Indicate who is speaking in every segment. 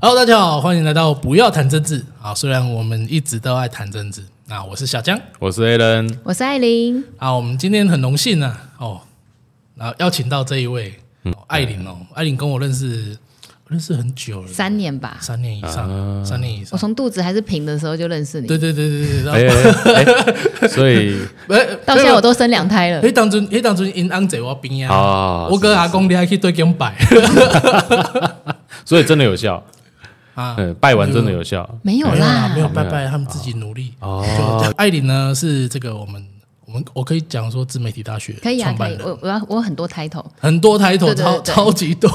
Speaker 1: Hello，大家好，欢迎来到不要谈政治啊！虽然我们一直都爱谈政治，那我是小江
Speaker 2: 我是 a l n
Speaker 3: 我是艾琳，
Speaker 1: 啊。我们今天很荣幸啊，哦，然后邀请到这一位、哦、艾琳哦，艾琳跟我认识认识很久了，
Speaker 3: 三年吧。
Speaker 1: 三年以上，三年以
Speaker 3: 我
Speaker 1: 上，
Speaker 3: 从肚子还是平的时候就认识你，
Speaker 1: 对对对对对，哦然
Speaker 2: 哎、
Speaker 1: 后
Speaker 2: 哎哎所以
Speaker 1: 哎，
Speaker 3: 到现在我都生两胎了。
Speaker 1: 迄当阵，迄当阵因翁坐我边啊
Speaker 2: 啊，
Speaker 1: 我跟阿公你还去对跟拜
Speaker 2: 所以真的有效，
Speaker 1: 啊，
Speaker 2: 嗯，拜完真的有效。
Speaker 3: 没有
Speaker 1: 没有啦，
Speaker 3: 啦
Speaker 1: 没，有拜拜，他们自己努力。
Speaker 2: 哦
Speaker 1: 对艾琳呢是这个我们我们我可以讲说自媒体大学
Speaker 3: 可以啊
Speaker 1: 创，
Speaker 3: 可
Speaker 1: 办
Speaker 3: 以。
Speaker 1: 人，
Speaker 3: 我我要我有很多 title，
Speaker 1: 很多抬头
Speaker 3: 对对
Speaker 1: 超
Speaker 3: 对对
Speaker 1: 超级多。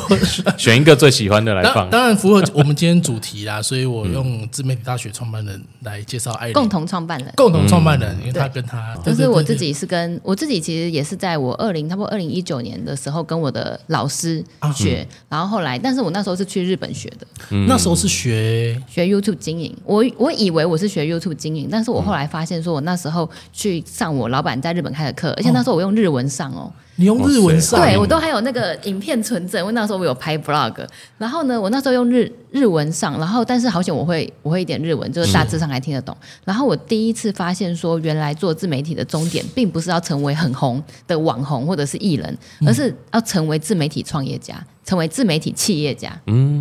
Speaker 2: 选一个最喜欢 的来
Speaker 1: 当
Speaker 2: 放。
Speaker 1: 当然符合我们今天主题啦，所以我用自媒体大学创办人来介绍艾
Speaker 3: 共
Speaker 1: 琳，
Speaker 3: 同创办人。
Speaker 1: 共同创办
Speaker 2: 嗯
Speaker 1: 人，因为他跟他
Speaker 3: 就
Speaker 1: 对
Speaker 3: 是
Speaker 1: 对
Speaker 3: 我
Speaker 1: 对
Speaker 3: 自己是跟我自己，其实也是在我二零差不多二零一九年的时候，跟我的老师
Speaker 1: 啊
Speaker 3: 学，然后后来，但是我那时候是去日本学的，
Speaker 2: 嗯
Speaker 1: 那时候是学
Speaker 3: 学 YouTube 经营。我我以为我是学 YouTube 经营，但
Speaker 1: 嗯
Speaker 3: 是我后来发现，说我那时候去上我老板在日本开的课，
Speaker 1: 哦
Speaker 3: 而且那时候我用日文上哦，
Speaker 1: 你用日文上，
Speaker 3: 对我都还有那个影片存证，因为那时候我有拍 vlog，然后呢，我那时候用日日文上，然后但是好险我会我会一点日文，就是大致上还听得懂。然后我第一次发现说，原来做自媒体的终点并不是要成为很红的网红或者是艺人，而是要成为自媒体创业家，成为自媒体企业家。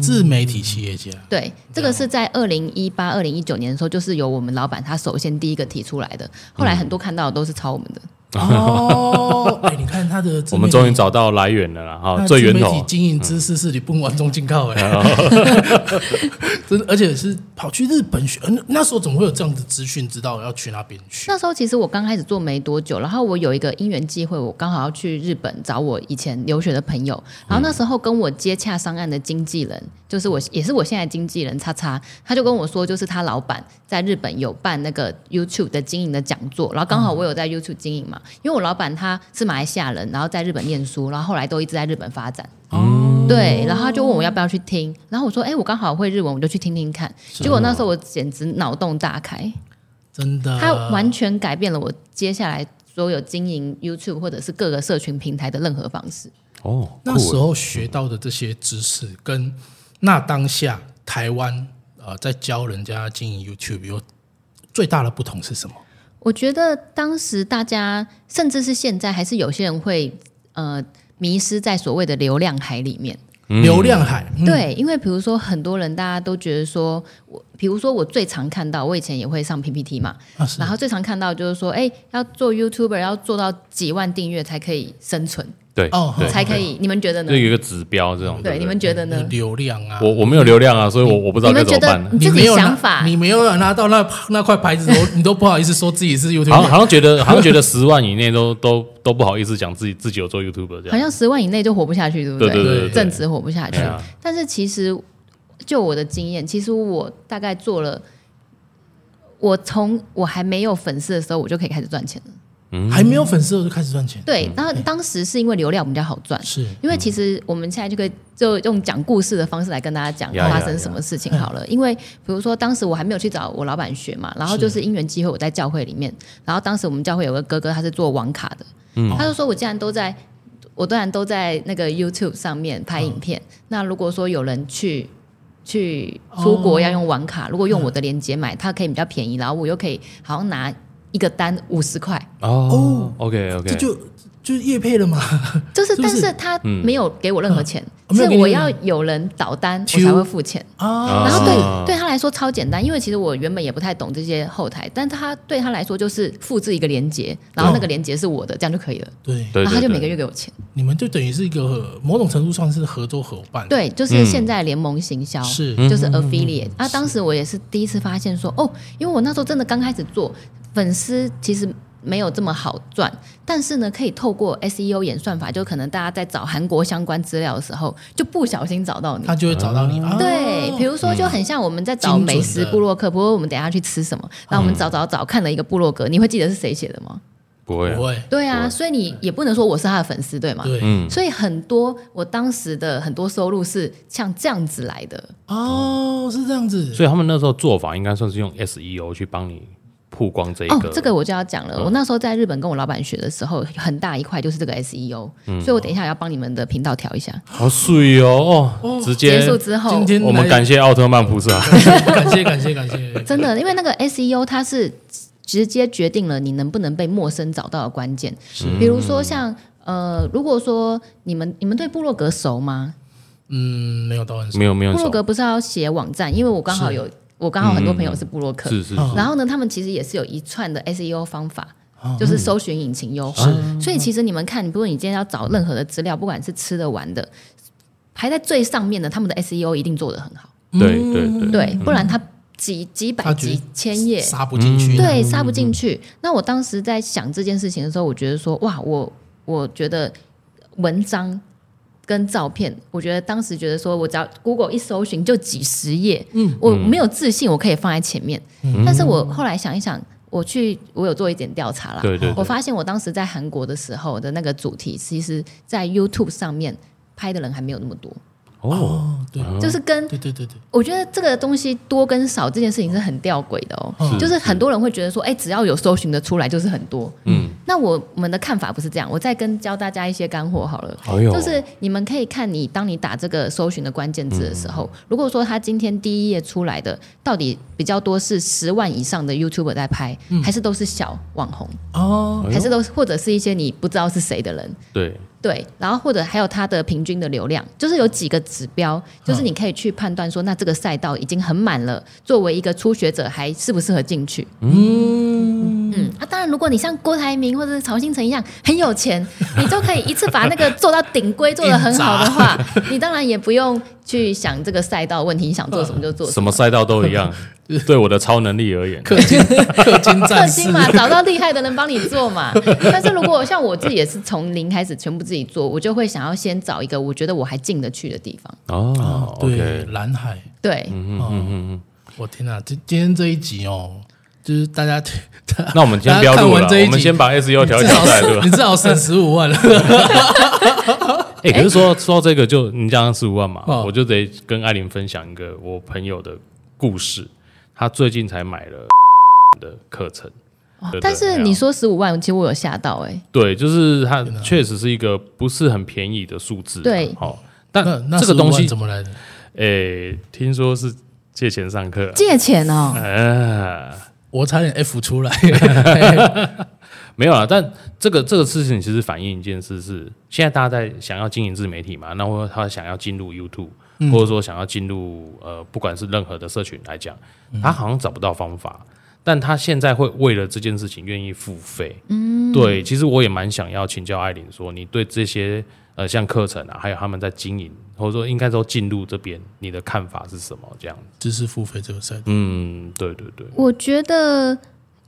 Speaker 1: 自媒体企业家，
Speaker 3: 对，这个是在二零一八、二零一九年的时候，就是由我们老板他首先第一个提出来的，后来很多看到的都是抄我们的。
Speaker 1: 哦，哎，你看他的自
Speaker 2: 嗯我
Speaker 1: 媒体，
Speaker 2: 们终于找到来源了啦，
Speaker 1: 他
Speaker 2: 哈，
Speaker 1: 的
Speaker 2: 最源
Speaker 1: 自媒体
Speaker 2: 头。嗯
Speaker 1: 经营知识是你不完中进靠哎， 真的，而且是跑去日本学，呃那那时候怎么会有这样的资讯，知道要去那边去？
Speaker 3: 那时候其实我刚开始做没多久，然后我有一个因缘机会，我刚好要去日本找我以前留学的朋友，然后那时候跟我接洽上岸的经纪人，就是我也是我现在经纪人叉叉，他就跟我说，就是他老板在日本有办那个 YouTube 的经营的讲座，然后刚好我有在 YouTube 经营嘛，因为我老板他是马来西亚人，然后在日本念书，然后后来都一直在日本发展。对，然后他就问我要不要去听，然后我说，哎、我刚好会日文，我就去听听看。结果那时候我简直脑洞大开，
Speaker 1: 真的，
Speaker 3: 它完全改变了我接下来所有经营 YouTube 或者是各个社群平台的任何方式。
Speaker 2: 哦，
Speaker 1: 那时
Speaker 2: 酷
Speaker 1: 候学到的这些知识，跟那当下台湾呃在教人家经营 YouTube 有最大的不同是什么？
Speaker 3: 我觉得当时大家，甚至是现在，还是有些人会呃迷失在所谓的流量海里面。
Speaker 1: 流量海，嗯，
Speaker 3: 对，因为比如说很多人大家都觉得说，我比如说我最常看到，我以前也会上 PPT 嘛，
Speaker 1: 啊是
Speaker 3: 然后最常看到就是说，哎，要做 YouTuber 要做到几万订阅才可以生存，
Speaker 2: 对
Speaker 1: 哦
Speaker 2: 对，
Speaker 3: 才可以。你们觉得呢
Speaker 2: 就？有一个指标这种。
Speaker 3: 对，
Speaker 2: 不
Speaker 3: 你们觉得呢？
Speaker 1: 流量啊，
Speaker 2: 我我没有流量啊，所以我我不知道
Speaker 3: 你
Speaker 2: 该
Speaker 3: 们
Speaker 2: 怎么办了
Speaker 3: 觉得。
Speaker 1: 你
Speaker 3: 自己
Speaker 1: 没有拿
Speaker 3: 想法
Speaker 1: 你没有拿到那那块牌 子，我你都不好意思说自己是 YouTube，
Speaker 2: 好像好像觉得好像觉得十万以内都都都不好意思讲自己自己有做 YouTube 这
Speaker 3: 好
Speaker 2: 样。
Speaker 3: 像十万以内就活不下去，对不
Speaker 2: 对对
Speaker 1: 对对
Speaker 2: 对
Speaker 3: 正职活不下去
Speaker 2: 对啊。
Speaker 3: 但是其实，就我的经验，其实我大概做了，我从我还没有粉丝的时候，我就可以开始赚钱了。
Speaker 1: 还没有粉丝我就开始赚钱，
Speaker 3: 对，
Speaker 2: 嗯
Speaker 3: 然后当时是因为流量比较好赚，
Speaker 1: 是
Speaker 3: 因为其实我们现在就可以就用讲故事的方式来跟大家讲
Speaker 2: 呀呀
Speaker 3: 发生什么事情好了。因为比如说当时我还没有去找我老板学嘛，然后就是因缘机会我在教会里面，然后当时我们教会有个哥哥他是做网卡的，
Speaker 2: 嗯
Speaker 3: 他就说我既然都在。我当然都在那个 YouTube 上面拍
Speaker 2: 嗯
Speaker 3: 影片。那如果说有人去去出国要用网
Speaker 2: 哦
Speaker 3: 卡，如果用我的链接买，它可以比较便宜，然后我又可以好像拿一个单五十块，
Speaker 2: 哦，OK
Speaker 1: 这
Speaker 2: OK，
Speaker 1: 就就是业配了嘛，
Speaker 3: 就是，
Speaker 1: 是不
Speaker 3: 但
Speaker 1: 是
Speaker 3: 是他没有给我任何钱，
Speaker 1: 嗯没有
Speaker 3: 是
Speaker 1: 给你
Speaker 3: 我
Speaker 1: 任
Speaker 3: 要
Speaker 1: 何
Speaker 3: 有人导单，我
Speaker 1: 提
Speaker 3: 才
Speaker 1: 供
Speaker 3: 会付钱。
Speaker 1: 啊
Speaker 3: 然后
Speaker 2: 啊
Speaker 3: 对对他来说超简单，因为其实我原本也不太懂这些后台，但他对他来说就是复制一个连接，然后那个连接是我的，这样就可以了。
Speaker 1: 哦对，
Speaker 2: 对
Speaker 3: 然啊后他就每个
Speaker 2: 对
Speaker 3: 月
Speaker 2: 对，
Speaker 3: 给我钱。
Speaker 1: 你们就等于是一个某种程度上是合作伙伴，，
Speaker 3: 对，就是现在联盟行销。
Speaker 1: 是
Speaker 3: 就是 affiliate 啊，当时我也是第一次发现说，哦，因为我那时候真的刚开始做，粉丝其实没有这么好赚，但是呢，可以透过 SEO 演算法，就可能大家在找韩国相关资料的时候，就不小心找到你。
Speaker 1: 他就会找到你啊，
Speaker 3: 嗯对，比如说就很像我们在找
Speaker 1: 精准
Speaker 3: 美食
Speaker 1: 的
Speaker 3: 部落客，不过我们等一下去吃什么，然后我们找找找看了一个部落格，你会记得是谁写的吗？
Speaker 2: 不会啊嗯
Speaker 1: 不会，
Speaker 3: 对啊，所以你也不能说我是他的粉丝，对吗？
Speaker 1: 对，
Speaker 3: 所以很多我当时的很多收入是像这样子来的，
Speaker 1: 哦，是这样子，
Speaker 2: 所以他们那时候做法应该算是用 SEO E 去帮你曝光这一个。
Speaker 3: 哦，这个我就要讲了。我那时候在日本跟我老板学的时候，很大一块就是这个 SEO，、所以我等一下也要帮你们的频道调一下。
Speaker 2: 好水哦，哦直
Speaker 3: 结
Speaker 2: 接
Speaker 3: 束嗯之后，
Speaker 1: 今天
Speaker 2: 我们
Speaker 1: 来
Speaker 2: 感谢奥特曼菩萨。
Speaker 1: 感谢感谢感谢，
Speaker 3: 真的，因为那个 SEO 它是直接决定了你能不能被陌生找到的关键。比如说像呃，如果说你们你们对部落格熟吗？
Speaker 1: 嗯，没有到很少
Speaker 2: 没有没有
Speaker 3: 部
Speaker 2: 很
Speaker 3: 落
Speaker 2: 少，
Speaker 3: 格不是要写网站？因为我刚好有我刚好很多朋友是部落客，
Speaker 2: 是
Speaker 1: 哦嗯
Speaker 2: 是是，
Speaker 3: 然后呢，他们其实也是有一串的 SEO 方法。
Speaker 1: 哦
Speaker 3: 就是搜寻引擎优化，所以其实你们看，不论你今天要找任何的资料，不管是吃的、玩的，排在最上面的，他们的 SEO 一定做得很好，
Speaker 2: 对对对
Speaker 3: 对，不然他几几
Speaker 1: 嗯
Speaker 3: 百
Speaker 1: 他觉得
Speaker 3: 几千页，
Speaker 1: 杀不进去，
Speaker 3: 对，杀不进去。那我当时在想这件事情的时候，我觉得说，哇，我我觉得文章跟照片，我觉得当时觉得说我只要 Google 一搜寻就几十页，嗯，我没有自信我可以放在前面，但是我后来想一想。我去，我有做一点调查啦。
Speaker 2: 对对对
Speaker 3: 我发现我当时在韩国的时候的那个主题，其实在 YouTube 上面拍的人还没有那么多，
Speaker 2: 哦，
Speaker 3: 嗯
Speaker 1: 哦，对
Speaker 3: 就是跟
Speaker 1: 对对对对，
Speaker 3: 我觉得这个东西多跟少这件事情是很吊诡的哦，就是很多人会觉得说，哎，只要有搜寻的出来就是很多。嗯，那我们的看法不是这样，我再跟教大家一些干货好了。
Speaker 2: 哎呦，
Speaker 3: 就是你们可以看你，当你打这个搜寻的关键字的时候，
Speaker 2: 嗯
Speaker 3: 如果说他今天第一页出来的到底比较多是十万以上的 YouTuber 在拍，还是都是小网红，
Speaker 1: 哦，
Speaker 2: 嗯哎呦
Speaker 3: 还是都是或者是一些你不知道是谁的人，
Speaker 2: 对，
Speaker 3: 对，然后或者还有它的平均的流量，就是有几个指标，就是你可以去判断说，那这个赛道已经很满了，作为一个初学者还适不适合进去？嗯嗯啊，当然，如果你像郭台铭或者是曹新成一样 很有钱，你就可以一次把那个做到顶规，做得很好的话，你当然也不用去想这个赛道问题，你想做什么就做
Speaker 2: 什么赛道都 一样。对我的超能力而言，
Speaker 1: 氪金氪金
Speaker 3: 克
Speaker 1: 战士
Speaker 3: 星，嘛，找到厉害的人帮你做嘛。 但是如果像我自己也是从零开始全部自己做，我就会想要先找一个我觉得我还进得去的地方。
Speaker 2: 哦
Speaker 1: 对
Speaker 2: ，OK，
Speaker 1: 蓝海，
Speaker 3: 对，
Speaker 2: 嗯嗯嗯嗯，
Speaker 1: 我天哪，这今天这一集哦，就是大家
Speaker 2: 那我们先不要
Speaker 1: 哦
Speaker 2: 录
Speaker 1: 大家看
Speaker 2: 了
Speaker 1: 完这一，集
Speaker 2: 我们先把 SEO 调
Speaker 1: 至
Speaker 2: 一调
Speaker 1: 少
Speaker 2: 再来录。
Speaker 1: 你至少省十五万了，
Speaker 2: 哎、可是说说到这个就，你讲十五万嘛，
Speaker 1: 哦
Speaker 2: 我就得跟艾琳分享一个我朋友的故事。他最近才买了的课程，对
Speaker 3: 哦
Speaker 2: 啊嗯
Speaker 3: 但是你说十五万，其实我有吓到哎、
Speaker 2: 对，就是它确实是一个不是很便宜的数字啊，
Speaker 3: 对
Speaker 2: 哦，
Speaker 1: 那
Speaker 2: 但
Speaker 1: 那
Speaker 2: 这个
Speaker 1: 15
Speaker 2: 东西
Speaker 1: 万，怎么来的？
Speaker 2: 哎、听说是借钱上课、啊，
Speaker 3: 借钱 哦，
Speaker 2: 啊，
Speaker 1: 我差点 F 出来，
Speaker 2: 没有啊，但这个这个事情其实反映一件事是，现在大家在想要经营自媒体嘛，那或者他想要进入 YouTube，、或
Speaker 1: 嗯
Speaker 2: 者说想要进入呃，不管是任何的社群来讲，
Speaker 1: 嗯
Speaker 2: 他好像找不到方法，但他现在会为了这件事情愿意付费。嗯，对，其实我也蛮想要请教艾琳说，你对这些呃像课程啊，还有他们在经营，或者说应该说进入这边，你的看法是什么？这样，
Speaker 1: 知识付费这个赛道，
Speaker 2: 嗯，对对对，
Speaker 3: 我觉得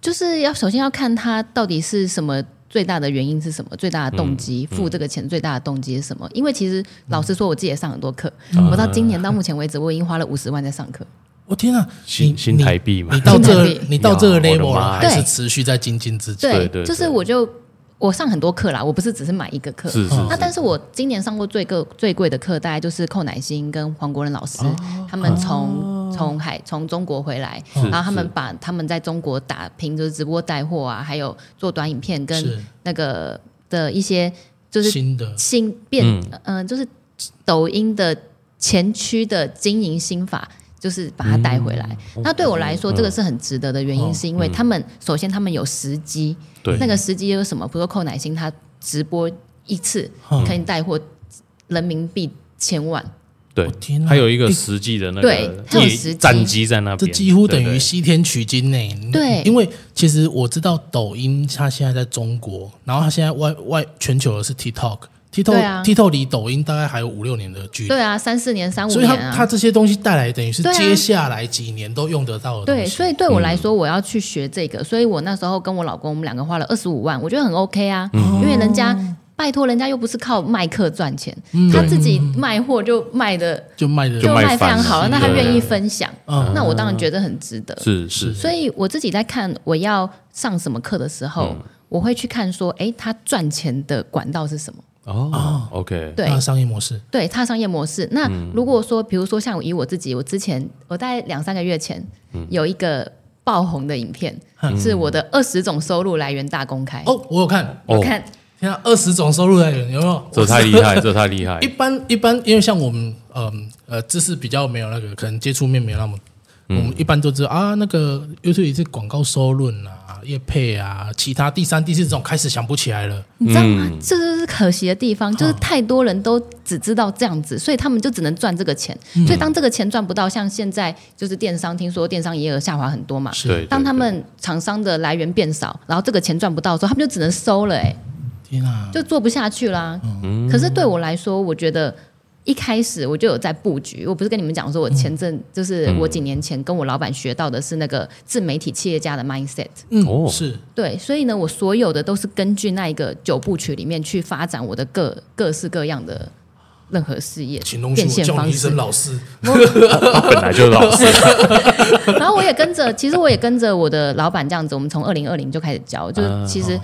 Speaker 3: 就是要首先要看他到底是什么。最大的原因是什么？最大的动机，
Speaker 2: 嗯
Speaker 3: 付这个钱最大的动机是什么？因为其实老实说，我自己也上很多课，
Speaker 2: 嗯
Speaker 3: 我到今年到目前为止，我已经花了五十万在上课。
Speaker 1: 我天哪，你
Speaker 2: 新新台币嘛
Speaker 1: 你，到这
Speaker 3: 新台币
Speaker 1: 你到这个
Speaker 2: 呀我的
Speaker 1: level
Speaker 2: 妈
Speaker 1: 了，还
Speaker 2: 呀
Speaker 1: 是持续在精进自己，
Speaker 2: 对
Speaker 3: 对，
Speaker 2: 对
Speaker 3: 就是我就我上很多课啦，我不是只是买一个课。
Speaker 2: 是是是，
Speaker 3: 那但是我今年上过最个最贵的课，大概就是寇乃馨跟黄国仁老师，
Speaker 2: 哦
Speaker 3: 他们从从海从中国回来，
Speaker 2: 是
Speaker 3: 然后他们
Speaker 2: 是
Speaker 3: 把他们在中国打拼，就是直播带货啊，还有做短影片跟
Speaker 1: 是
Speaker 3: 那个的一些就是
Speaker 1: 新的
Speaker 3: 新变嗯、就是抖音的前驱的经营心法。就是把它带回来。那对我来说，这个是很值得的原因，是因为他们首先他们有时机，
Speaker 2: 对
Speaker 3: 那个时机有什么？比如说寇乃馨，他直播一次可以带货人民币千万，
Speaker 2: 对
Speaker 1: 我天，哪
Speaker 2: 还有一个实际的那
Speaker 3: 对
Speaker 2: 个
Speaker 3: 它有
Speaker 2: 业
Speaker 3: 实际
Speaker 2: 战机在那
Speaker 1: 这
Speaker 2: 边，
Speaker 1: 几乎等于
Speaker 2: 对
Speaker 1: 西天取经呢、你
Speaker 3: 对
Speaker 1: 因为其实我知道抖音它现在在中国，然后它现在外外全球的是 TikTok。
Speaker 3: 对啊
Speaker 1: TikTok TikTok 离抖音大概还有五六年的距离，
Speaker 3: 对啊，三四年、三五
Speaker 1: 所以
Speaker 3: 年
Speaker 1: 它它
Speaker 3: 啊。
Speaker 1: 这些东西带来等于是
Speaker 3: 对啊
Speaker 1: 接下来几年都用得到的
Speaker 3: 对，
Speaker 1: 东西。
Speaker 3: 所以对我来说，
Speaker 2: 嗯
Speaker 3: 我要去学这个，所以我那时候跟我老公，我们两个花了二十五万，我觉得很 OK 啊，
Speaker 2: 嗯
Speaker 3: 因为人家拜托，人家又不是靠卖课赚钱，他自己卖货就卖的
Speaker 1: 就卖的
Speaker 2: 就卖
Speaker 3: 卖非常好了，
Speaker 2: 翻
Speaker 3: 那
Speaker 2: 了
Speaker 3: 他愿
Speaker 2: 对
Speaker 3: 意分享，
Speaker 1: 嗯
Speaker 3: 那我当然觉得很值得。
Speaker 2: 是是
Speaker 3: 所以我自己在看我要上什么课的时
Speaker 2: 嗯
Speaker 3: 候，我会去看说，诶，他赚钱的管道是什么？
Speaker 2: 哦，OK，
Speaker 3: 对
Speaker 1: 它的商业模式，
Speaker 3: 对，它商业模式。那
Speaker 1: 嗯嗯
Speaker 3: 如果说，比如说像以我自己，我之前我在两三个月前有一个爆红的影片，是我的二十种收入来源大公开。
Speaker 1: 哦，我有看，
Speaker 3: 我看
Speaker 1: 天啊，二十种收入来源有没有？
Speaker 2: 这太厉害，这太厉 害
Speaker 1: 一。般一般，因为像我们，嗯呃，知识比较没有那个，可能接触面没有那么，
Speaker 2: 嗯
Speaker 1: 我们一般都知道啊，那个 YouTube 是广告收论啊、业配啊，其他第三、第四种开始想不起来了。
Speaker 3: 你知道吗？
Speaker 1: 嗯
Speaker 3: 这就是可惜的地方，就是
Speaker 1: 哦
Speaker 3: 太多人都只知道这样子，所以他们就只能赚这个钱。
Speaker 1: 嗯
Speaker 3: 所以当这个钱赚不到，像现在就是电商，听说电商营业额下滑很多嘛。
Speaker 1: 是
Speaker 2: 对，对
Speaker 3: 当他
Speaker 2: 对
Speaker 3: 们厂商的来源变少，然后这个钱赚不到的时候，他们就只能收了、欸，
Speaker 1: 天啊，
Speaker 3: 就做不下去啦。
Speaker 1: 嗯
Speaker 3: 可是对我来说，我觉得一开始我就有在布局。我不是跟你们讲说，我前
Speaker 1: 嗯
Speaker 3: 阵就是我几年前跟我老板学到的是那个自媒体企业家的 mindset。
Speaker 1: 嗯，
Speaker 2: 哦
Speaker 1: 是
Speaker 3: 对，所以呢，我所有的都是根据那一个九部曲里面去发展我的各各式各样的任何事业
Speaker 1: 请容许
Speaker 3: 变
Speaker 1: 我
Speaker 3: 现
Speaker 1: 叫你
Speaker 3: 方
Speaker 1: 一
Speaker 3: 式
Speaker 1: 声。老师。
Speaker 2: 他本来就是 老师，
Speaker 3: 然后我也跟着，其实我也跟着我的老板这样子，我们从二零二零就开始教，
Speaker 1: 嗯
Speaker 3: 就是其实、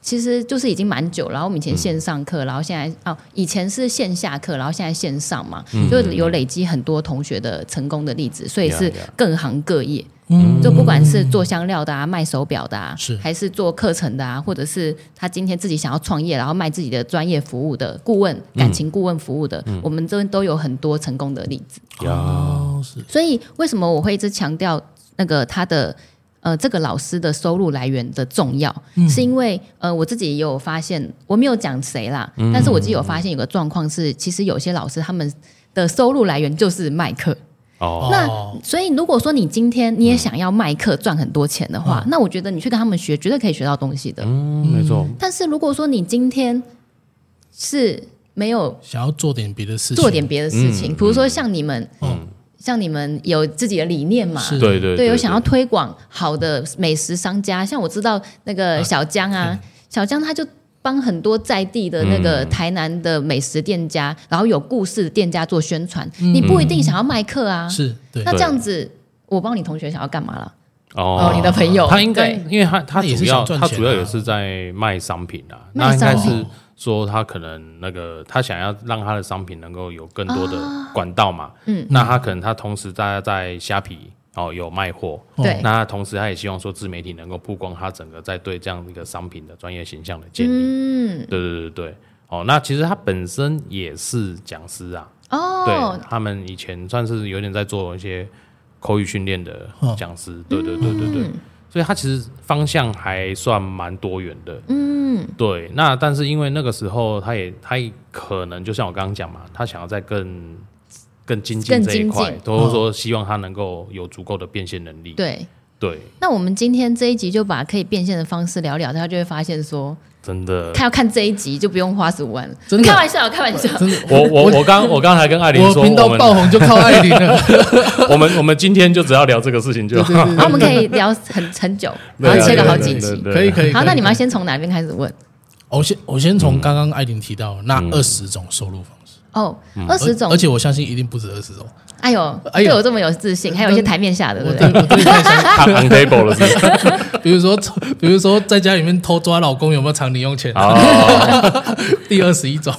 Speaker 3: 其实就是已经蛮久。然后我们以前线上课，然后现
Speaker 1: 嗯
Speaker 3: 在哦，以前是线下课，然后现在线上嘛，就有累积很多同学的成功的例子，所以
Speaker 2: Yeah,
Speaker 3: 是
Speaker 2: yeah
Speaker 3: 各行各业。
Speaker 1: 嗯
Speaker 3: 就不管是做香料的啊，卖手表的啊，
Speaker 1: 是
Speaker 3: 还是做课程的啊，或者是他今天自己想要创业，然后卖自己的专业服务的顾问、
Speaker 1: 嗯
Speaker 3: 感情顾问服务的，我们这边都有很多成功的例子。
Speaker 2: 呀，
Speaker 1: 哦，是
Speaker 3: 所以为什么我会一直强调那个他的呃这个老师的收入来源的重要？
Speaker 2: 嗯
Speaker 3: 是因为呃我自己也有发现，我没有讲谁啦，
Speaker 2: 嗯
Speaker 3: 但是我自己有发现有个状况是，其实有些老师他们的收入来源就是卖课。
Speaker 2: 哦，
Speaker 3: 那
Speaker 1: 哦
Speaker 3: 所以，如果说你今天你也想要卖课赚很多钱的话，那我觉得你去跟他们学，绝对可以学到东西的。
Speaker 2: 嗯，没错，
Speaker 3: 但是如果说你今天是没有
Speaker 1: 想要做点别的事情，
Speaker 3: 做点别的事情，
Speaker 2: 嗯
Speaker 3: 比如说像你们，
Speaker 1: 嗯
Speaker 3: 像你们有自己的理念嘛，
Speaker 1: 是
Speaker 2: 对对
Speaker 3: 对，有想要推广好的美食商家，像我知道那个小江啊，小江他就帮很多在地的那个台南的美食店家，然后有故事的店家做宣传。你不一定想要卖课啊，
Speaker 1: 是对
Speaker 3: 那，这样子，我帮你同学想要干嘛了？哦，
Speaker 2: 哦
Speaker 3: 你的朋友，
Speaker 2: 他应该，
Speaker 3: 对
Speaker 2: 因为他他
Speaker 1: 他也
Speaker 2: 主
Speaker 1: 是
Speaker 2: 要
Speaker 1: 想赚
Speaker 2: 他
Speaker 1: 钱
Speaker 2: 主要
Speaker 1: 啊
Speaker 2: 也是在卖商品啊，
Speaker 3: 卖
Speaker 2: 那应该
Speaker 3: 商
Speaker 2: 是
Speaker 1: 品
Speaker 2: 说他可能那个他想要让他的商品能够有更多的管道嘛，
Speaker 3: 啊嗯，
Speaker 2: 那他可能他同时在在虾皮哦有卖货，
Speaker 3: 对
Speaker 2: 哦那他同时他也希望说自媒体能够曝光他整个在对这样一个商品的专业形象的建立，
Speaker 3: 嗯，
Speaker 2: 对对对对，哦，那其实他本身也是讲师啊，
Speaker 3: 哦
Speaker 2: 对，他们以前算是有点在做一些口语训练的讲师，
Speaker 3: 哦
Speaker 2: 对对对对
Speaker 3: 嗯
Speaker 2: 对，所以他其实方向还算蛮多元的，嗯，对。那但是因为那个时候他也他也可能就像我刚刚讲嘛，他想要在更更精进
Speaker 3: 更
Speaker 2: 这一
Speaker 3: 精
Speaker 2: 块
Speaker 3: 进，哦
Speaker 2: 或者说希望他能够有足够的变现能力，
Speaker 3: 对。
Speaker 2: 对，
Speaker 3: 那我们今天这一集就把可以变现的方式聊聊，大家就会发现说，
Speaker 2: 真的。
Speaker 3: 看要看这一集就不用花十五万了，
Speaker 1: 真的
Speaker 3: 开玩笑，开玩笑，
Speaker 1: 真的，
Speaker 2: 我我我刚我刚才跟艾琳
Speaker 1: 我
Speaker 2: 说，
Speaker 1: 频道
Speaker 2: 我们
Speaker 1: 爆红就靠艾琳了。
Speaker 2: 我们我们今天就只要聊这个事情就好。
Speaker 3: 然后我们可以聊很很久，
Speaker 2: 对
Speaker 3: 然
Speaker 2: 啊
Speaker 3: 后 切个好
Speaker 2: 对
Speaker 3: 几
Speaker 2: 对
Speaker 3: 集
Speaker 2: 对。
Speaker 1: 可以可以。可
Speaker 3: 好，
Speaker 1: 以哦
Speaker 3: 那你们要先从哪边开始问？
Speaker 1: 我先我先
Speaker 2: 嗯
Speaker 1: 从刚刚艾琳提到的那二十种收入方式，
Speaker 3: 哦，二十种
Speaker 1: 而，且我相信一定不止二十 种。
Speaker 3: 哎呦，
Speaker 1: 呃哎呦
Speaker 3: 对我这么有自信，还有一些台面下的，对
Speaker 1: 我
Speaker 3: 不
Speaker 1: 对
Speaker 3: 对？
Speaker 1: 我对太相信，
Speaker 2: 他 on table 了是不是？
Speaker 1: 比如说比如说在家里面偷抓老公有没有藏零用钱？啊
Speaker 2: 哦，
Speaker 1: 第二十一 种，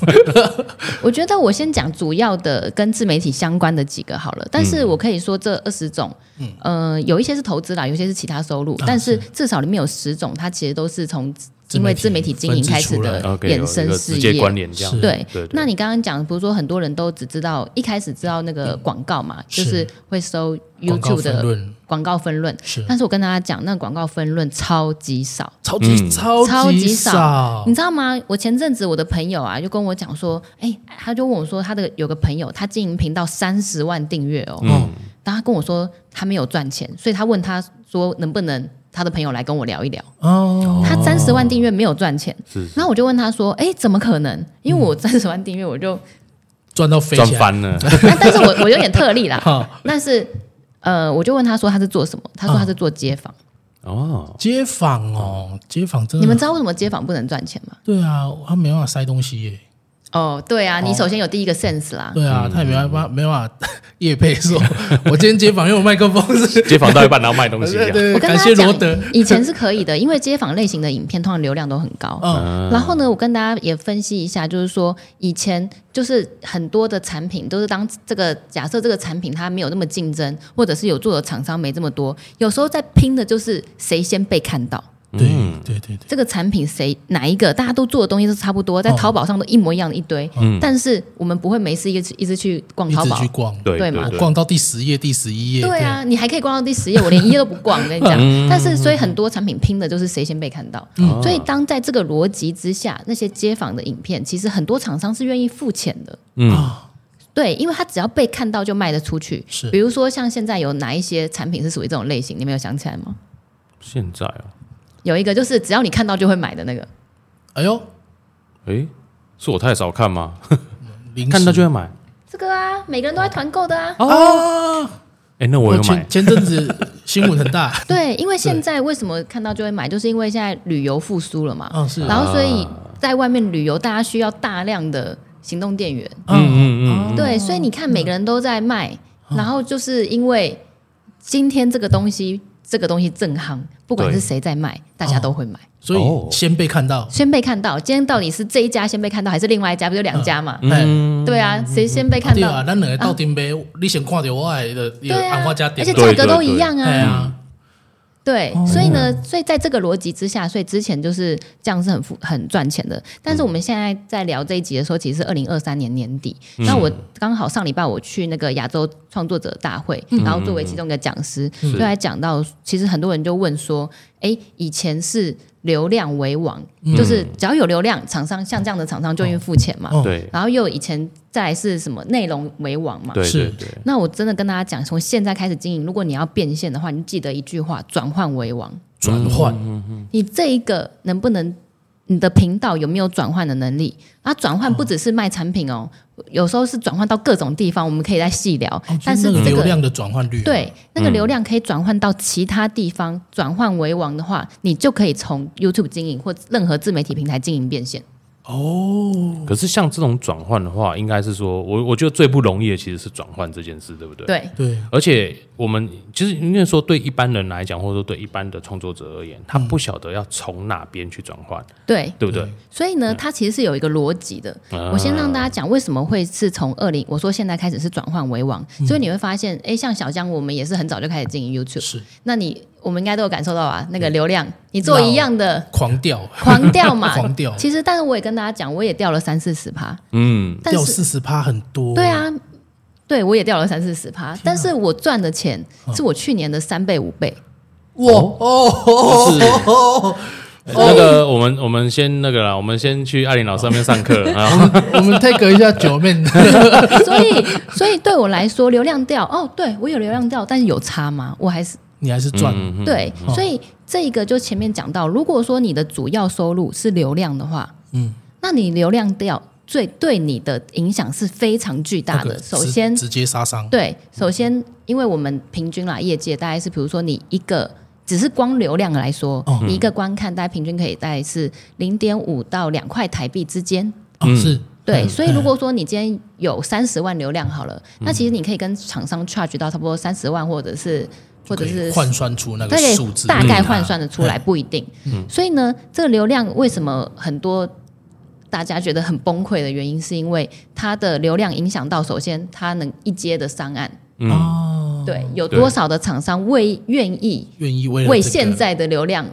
Speaker 3: 我觉得我先讲主要的跟自媒体相关的几个好了，但是我可以说这二十种，嗯、呃，有一些是投资啦，有些是其他收入，但是至少里面有十种，它其实都是从因为自媒体经营开始的
Speaker 2: ，OK，有
Speaker 3: 衍
Speaker 2: 一
Speaker 3: 生
Speaker 2: 个
Speaker 3: 事
Speaker 2: 直接
Speaker 3: 业。
Speaker 2: 关联这样
Speaker 1: 是。
Speaker 3: 对，
Speaker 2: 对对
Speaker 3: 那你刚刚讲，比如说很多人都只知道一开始知道那个广告嘛，
Speaker 1: 是
Speaker 3: 就是会搜
Speaker 1: 广告
Speaker 3: YouTube
Speaker 1: 分
Speaker 3: 的嗯
Speaker 1: 论
Speaker 3: 广告分论，
Speaker 1: 是
Speaker 3: 但是我跟大家讲，那个广告分论超级少，
Speaker 1: 超
Speaker 2: 嗯
Speaker 1: 级超
Speaker 3: 超
Speaker 1: 级
Speaker 3: 级少
Speaker 1: 少
Speaker 3: 你，知道吗？我前阵子我的朋友啊，就跟我讲说，哎、他就问我说，他的有个朋友，他经营频道三十万订阅哦，
Speaker 1: 嗯
Speaker 3: 然后他跟我说他没有赚钱，所以他问他说能不能他的朋友来跟我聊一聊。
Speaker 1: 哦，
Speaker 3: 他三十万订阅没有赚钱，
Speaker 2: 是
Speaker 3: 然后我就问他说，哎、怎么可能？因为我三十万订阅，我就、
Speaker 1: 赚到飞
Speaker 2: 赚
Speaker 1: 起来。
Speaker 2: 翻了，
Speaker 3: 那但是我我有点特 例啦，
Speaker 1: 好，
Speaker 3: 但是呃，我就问他说他是做什么？他说他是做街访。
Speaker 2: 哦，
Speaker 1: 街访哦，街访真的，
Speaker 3: 嗯你们知道为什么街访不能赚钱吗？
Speaker 1: 对啊，他没办法塞东西耶，
Speaker 3: 哦，对啊，你首先有第一个 sense 啦，
Speaker 1: 对
Speaker 2: 嗯
Speaker 1: 啊，他也没办法，没办法 夜配说，我今天接访用麦克风 是，
Speaker 2: 街访到一半然后卖东西
Speaker 1: 对
Speaker 2: 啊，
Speaker 1: 对，
Speaker 3: 我跟大
Speaker 1: 感
Speaker 3: 家
Speaker 1: 谢罗
Speaker 3: 讲
Speaker 1: 德，，
Speaker 3: 以前是可以的，因为街访类型的影片通常流量都很高。
Speaker 1: 嗯
Speaker 3: 然后呢，我跟大家也分析一下，就是说以前就是很多的产品都是当这个假设这个产品它没有那么竞争，或者是有做的厂商没这么多，有时候在拼的就是谁先被看到。
Speaker 1: 对
Speaker 2: 嗯
Speaker 1: 对对对，
Speaker 3: 这个产品谁哪一个大家都做的东西都差不多，在
Speaker 1: 哦
Speaker 3: 淘宝上都一模一样的一堆，但是我们不会没事一直一直去逛
Speaker 1: 一
Speaker 3: 淘
Speaker 1: 直
Speaker 3: 宝
Speaker 1: 去。逛，
Speaker 2: 对
Speaker 3: 对嘛
Speaker 1: 我
Speaker 2: 对，
Speaker 1: 逛到第十页、第十一页，
Speaker 3: 对啊，嗯你还可以逛到第十页，我连一页都不 逛，我跟你讲。但是，所以很多产品拼的就是谁先被看到。所以，当在这个逻辑之下，那些街访的影片，其实很多厂商是愿意付钱的。
Speaker 2: 嗯
Speaker 1: 对啊，
Speaker 3: 对，因为它只要被看到就卖得出去。
Speaker 1: 是
Speaker 3: 比如说像现在有哪一些产品是属于这种类型，你们有想起来吗？
Speaker 2: 现在啊，
Speaker 3: 有一个就是只要你看到就会买的那个，
Speaker 1: 哎呦，
Speaker 2: 诶，是我太少看吗？
Speaker 1: 零
Speaker 2: 看到就要买
Speaker 3: 这个啊，每个人都在团购的啊。
Speaker 1: 啊，
Speaker 2: 诶，那我
Speaker 1: 我
Speaker 2: 有买
Speaker 1: 前，前阵子新闻很大，
Speaker 3: 对，因为现在为什么看到就会买，就是因为现在旅游复苏了嘛，
Speaker 1: 嗯是
Speaker 3: 然后所以在外面旅游，大家需要大量的行动电源，
Speaker 2: 嗯嗯嗯，
Speaker 3: 对，所以你看每个人都在卖，然后就是因为今天这个东西，这个东西正夯，不管
Speaker 2: 对
Speaker 3: 是谁在卖，大家都会买。
Speaker 1: 所
Speaker 2: 哦
Speaker 1: 以先被看到，
Speaker 3: 先被看到，今天到底是这一家先被看到，还是另外一家？不就两家
Speaker 2: 嗯
Speaker 3: 嘛？
Speaker 1: 哎，
Speaker 3: 对啊，谁先被看
Speaker 1: 对
Speaker 3: 到？
Speaker 1: 啊，咱两个到顶杯，你先看到我的的
Speaker 3: 对啊
Speaker 1: 红花加，
Speaker 3: 而
Speaker 1: 点
Speaker 3: 且，
Speaker 2: 对
Speaker 3: 价格都一样
Speaker 1: 哎
Speaker 3: 啊。
Speaker 1: 呀，
Speaker 3: 对，所以呢，所以在这个逻辑之下，所以之前就是这样是很富很赚钱的。但是我们现在在聊这一集的时候，其实是二零二三年年底。那我刚好上礼拜我去那个亚洲创作者大会，然后作为其中一个讲师，
Speaker 2: 嗯
Speaker 3: 就在讲到，其实很多人就问说，哎，以前是流量为王，就是只要有流量，厂商像这样的厂商就愿意付钱嘛。
Speaker 1: 哦
Speaker 2: 对
Speaker 3: 然后又有以前再来是什么内容为王嘛，
Speaker 2: 对对
Speaker 1: 哦是
Speaker 2: 对，
Speaker 3: 那我真的跟大家讲，从现在开始经营，如果你要变现的话，你记得一句话：转换为王。
Speaker 1: 转换，
Speaker 2: 嗯
Speaker 1: 嗯
Speaker 3: 你这一个能不能，你的频道有没有转换的能力？啊，转换不只是卖产品哦，有时候是转换到各种地方，我们可以再细聊。
Speaker 1: 哦
Speaker 3: 哎但
Speaker 1: 就是那个
Speaker 3: 这
Speaker 1: 流
Speaker 3: 个。
Speaker 1: 量嗯的转换率，，啊
Speaker 3: 对，那个流量可以转换到其他地方，转换为王的话，你就可以从 YouTube 经营或任何自媒体平台经营变现。
Speaker 1: 哦，
Speaker 2: 可是像这种转换的话，应该是说，我我觉得最不容易的其实是转换这件事，对不对？。
Speaker 3: 对，
Speaker 1: 对，
Speaker 2: 而且我们其实应该说，对一般人来讲，或者说对一般的创作者而言，他不晓得要从哪边去转换，
Speaker 3: 对，
Speaker 2: 对不对？
Speaker 3: 所以呢，
Speaker 1: 嗯
Speaker 3: 它其实是有一个逻辑的。
Speaker 1: 啊
Speaker 3: 我先让大家讲为什么会是从二零，我说现在开始是转换为王，
Speaker 1: 嗯
Speaker 3: 所以你会发现，哎，像小江，我们也是很早就开始经营 YouTube。
Speaker 1: 是
Speaker 3: 那你我们应该都有感受到啊，那个流量，你做一样的
Speaker 1: 狂掉，
Speaker 3: 狂掉嘛，
Speaker 1: 狂掉
Speaker 3: 其实，但是我也跟大家讲，我也掉了三四十趴，
Speaker 2: 嗯，
Speaker 3: 但
Speaker 1: 掉
Speaker 3: 是
Speaker 1: 四十趴很多，啊
Speaker 3: 对，啊，对我也掉了三四十趴，但是我赚的钱
Speaker 1: 嗯
Speaker 3: 是我去年的三倍五倍。
Speaker 1: 哇哦，
Speaker 2: 那个我们我们先那个啦，我们先去艾琳老师那边上课，啊然后
Speaker 1: 我们 take 一下九妹，
Speaker 2: 嗯
Speaker 3: 所以， 所以对我来说，流量掉哦，对我有流量掉，但是有差吗？我还是
Speaker 1: 你还是赚，
Speaker 2: 嗯
Speaker 3: 对，
Speaker 1: 哦
Speaker 3: 所以这一个就前面讲到，如果说你的主要收入是流量的话，
Speaker 1: 嗯，
Speaker 3: 那你流量掉，最对你的影响是非常巨大
Speaker 1: 那
Speaker 3: 的。
Speaker 1: 个嗯
Speaker 3: 首
Speaker 1: 直
Speaker 3: 先，
Speaker 1: 直接杀伤，
Speaker 3: 对，首先，因为我们平均啦，业界大概是，比如说你一个。只是光流量来说，
Speaker 1: 哦
Speaker 3: 你一个观看大概平均可以大概是零点五到两块台币之间。
Speaker 1: 哦，是，
Speaker 3: 对，
Speaker 1: 嗯
Speaker 3: 所以如果说你今天有三十万流量好了，那其实你可以跟厂商 charge 到差不多三十万，或者是或者
Speaker 1: 可以
Speaker 3: 是
Speaker 1: 换算出那个
Speaker 3: 大概
Speaker 1: 数字，嗯
Speaker 3: 大概换算的出来，不一定。所以呢，这个流量为什么很多大家觉得很崩溃的原因，是因为它的流量影响到，首先它能一接的商案，
Speaker 1: 嗯哦，
Speaker 3: 对，有
Speaker 2: 对
Speaker 3: 多少的厂商为愿意
Speaker 1: 愿意为了
Speaker 3: 为
Speaker 1: 这个
Speaker 3: 现在的流量。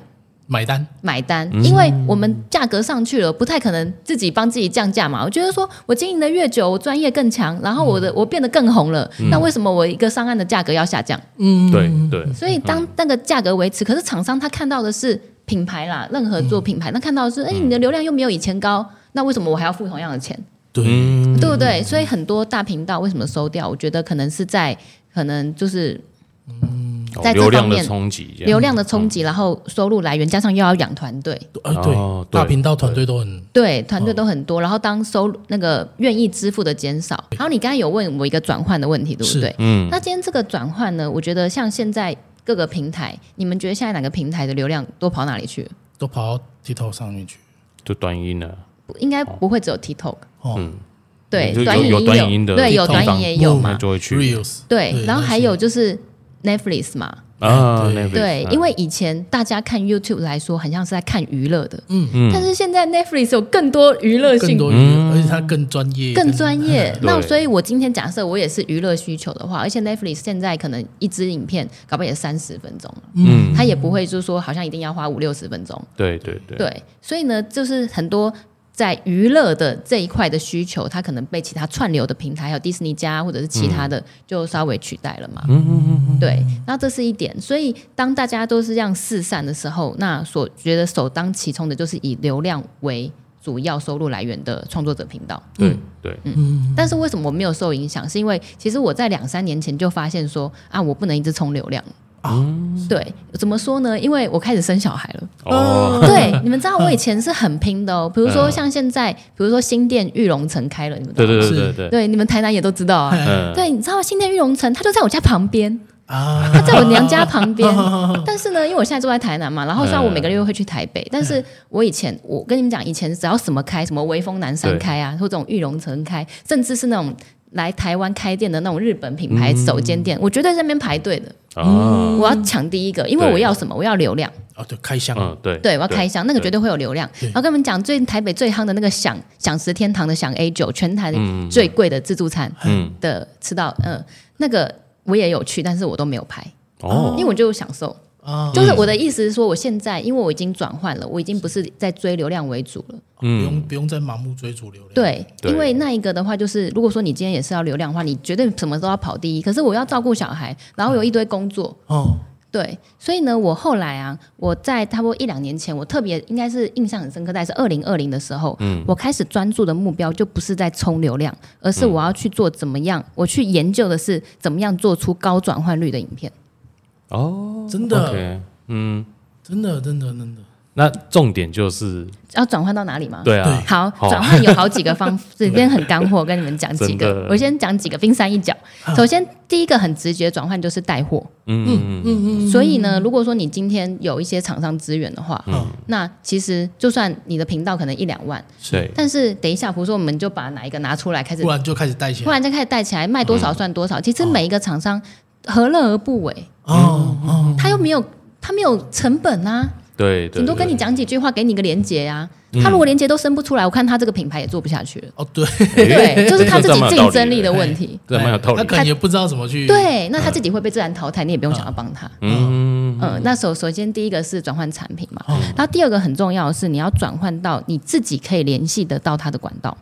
Speaker 1: 买单，
Speaker 3: 买单，因为
Speaker 1: 嗯
Speaker 3: 我们价格上去了，不太可能自己帮自己降价嘛。我觉得说我经营的越久，我专业更强，然后我
Speaker 1: 嗯
Speaker 3: 的、我变得更红了，那为什么我一个上岸的价格要下降？
Speaker 1: 嗯，
Speaker 2: 对对，
Speaker 3: 所以当那个价格维持，可是厂商他看到的是品牌啦，任何做品牌，那看到的是，哎、你的流量又没有以前高，那为什么我还要付同样的钱，
Speaker 1: 对，
Speaker 2: 嗯
Speaker 3: 对不对？所以很多大频道为什么收掉？我觉得可能是在可能就是
Speaker 2: 哦
Speaker 3: 在这
Speaker 2: 流量
Speaker 3: 方
Speaker 2: 的
Speaker 3: 面
Speaker 2: 冲击这样，
Speaker 3: 流量的冲击，然后收入来源加上又要养团队，
Speaker 1: 啊
Speaker 2: 哦
Speaker 1: 对，
Speaker 2: 对
Speaker 1: 大频道团队都很
Speaker 3: 对，团队都很多，然后当收入那个愿意支付的减少，然后你刚才有问我一个转换的问题，对不
Speaker 1: 是
Speaker 3: 对？嗯，那今天这个转换呢，我觉得像现在各个平台，你们觉得现在哪个平台的流量都跑哪里去了？
Speaker 1: 都跑到 TikTok 上面去，
Speaker 2: 就断音了，
Speaker 3: 应该不会只有 TikTok，
Speaker 1: 哦
Speaker 3: 对，
Speaker 2: 嗯就
Speaker 3: 短影
Speaker 2: 有有
Speaker 3: 音
Speaker 2: 短影音的
Speaker 3: 对，哎有短
Speaker 2: 地
Speaker 3: 影
Speaker 2: 方
Speaker 3: 也有
Speaker 2: 那
Speaker 3: 嘛，
Speaker 2: 就会去
Speaker 1: ，Reels，
Speaker 3: 对，然后
Speaker 1: 那
Speaker 3: 还
Speaker 1: 些
Speaker 3: 有就是 Netflix 嘛，
Speaker 2: 啊，
Speaker 1: 对
Speaker 2: Netflix，
Speaker 3: 对，
Speaker 2: 嗯
Speaker 3: 因为以前大家看 YouTube 来说，很像是在看娱乐的，
Speaker 2: 嗯
Speaker 3: 但是现在 Netflix 有更多娱乐
Speaker 1: 更
Speaker 3: 性。
Speaker 1: 多娱乐，而且它更专业，
Speaker 3: 更专业，那
Speaker 2: 对
Speaker 3: 所以我今天假设我也是娱乐需求的话，而且 Netflix 现在可能一支影片，搞不好也三十分钟了，
Speaker 2: 嗯，
Speaker 3: 它也不会就是说好像一定要花五六十分钟，
Speaker 2: 对对对，
Speaker 3: 对，所以呢，就是很多在娱乐的这一块的需求，它可能被其他串流的平台，还有迪士尼家或者是其他的，就稍微取代了嘛。嗯嗯嗯。对，那这是一点。所以当大家都是这样四散的时候，那所觉得首当其冲的就是以流量为主要收入来源的创作者频道。
Speaker 2: 对对，
Speaker 3: 嗯但是为什么我没有受影响？是因为其实我在两三年前就发现说啊，我不能一直冲流量。嗯对，怎么说呢？因为我开始生小孩了。
Speaker 2: 哦，
Speaker 3: 对，你们知道我以前是很拼的哦，比如说像现在，比如说新店玉龙城开了，你们知道
Speaker 2: 对
Speaker 3: 吗
Speaker 2: 对
Speaker 1: 是
Speaker 2: 对对对对，
Speaker 3: 对你们台南也都知道啊。
Speaker 2: 嗯，
Speaker 3: 对，你知道新店玉龙城，它就在我家旁边，
Speaker 1: 啊，。
Speaker 3: 它在我娘家旁边
Speaker 1: 啊
Speaker 3: 但是呢，因为我现在住在台南嘛，然后虽然我每个月会去台北，但是我以前我跟你们讲，以前只要什么开，什么威风南山开啊，或这种玉龙城开，甚至是那种来台湾开店的那种日本品牌首间店，我绝对在那边排队的，
Speaker 2: 啊，
Speaker 3: 我要抢第一个，因为我
Speaker 2: 对
Speaker 3: 要什么？我要流量。
Speaker 1: 哦，对，开箱，
Speaker 2: 嗯，对，
Speaker 3: 对，我要开箱，那个
Speaker 2: 对
Speaker 3: 绝对会有流量。然后跟你们讲，最台北最夯的那个享享食天堂的享 A 九，全台
Speaker 2: 嗯
Speaker 3: 最贵的自助餐
Speaker 2: 嗯，
Speaker 3: 的吃到，嗯、那个我也有去，但是我都没有拍，因
Speaker 2: 哦，嗯
Speaker 3: 为我就享受。
Speaker 1: 啊，
Speaker 3: 就是我的意思是说，我现在因为我已经转换了，我已经不是在追流量为主了。
Speaker 1: 不
Speaker 2: 嗯
Speaker 1: 用不用再盲目追逐流量，，
Speaker 3: 对，
Speaker 2: 对
Speaker 3: 因为那一个的话，就是如果说你今天也是要流量的话，你绝对什么都要跑第一。可是我要照顾小孩，然后有一堆工作，
Speaker 1: 哦，
Speaker 3: 对，所以呢，我后来啊，我在差不多一两年前，我特别应该是印象很深刻，大概是二零二零的时候，我开始专注的目标就不是在冲流量，而是我要去做怎么样，我去研究的是怎么样做出高转换率的影片。
Speaker 2: 哦，
Speaker 1: 真的，
Speaker 2: OK，嗯，
Speaker 1: 真的，真的，真的，
Speaker 2: 那重点就是，
Speaker 3: 要转换到哪里吗？
Speaker 2: 对啊，
Speaker 3: 好，
Speaker 2: 好
Speaker 3: 转换有好几个 方，这边很干货，我跟你们讲几
Speaker 2: 真
Speaker 3: 个
Speaker 2: 的。啊
Speaker 3: 我先讲几个冰山一角。首先，第一个很直觉转换就是带货。
Speaker 2: 嗯嗯嗯，
Speaker 3: 所以呢，如果说你今天有一些厂商资源的话，
Speaker 1: 嗯
Speaker 3: 那其实就算你的频道可能一两万，
Speaker 2: 对，
Speaker 3: 但是等一下，比如说我们就把哪一个拿出来开始
Speaker 1: 不，然就开始带起
Speaker 3: 突
Speaker 1: 来，
Speaker 3: 然间开始带起来，卖多
Speaker 2: 嗯
Speaker 3: 少算多少。其实每一个厂商何乐而不为？
Speaker 1: 哦哦，
Speaker 3: 他又没有他没有成本啊，
Speaker 2: 嗯对嗯对，
Speaker 3: 顶多跟你讲几句话，给你个连接啊。他如果连接都生不出来，我看他这个品牌也做不下去了。
Speaker 1: 哦，对，
Speaker 3: 对，就是他自己竞争力
Speaker 2: 的，
Speaker 3: 的问题。
Speaker 2: 嗯这蛮有
Speaker 1: 哎他
Speaker 2: 道理的，
Speaker 1: 可能也不知道怎么去，，
Speaker 3: 对，那他自己会被自然淘汰，你也不用想要帮他。
Speaker 2: 嗯
Speaker 3: 嗯，那首首先第一个是转换产品嘛，然后第二个很重要的是你要转换到你自己可以联系得到他的管道，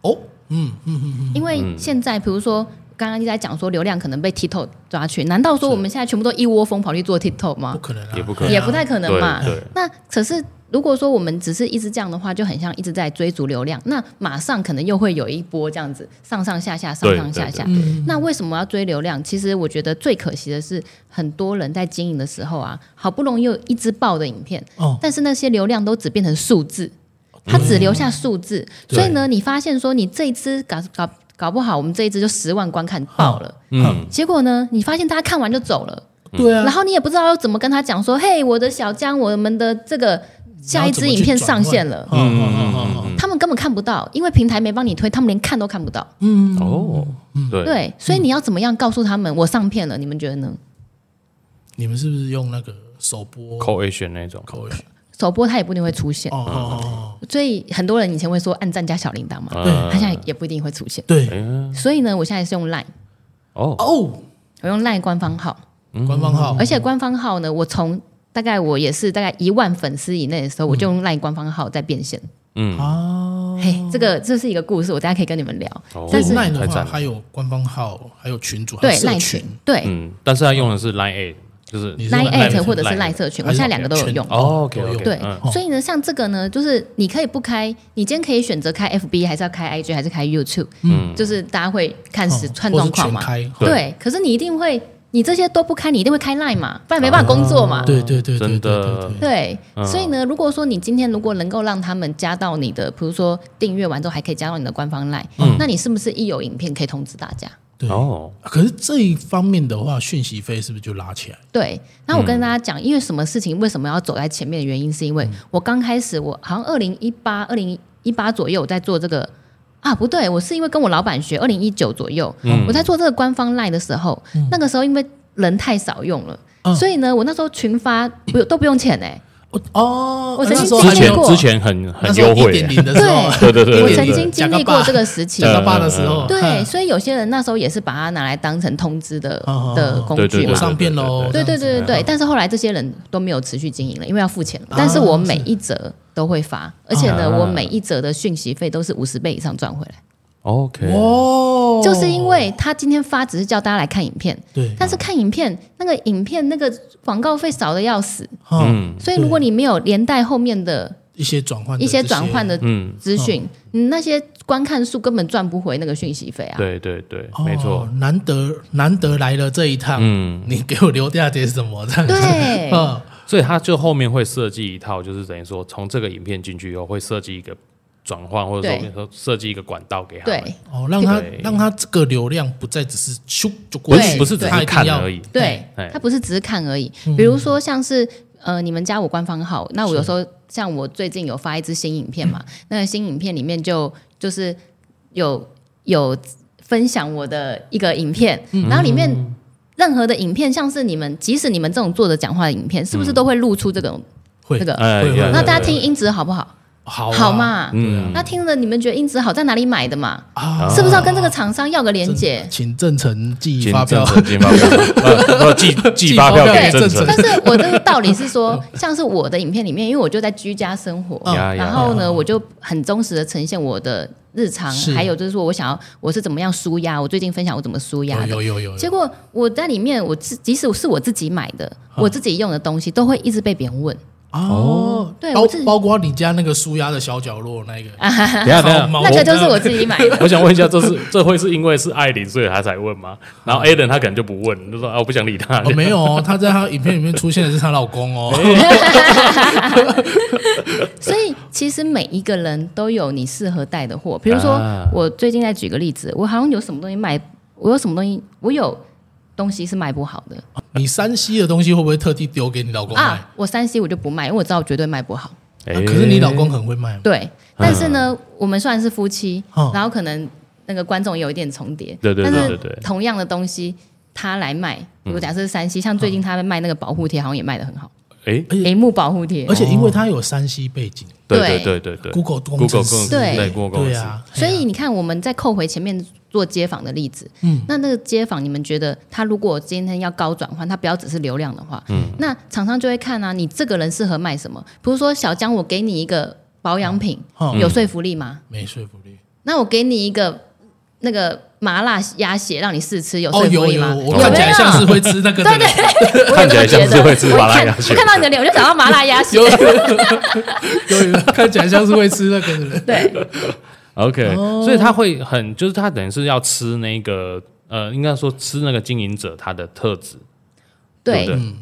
Speaker 1: 哦，嗯嗯
Speaker 3: 因为现在比如说。刚刚你在讲说流量可能被 TikTok 抓去，难道说我们现在全部都一窝蜂跑去做 TikTok
Speaker 1: 不
Speaker 3: 吗？
Speaker 1: 可能啊，
Speaker 2: 也不可能
Speaker 3: 也不太可能
Speaker 2: 对
Speaker 3: 嘛。
Speaker 2: 对，
Speaker 3: 那可是如果说我们只是一直这样的话，就很像一直在追逐流量，那马上可能又会有一波这样子上上下下、上
Speaker 2: 对
Speaker 3: 上下
Speaker 2: 对
Speaker 3: 下。
Speaker 1: 嗯，
Speaker 3: 那为什么要追流量？其实我觉得最可惜的是，很多人在经营的时候啊，好不容易有一支爆的影片，
Speaker 1: 哦
Speaker 3: 但是那些流量都只变成数字，它只留下数字。
Speaker 2: 嗯对
Speaker 3: 所以呢，你发现说你这一支搞搞搞不好，我们这一支就十万观看爆了。
Speaker 2: 嗯，
Speaker 3: 结果呢？你发现大家看完就走了，
Speaker 1: 对
Speaker 3: 然
Speaker 1: 啊，
Speaker 3: 后你也不知道要怎么跟他讲说：“嘿，我的小江，我们的这个下一支影片上线了。
Speaker 1: 哦哦
Speaker 2: 嗯
Speaker 1: 哦哦，
Speaker 3: 他们根本看不到，因为平台没帮你推，他们连看都看不到。
Speaker 1: 嗯
Speaker 2: 哦，对，嗯
Speaker 3: 对，所以你要怎么样告诉他们我上片了？你们觉得呢？
Speaker 1: 你们是不是用那个首播
Speaker 2: c o a t i o n 那种，
Speaker 1: 口语？
Speaker 3: 首播它也不一定会出现，
Speaker 1: 哦哦哦，
Speaker 3: 所以很多人以前会说按赞加小铃铛嘛，
Speaker 2: 嗯
Speaker 3: 它现在也不一定会出现。
Speaker 1: 对，
Speaker 2: 哎
Speaker 3: 所以呢，我现在是用 Line，
Speaker 2: 哦，
Speaker 1: 哦，
Speaker 3: 我用 Line 官方号，
Speaker 2: 嗯
Speaker 1: 官方号
Speaker 3: 而且官方号呢，我从大概我也是大概一万粉丝以内的时候，我就用 Line 官方号在变现。
Speaker 2: 嗯，
Speaker 1: 啊，
Speaker 3: 嘿，这个这是一个故事，我大家可以跟你们聊。
Speaker 2: 哦
Speaker 3: 但是
Speaker 1: 奈的
Speaker 2: 太
Speaker 1: 话，
Speaker 2: 赞
Speaker 1: 还
Speaker 2: 了，
Speaker 1: 有官方号，还有群主，还
Speaker 3: 对
Speaker 1: 有社
Speaker 3: 赖
Speaker 1: 群
Speaker 3: 群，，对
Speaker 2: 嗯，但是他用的是 Line A，就是
Speaker 1: 哎你是
Speaker 3: Line
Speaker 1: Line
Speaker 3: at 或者是
Speaker 2: Line
Speaker 3: Line 社群，我现在两个都有用。
Speaker 2: 哦，OK OK，
Speaker 3: 对，
Speaker 2: 嗯，
Speaker 3: 所以呢，像这个呢，就是你可以不开，你今天可以选择开 FB，还是要开 IG，还是开 YouTube，
Speaker 2: 嗯
Speaker 3: 就是大家会看时
Speaker 1: 哦
Speaker 3: 看
Speaker 1: 或是
Speaker 3: 状况
Speaker 1: 全
Speaker 3: 嘛。
Speaker 1: 开，
Speaker 2: 对
Speaker 3: 对，可是你一定会，你这些都不开，你一定会开 Line 嘛，不然没办法工作嘛。
Speaker 1: 对对对对对
Speaker 2: 啊真的
Speaker 1: 对对，
Speaker 3: 对，
Speaker 2: 哦嗯
Speaker 3: 所以呢，如果说你今天如果能够让他们加到你的，比如说订阅完之后还可以加到你的官方 Line，、那
Speaker 2: 嗯
Speaker 3: 你是不是一有影片可以通知大家？
Speaker 1: 对
Speaker 2: 哦，
Speaker 1: 可是这一方面的话，讯息费是不是就拉起来？
Speaker 3: 对，那我跟大家讲，
Speaker 2: 嗯
Speaker 3: 因为什么事情为什么要走在前面的原因，是因为我刚开始我好像二零一八、二零一八左右我在做这个啊，不对，我是因为跟我老板学，二零一九左右、
Speaker 2: 嗯
Speaker 3: 我在做这个官方 line 的时候，那个时候因为人太少用了，
Speaker 2: 哦
Speaker 1: 嗯
Speaker 3: 所以呢，我那时候群发不用都不用钱哎、
Speaker 1: 我哦，
Speaker 3: 我曾经
Speaker 1: 那时候
Speaker 2: 之
Speaker 1: 还没
Speaker 3: 经
Speaker 1: 有
Speaker 3: 历
Speaker 2: 前
Speaker 3: 过
Speaker 2: 之前很很优
Speaker 1: 一
Speaker 2: 惠
Speaker 1: 点
Speaker 2: 欸，
Speaker 1: 零的时候，
Speaker 2: 对对对
Speaker 3: 我
Speaker 2: 对
Speaker 3: 曾
Speaker 2: 对
Speaker 3: 经经历过这个时期
Speaker 1: 讲，到八的时候，
Speaker 3: 对，所以有些人那时候也是把它拿来当成通知的
Speaker 1: 哦哦
Speaker 3: 的
Speaker 1: 哦
Speaker 3: 工
Speaker 2: 对对对
Speaker 3: 具
Speaker 1: 我
Speaker 3: 嘛。
Speaker 1: 上片喽，
Speaker 3: 对对
Speaker 1: 这样子
Speaker 3: 对对对，但是后来这些人都没有持续经营了，因为要付钱了
Speaker 1: 啊。
Speaker 3: 但是我每一则都会发，而且呢，
Speaker 2: 啊
Speaker 3: 我每一则的讯息费都是五十倍以上赚回来，
Speaker 2: ，OK，
Speaker 1: 哦，嗯
Speaker 3: 就是因为他今天发只是叫大家来看影片，
Speaker 1: 对，
Speaker 3: 但是看影片那个影片那个广告费少的要死，
Speaker 1: 嗯，
Speaker 2: 嗯
Speaker 3: 所以如果你没有连带后面的
Speaker 1: 一些转换的
Speaker 3: 一些
Speaker 1: 这
Speaker 3: 转换的
Speaker 2: 嗯，
Speaker 3: 资讯，你那些观看数根本赚不回那个讯息费啊。
Speaker 2: 对对对，
Speaker 1: 哦
Speaker 2: 没错，，
Speaker 1: 难得难得来了这一趟，
Speaker 2: 嗯，
Speaker 1: 你给我留下点什么这样子？
Speaker 3: 对，
Speaker 1: 嗯，
Speaker 2: 所以他就后面会设计一套，就是等于说从这个影片进去以后会设计一个转换，或者
Speaker 3: 对
Speaker 2: 说设计一个管道给他们。
Speaker 3: 对，
Speaker 1: 哦，让他
Speaker 2: 对
Speaker 1: 让他这个流量不再只是咻就过
Speaker 2: 不
Speaker 1: 去，
Speaker 2: 是不是只
Speaker 1: 他
Speaker 2: 是
Speaker 1: 一定
Speaker 2: 看
Speaker 1: 要
Speaker 2: 而已，
Speaker 3: 对
Speaker 2: 哎，
Speaker 3: 它不是只是看而已。比如说像是呃，你们加我官方号，那我有时候像我最近有发一支新影片嘛，嗯那个新影片里面就就是有有分享我的一个影片，嗯然后里面。任何的影片，像是你们，即使你们这种坐着讲话的影片，是不是都会露出这种
Speaker 1: 会
Speaker 3: 这个？
Speaker 2: 哎
Speaker 1: 会会
Speaker 2: 呀
Speaker 3: 那大家听音质好不好？
Speaker 1: 好啊
Speaker 3: 哎好，嘛。
Speaker 2: 嗯
Speaker 3: 那听了你们觉得音质好，在哪里买的嘛？
Speaker 1: 啊
Speaker 3: 是不是要跟这个厂商要个连
Speaker 1: 真的
Speaker 3: 接？
Speaker 1: 请郑成寄
Speaker 2: 进
Speaker 1: 发票，
Speaker 2: 进发票，呃，不寄寄发票给正成
Speaker 1: 对
Speaker 3: 但是我这个道理是说，像是我的影片里面，因为我就在居家生活，
Speaker 1: 嗯
Speaker 2: 哦哎呀呀
Speaker 3: 然后呢，我就很忠实的呈现我的日常
Speaker 1: 是，
Speaker 3: 还有就是说我想要我是怎么样舒压，我最近分享我怎么舒压
Speaker 1: 有
Speaker 2: 哎
Speaker 3: 的。
Speaker 1: 有有有，
Speaker 3: 结果我在里面，我自即使是我自己买的，我自己用的东西，都会一直被别人问。
Speaker 1: 哦，
Speaker 3: 对
Speaker 1: 包
Speaker 3: 我自己
Speaker 1: 包括你家那个舒压的小角落那个，
Speaker 2: 等一下等一
Speaker 1: 好
Speaker 2: 下，
Speaker 1: 嘛
Speaker 3: 那个就是我自己买的。
Speaker 2: 我想问一下，这是这会是因为是艾琳所以他才问吗？然后 a l n 他可能就不问，就说啊我不想理他
Speaker 1: 哦，。没有 哦，她在她影片里面出现的是她老公哦，
Speaker 2: 哎
Speaker 3: 所以其实每一个人都有你适合带的货。比如说
Speaker 2: 啊，
Speaker 3: 我最近再举个例子，我好像有什么东西卖，我有什么东西，我有东西是卖不好的。
Speaker 1: 你山西的东西会不会特地丢给你老公卖？
Speaker 3: 啊，我三 C 我就不卖，因为我知道我绝对卖不好。
Speaker 2: 哎
Speaker 1: 啊可是你老公很会卖嘛，
Speaker 3: 对，但是呢，我们虽然是夫妻，
Speaker 1: 嗯
Speaker 3: 然后可能那个观众也有一点重叠，
Speaker 2: 对对对
Speaker 3: 但
Speaker 2: 对
Speaker 3: 是
Speaker 2: 对
Speaker 3: 同样的东西他来卖，
Speaker 1: 嗯
Speaker 3: 我假设是三 C，像最近他们卖那个保护贴，好像也卖的很好，
Speaker 2: 哎，
Speaker 1: 而且
Speaker 3: 荧幕保护贴
Speaker 1: 而。且哎因为他有山西背景
Speaker 2: 对对对对对
Speaker 1: Google 工程
Speaker 2: Google
Speaker 1: 师
Speaker 2: 公
Speaker 3: 对
Speaker 2: 对 Google 公
Speaker 1: 对
Speaker 2: 司
Speaker 1: 啊，
Speaker 3: 所
Speaker 1: 嘿
Speaker 3: 以
Speaker 1: 啊
Speaker 3: 你看，我们再扣回前面做街访的例子，
Speaker 1: 嗯
Speaker 3: 那那个街访，你们觉得他如果今天要高转换，他不要只是流量的话，
Speaker 1: 嗯
Speaker 3: 那厂商就会看啊，你这个人适合卖什么？比如说小江，我给你一个保养品，
Speaker 1: 嗯
Speaker 3: 有说服力吗？
Speaker 1: 没说服力。
Speaker 3: 那我给你一个那个麻辣鸭血让你试吃，有说
Speaker 1: 哦，
Speaker 3: 服
Speaker 1: 有
Speaker 3: 力吗？
Speaker 1: 有，我
Speaker 3: 没有
Speaker 1: 看起来像是会吃那个 的
Speaker 3: 对
Speaker 1: 人，
Speaker 3: 对，我也
Speaker 2: 看
Speaker 3: 这
Speaker 2: 起来像
Speaker 3: 么觉
Speaker 2: 是
Speaker 3: 得。
Speaker 2: 会吃麻辣
Speaker 3: 我一
Speaker 2: 鸭
Speaker 3: 看
Speaker 2: 血
Speaker 3: 我看到你的脸，我就想到麻辣鸭血
Speaker 1: 有。有有，看起来像是会吃那个的人。
Speaker 3: 对
Speaker 2: OK，所以他会很就是他等于是要吃那个呃，应该说吃那个经营者他的特质，对不
Speaker 3: 对，
Speaker 2: 对？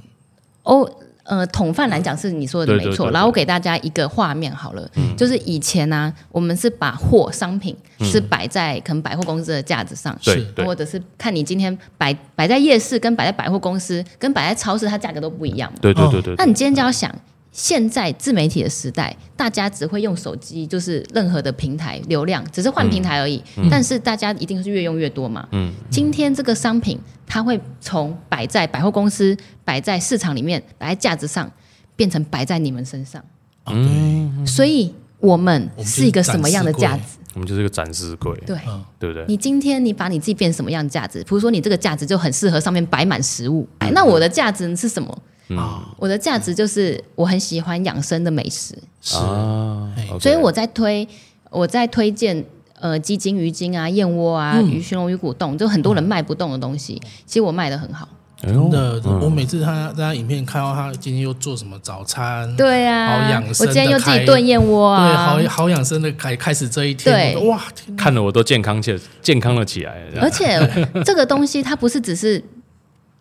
Speaker 3: 哦。呃，统泛来讲是你说的
Speaker 2: 对
Speaker 3: 没
Speaker 2: 对对
Speaker 3: 错，
Speaker 2: 对嗯
Speaker 3: 然后我给大家一个画面好了，就是以前呢、我们是把货商品是摆在可能百货公司的架子上，
Speaker 2: 对
Speaker 1: 是
Speaker 2: 对
Speaker 3: 或者是看你今天摆摆在夜市跟摆在百货公司跟摆在超市，它价格都不一样嘛。
Speaker 2: 对对
Speaker 1: 哦
Speaker 2: 对对嗯
Speaker 3: 那
Speaker 2: 对，
Speaker 3: 你今天就要想，现在自媒体的时代，大家只会用手机，就是任何的平台流量，只是换平台而已。但是大家一定是越用越多嘛。
Speaker 2: 嗯
Speaker 3: 今天这个商品，它会从摆在百货公司、摆在市场里面、摆在架子上，变成摆在你们身上。
Speaker 1: 啊，
Speaker 2: 嗯
Speaker 1: 对，
Speaker 3: 所以我们
Speaker 1: 我们就是
Speaker 3: 是一个什么样的价
Speaker 1: 展
Speaker 3: 值？
Speaker 2: 我们就是一个展示柜，
Speaker 3: 对。
Speaker 1: 嗯，
Speaker 2: 对不对？
Speaker 3: 你今天你把你自己变成什么样的价值？比如说你这个价值就很适合上面摆满食物，哎那我的价值是什么？
Speaker 1: 啊，
Speaker 3: 我的价值就是我很喜欢养生的美食，
Speaker 1: 是
Speaker 2: 啊
Speaker 1: 哎，
Speaker 3: 所以我在推，我在推荐呃鸡精、鱼精啊、燕窝啊、
Speaker 1: 嗯
Speaker 3: 鱼熏龙、鱼骨冻，就很多人卖不动的东西，其实我卖的很好。
Speaker 2: 真
Speaker 1: 真的，
Speaker 2: 嗯
Speaker 1: 我每次他在他影片看到他今天又做什么早餐，
Speaker 3: 对
Speaker 1: 好
Speaker 3: 啊，
Speaker 1: 养
Speaker 3: 我
Speaker 1: 生的
Speaker 3: 今天又自己
Speaker 1: 开
Speaker 3: 炖燕窝
Speaker 1: 对，
Speaker 3: 啊
Speaker 1: 好，好养生的开开始这一天，
Speaker 3: 对
Speaker 1: 我说哇，天哪
Speaker 2: 看了我都健康起健康了起来，
Speaker 3: 而且这个东西它不是只是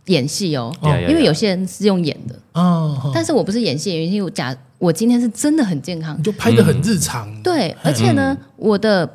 Speaker 3: 演戏哦，
Speaker 2: 呀呀呀
Speaker 3: 因为有些人是用演的，
Speaker 1: 哦，
Speaker 3: 但是我不是演戏的原因，因为我假我今天是真的很健康
Speaker 2: 嗯
Speaker 1: 你，就拍的很日常，
Speaker 3: 对，而且呢，我的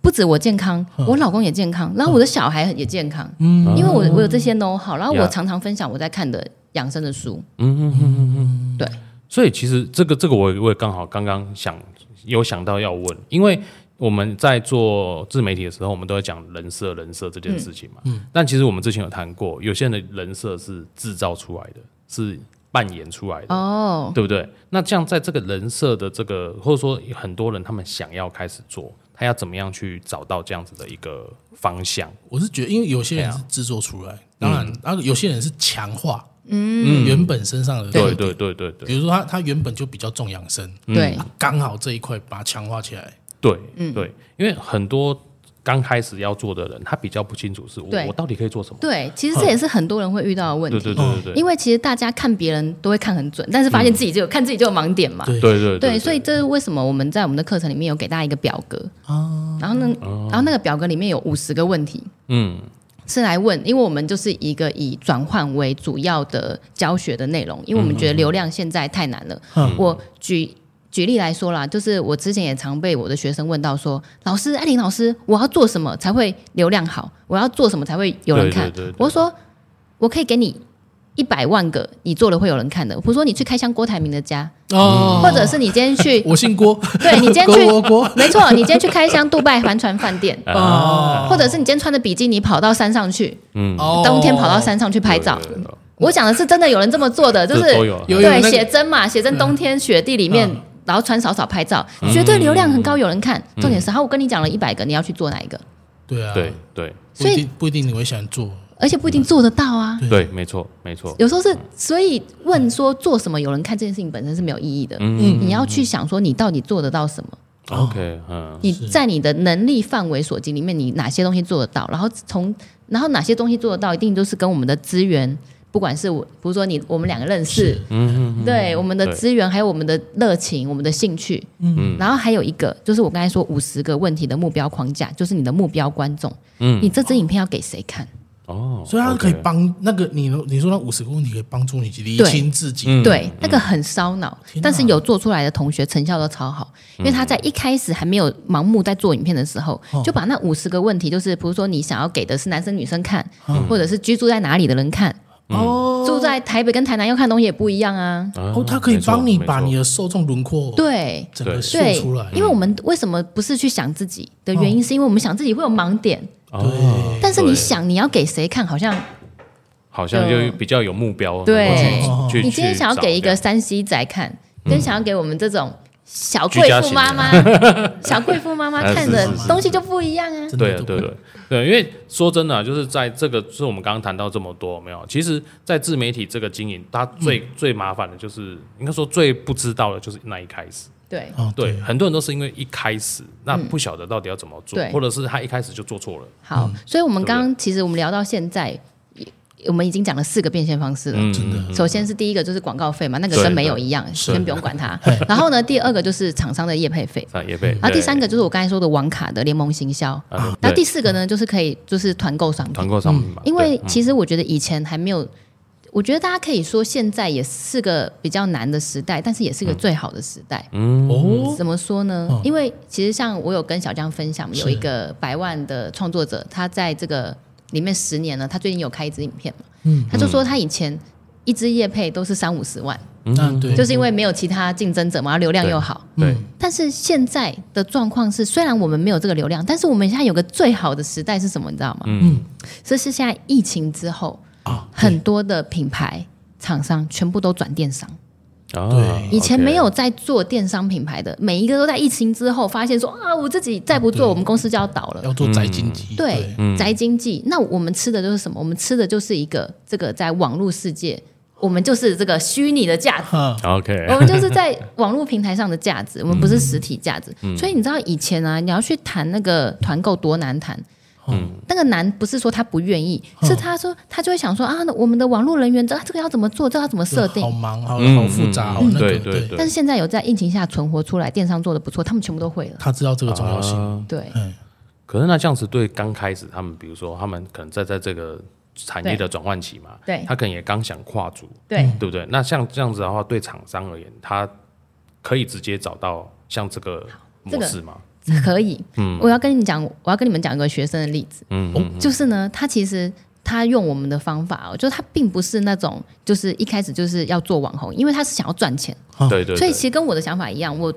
Speaker 3: 不止我健康，
Speaker 2: 嗯
Speaker 3: 我老公也健康，然后我的小孩也健康，因为我我有这些 know how，然后我
Speaker 2: Yeah
Speaker 3: 常常分享我在看的养生的书，
Speaker 2: 嗯嗯嗯嗯嗯，
Speaker 3: 对，
Speaker 2: 所以其实这个这个我也我也刚好刚刚想有想到要问，因为我们在做自媒体的时候，我们都在讲人设人设这件事情嘛。但其实我们之前有谈过，有些人的人设是制造出来的，是扮演出来的。
Speaker 3: 哦，
Speaker 2: 对不对？那这样在这个人设的这个，或者说很多人他们想要开始做，他要怎么样去找到这样子的一个方向？
Speaker 1: 我是觉得，因为有些人
Speaker 2: 对
Speaker 1: 是
Speaker 2: 啊
Speaker 1: 制作出来，当然，然后有些人是强化，嗯，原本身上的
Speaker 2: 对
Speaker 1: 特点
Speaker 2: 对对对对
Speaker 1: 比如说他他原本就比较重养生，啊
Speaker 2: 嗯
Speaker 3: 对，
Speaker 1: 刚好这一块把它强化起来，
Speaker 2: 对，
Speaker 3: 嗯
Speaker 2: 对，因为很多刚开始要做的人，他比较不清楚是我
Speaker 3: 对
Speaker 2: 我到底可以做什么。
Speaker 3: 对，其实这也是很多人会遇到的问
Speaker 2: 对
Speaker 3: 题。
Speaker 2: 对对对嗯对，
Speaker 3: 因为其实大家看别人都会看很准，但是发现自己就有、看自己就有盲点嘛。
Speaker 1: 对
Speaker 2: 对对
Speaker 3: 对，所以这是为什么我们在我们的课程里面有给大家一个表格，然后呢，然后那个表格里面有五十个问题，
Speaker 2: 哦嗯
Speaker 3: 是来问，因为我们就是一个以转换为主要的教学的内容，因为我们觉得流量现在太难了。
Speaker 2: 嗯
Speaker 3: 我举举例来说啦，就是我之前也常被我的学生问到说，老师，艾琳老师，我要做什么才会流量好？我要做什么才会有人
Speaker 2: 对
Speaker 3: 看？
Speaker 2: 对对对
Speaker 3: 我说，我可以给你。一百万个你做了会有人看的，比如说你去开箱郭台铭的家，
Speaker 2: 嗯
Speaker 1: 哦，
Speaker 3: 或者是你今天去，
Speaker 2: 哦
Speaker 1: 我姓郭，
Speaker 3: 对你今天
Speaker 1: 郭
Speaker 3: 去，
Speaker 1: 郭郭
Speaker 3: 没错，你今天去开箱杜拜帆船饭店，
Speaker 2: 啊
Speaker 1: 哦，
Speaker 3: 或者是你今天穿着比基尼跑到山上去，
Speaker 2: 嗯，
Speaker 1: 哦
Speaker 3: 冬天跑到山上去拍照。
Speaker 2: 对对对对
Speaker 3: 我讲的是真的有人这么做的，就
Speaker 2: 这
Speaker 3: 是
Speaker 2: 都有啊
Speaker 1: 有
Speaker 3: 对
Speaker 1: 那个
Speaker 3: 写真嘛，写真冬天雪地里面
Speaker 1: 嗯，
Speaker 3: 然后穿少少拍照，
Speaker 2: 嗯
Speaker 3: 绝对流量很高，有人看。重点是，好，我跟你讲了一百个，你要去做哪一个？
Speaker 1: 对啊，
Speaker 2: 对对
Speaker 1: 不
Speaker 3: 所
Speaker 1: 一
Speaker 3: 以
Speaker 1: 定不一定你会想做，
Speaker 3: 而且不一定做得到啊。
Speaker 1: 对
Speaker 2: 对，没错没错，
Speaker 3: 有时候是，所以问说做什么有人看这件事情本身是没有意义的。
Speaker 2: 嗯
Speaker 3: 你要去想说你到底做得到什么，
Speaker 1: 哦
Speaker 2: ，OK，嗯，
Speaker 3: 你在你的能力范围所及里面，你哪些东西做得到？然后从然后哪些东西做得到，一定都是跟我们的资源，不管是我，比如说你我们两个认识，
Speaker 2: 嗯嗯
Speaker 3: 对我们的
Speaker 2: 对
Speaker 3: 资源，还有我们的热情、我们的兴趣，嗯，然后还有一个就是我刚才说五十个问题的目标框架，就是你的目标观众，
Speaker 2: 嗯
Speaker 3: 你这支影片要给谁看？
Speaker 2: 哦，
Speaker 1: 所以他可以
Speaker 2: OK
Speaker 1: 帮那个你你说那五十个问题可以帮助你去理清自己，
Speaker 2: 嗯
Speaker 3: 对，那个很烧脑
Speaker 1: 嗯天，哪嗯
Speaker 3: 但是有做出来的同学成效都超好，因为他在一开始还没有盲目在做影片的时候，
Speaker 1: 哦
Speaker 3: 就把那五十个问题，就是比如说你想要给的是男生女生看，或者是居住在哪里的人看，
Speaker 2: 嗯
Speaker 1: 哦
Speaker 3: 住在台北跟台南要看的东西也不一样啊，
Speaker 2: 啊
Speaker 1: 哦，他可以
Speaker 2: 没错
Speaker 1: 帮你
Speaker 2: 没
Speaker 1: 把
Speaker 2: 错
Speaker 1: 你的受众轮廓
Speaker 3: 对。
Speaker 1: 整个秀
Speaker 3: 对
Speaker 1: 哦出来，，哦
Speaker 3: 因为我们为什么不是去想自己的原因，是因为我们想自己会有盲点，
Speaker 2: 哦
Speaker 3: 但是你
Speaker 2: 对
Speaker 3: 想你要给谁看，好像
Speaker 2: 好像
Speaker 3: 就
Speaker 2: 就比较有目标，
Speaker 3: 对
Speaker 2: 能够
Speaker 1: 哦
Speaker 2: 去去
Speaker 3: 你今天
Speaker 2: 去
Speaker 3: 想要
Speaker 2: 找
Speaker 3: 给一
Speaker 2: 这
Speaker 3: 个
Speaker 2: 样嗯
Speaker 3: 山西仔看，今天想要给我们这种小
Speaker 2: 居
Speaker 3: 贵
Speaker 2: 家
Speaker 3: 妇
Speaker 2: 型
Speaker 3: 妈
Speaker 2: 的
Speaker 3: 妈、 小贵妇 妈妈
Speaker 2: 哎
Speaker 3: 看
Speaker 2: 是
Speaker 3: 的
Speaker 2: 是
Speaker 3: 东西就不一样啊。
Speaker 1: 真的
Speaker 2: 对啊
Speaker 1: 都
Speaker 2: 对对对，因为说真的啊、就是在这个，就是我们刚刚谈到这么多，有没有。其实，在自媒体这个经营，它最、
Speaker 3: 嗯
Speaker 2: 最麻烦的就是，应该说最不知道的就是那一开始。
Speaker 3: 对啊
Speaker 1: 哦
Speaker 3: 嗯
Speaker 2: 啊对，很多人都是因为一开始那不晓得到底要怎么做，
Speaker 3: 对
Speaker 2: 或者是他一开始就做错了。
Speaker 3: 好，所以我们
Speaker 2: 对不
Speaker 3: 刚刚其实我们聊到现在，我们已经讲了四个变现方式了。
Speaker 2: 嗯，
Speaker 1: 真的
Speaker 3: 首先是第一个就是广告费嘛，那个
Speaker 2: 对
Speaker 3: 跟没有一样，
Speaker 1: 是
Speaker 3: 先不用管它。然后呢，第二个就是厂商的业配费，
Speaker 2: 啊也被。
Speaker 3: 然后第
Speaker 2: 对
Speaker 3: 三个就是我刚才说的网卡的联盟行销，
Speaker 2: 啊，
Speaker 3: 然
Speaker 2: 对
Speaker 3: 后第四个呢就是可以就是团购商品。
Speaker 2: 团购商品嘛，
Speaker 3: 因
Speaker 2: 对嗯
Speaker 3: 为其实我觉得以前还没有，我觉得大家可以说现在也是个比较难的时代，但是也是个最好的时代。
Speaker 2: 嗯
Speaker 1: 哦，
Speaker 3: 怎么说呢？因为其实像我有跟小江分享，有一个百万的创作者，他在这个里面十年了，他最近有开一支影片嘛，
Speaker 2: 嗯
Speaker 3: 他就说他以前。一支业配都是三五十万，
Speaker 2: 嗯
Speaker 1: 那对，
Speaker 3: 嗯就是因为没有其他竞争者嘛，流量又好。
Speaker 2: 对
Speaker 3: 但是现在的状况是，虽然我们没有这个流量，但是我们现在有个最好的时代是什么？你知道吗？
Speaker 1: 嗯
Speaker 3: 这是现在疫情之后，
Speaker 1: 啊，
Speaker 3: 很多的品牌厂商全部都转电商，
Speaker 1: 嗯
Speaker 2: 啊
Speaker 1: 对
Speaker 3: 以前
Speaker 2: OK
Speaker 3: 没有在做电商品牌的，每一个都在疫情之后发现说啊，我自己再不做，我们公司就要倒了。
Speaker 1: 要做宅经
Speaker 2: 嗯
Speaker 1: 济，
Speaker 3: 对，宅经济，那我们吃的就是什么？我们吃的就是一个这个在网络世界，我们就是这个虚拟的价值。
Speaker 1: 哈，
Speaker 2: OK，
Speaker 3: 我们就是在网络平台上的价值，我们不
Speaker 2: 嗯
Speaker 3: 是实体价值。所以你知道以前啊，你要去谈那个团购多难谈。
Speaker 2: 嗯
Speaker 3: 那个难不是说他不愿意，是他说他就会想说啊，那我们的网络人员这这个要怎么做，这个要怎么设
Speaker 1: 好
Speaker 3: 定？
Speaker 1: 忙，好
Speaker 2: 嗯
Speaker 1: 好复
Speaker 3: 哦
Speaker 1: 杂，好
Speaker 2: 嗯
Speaker 1: 那个
Speaker 2: 对对
Speaker 1: 对，
Speaker 3: 但是现在有在疫情下存活出来，电商做的不错，他们全部都会了。
Speaker 1: 他知道这个重要性，
Speaker 2: 啊
Speaker 3: 对，
Speaker 2: 可是那这样子对刚开始他们，比如说他们可能在在这个产业的转换期嘛，
Speaker 3: 对
Speaker 2: 他可能也刚想跨足，
Speaker 3: 对，
Speaker 2: 对不对？那像这样子的话，对厂商而言，他可以直接找到像这个模式吗？
Speaker 3: 可以。我要跟你讲，我要跟你们讲一个学生的例子，
Speaker 2: 嗯
Speaker 1: 哦
Speaker 2: 嗯
Speaker 3: 就是呢，他其实他用我们的方法哦，就是他并不是那种就是一开始就是要做网红，因为他是想要赚钱，
Speaker 1: 哦
Speaker 2: 对对
Speaker 3: 所以
Speaker 2: 对，
Speaker 3: 其实跟我的想法一样，我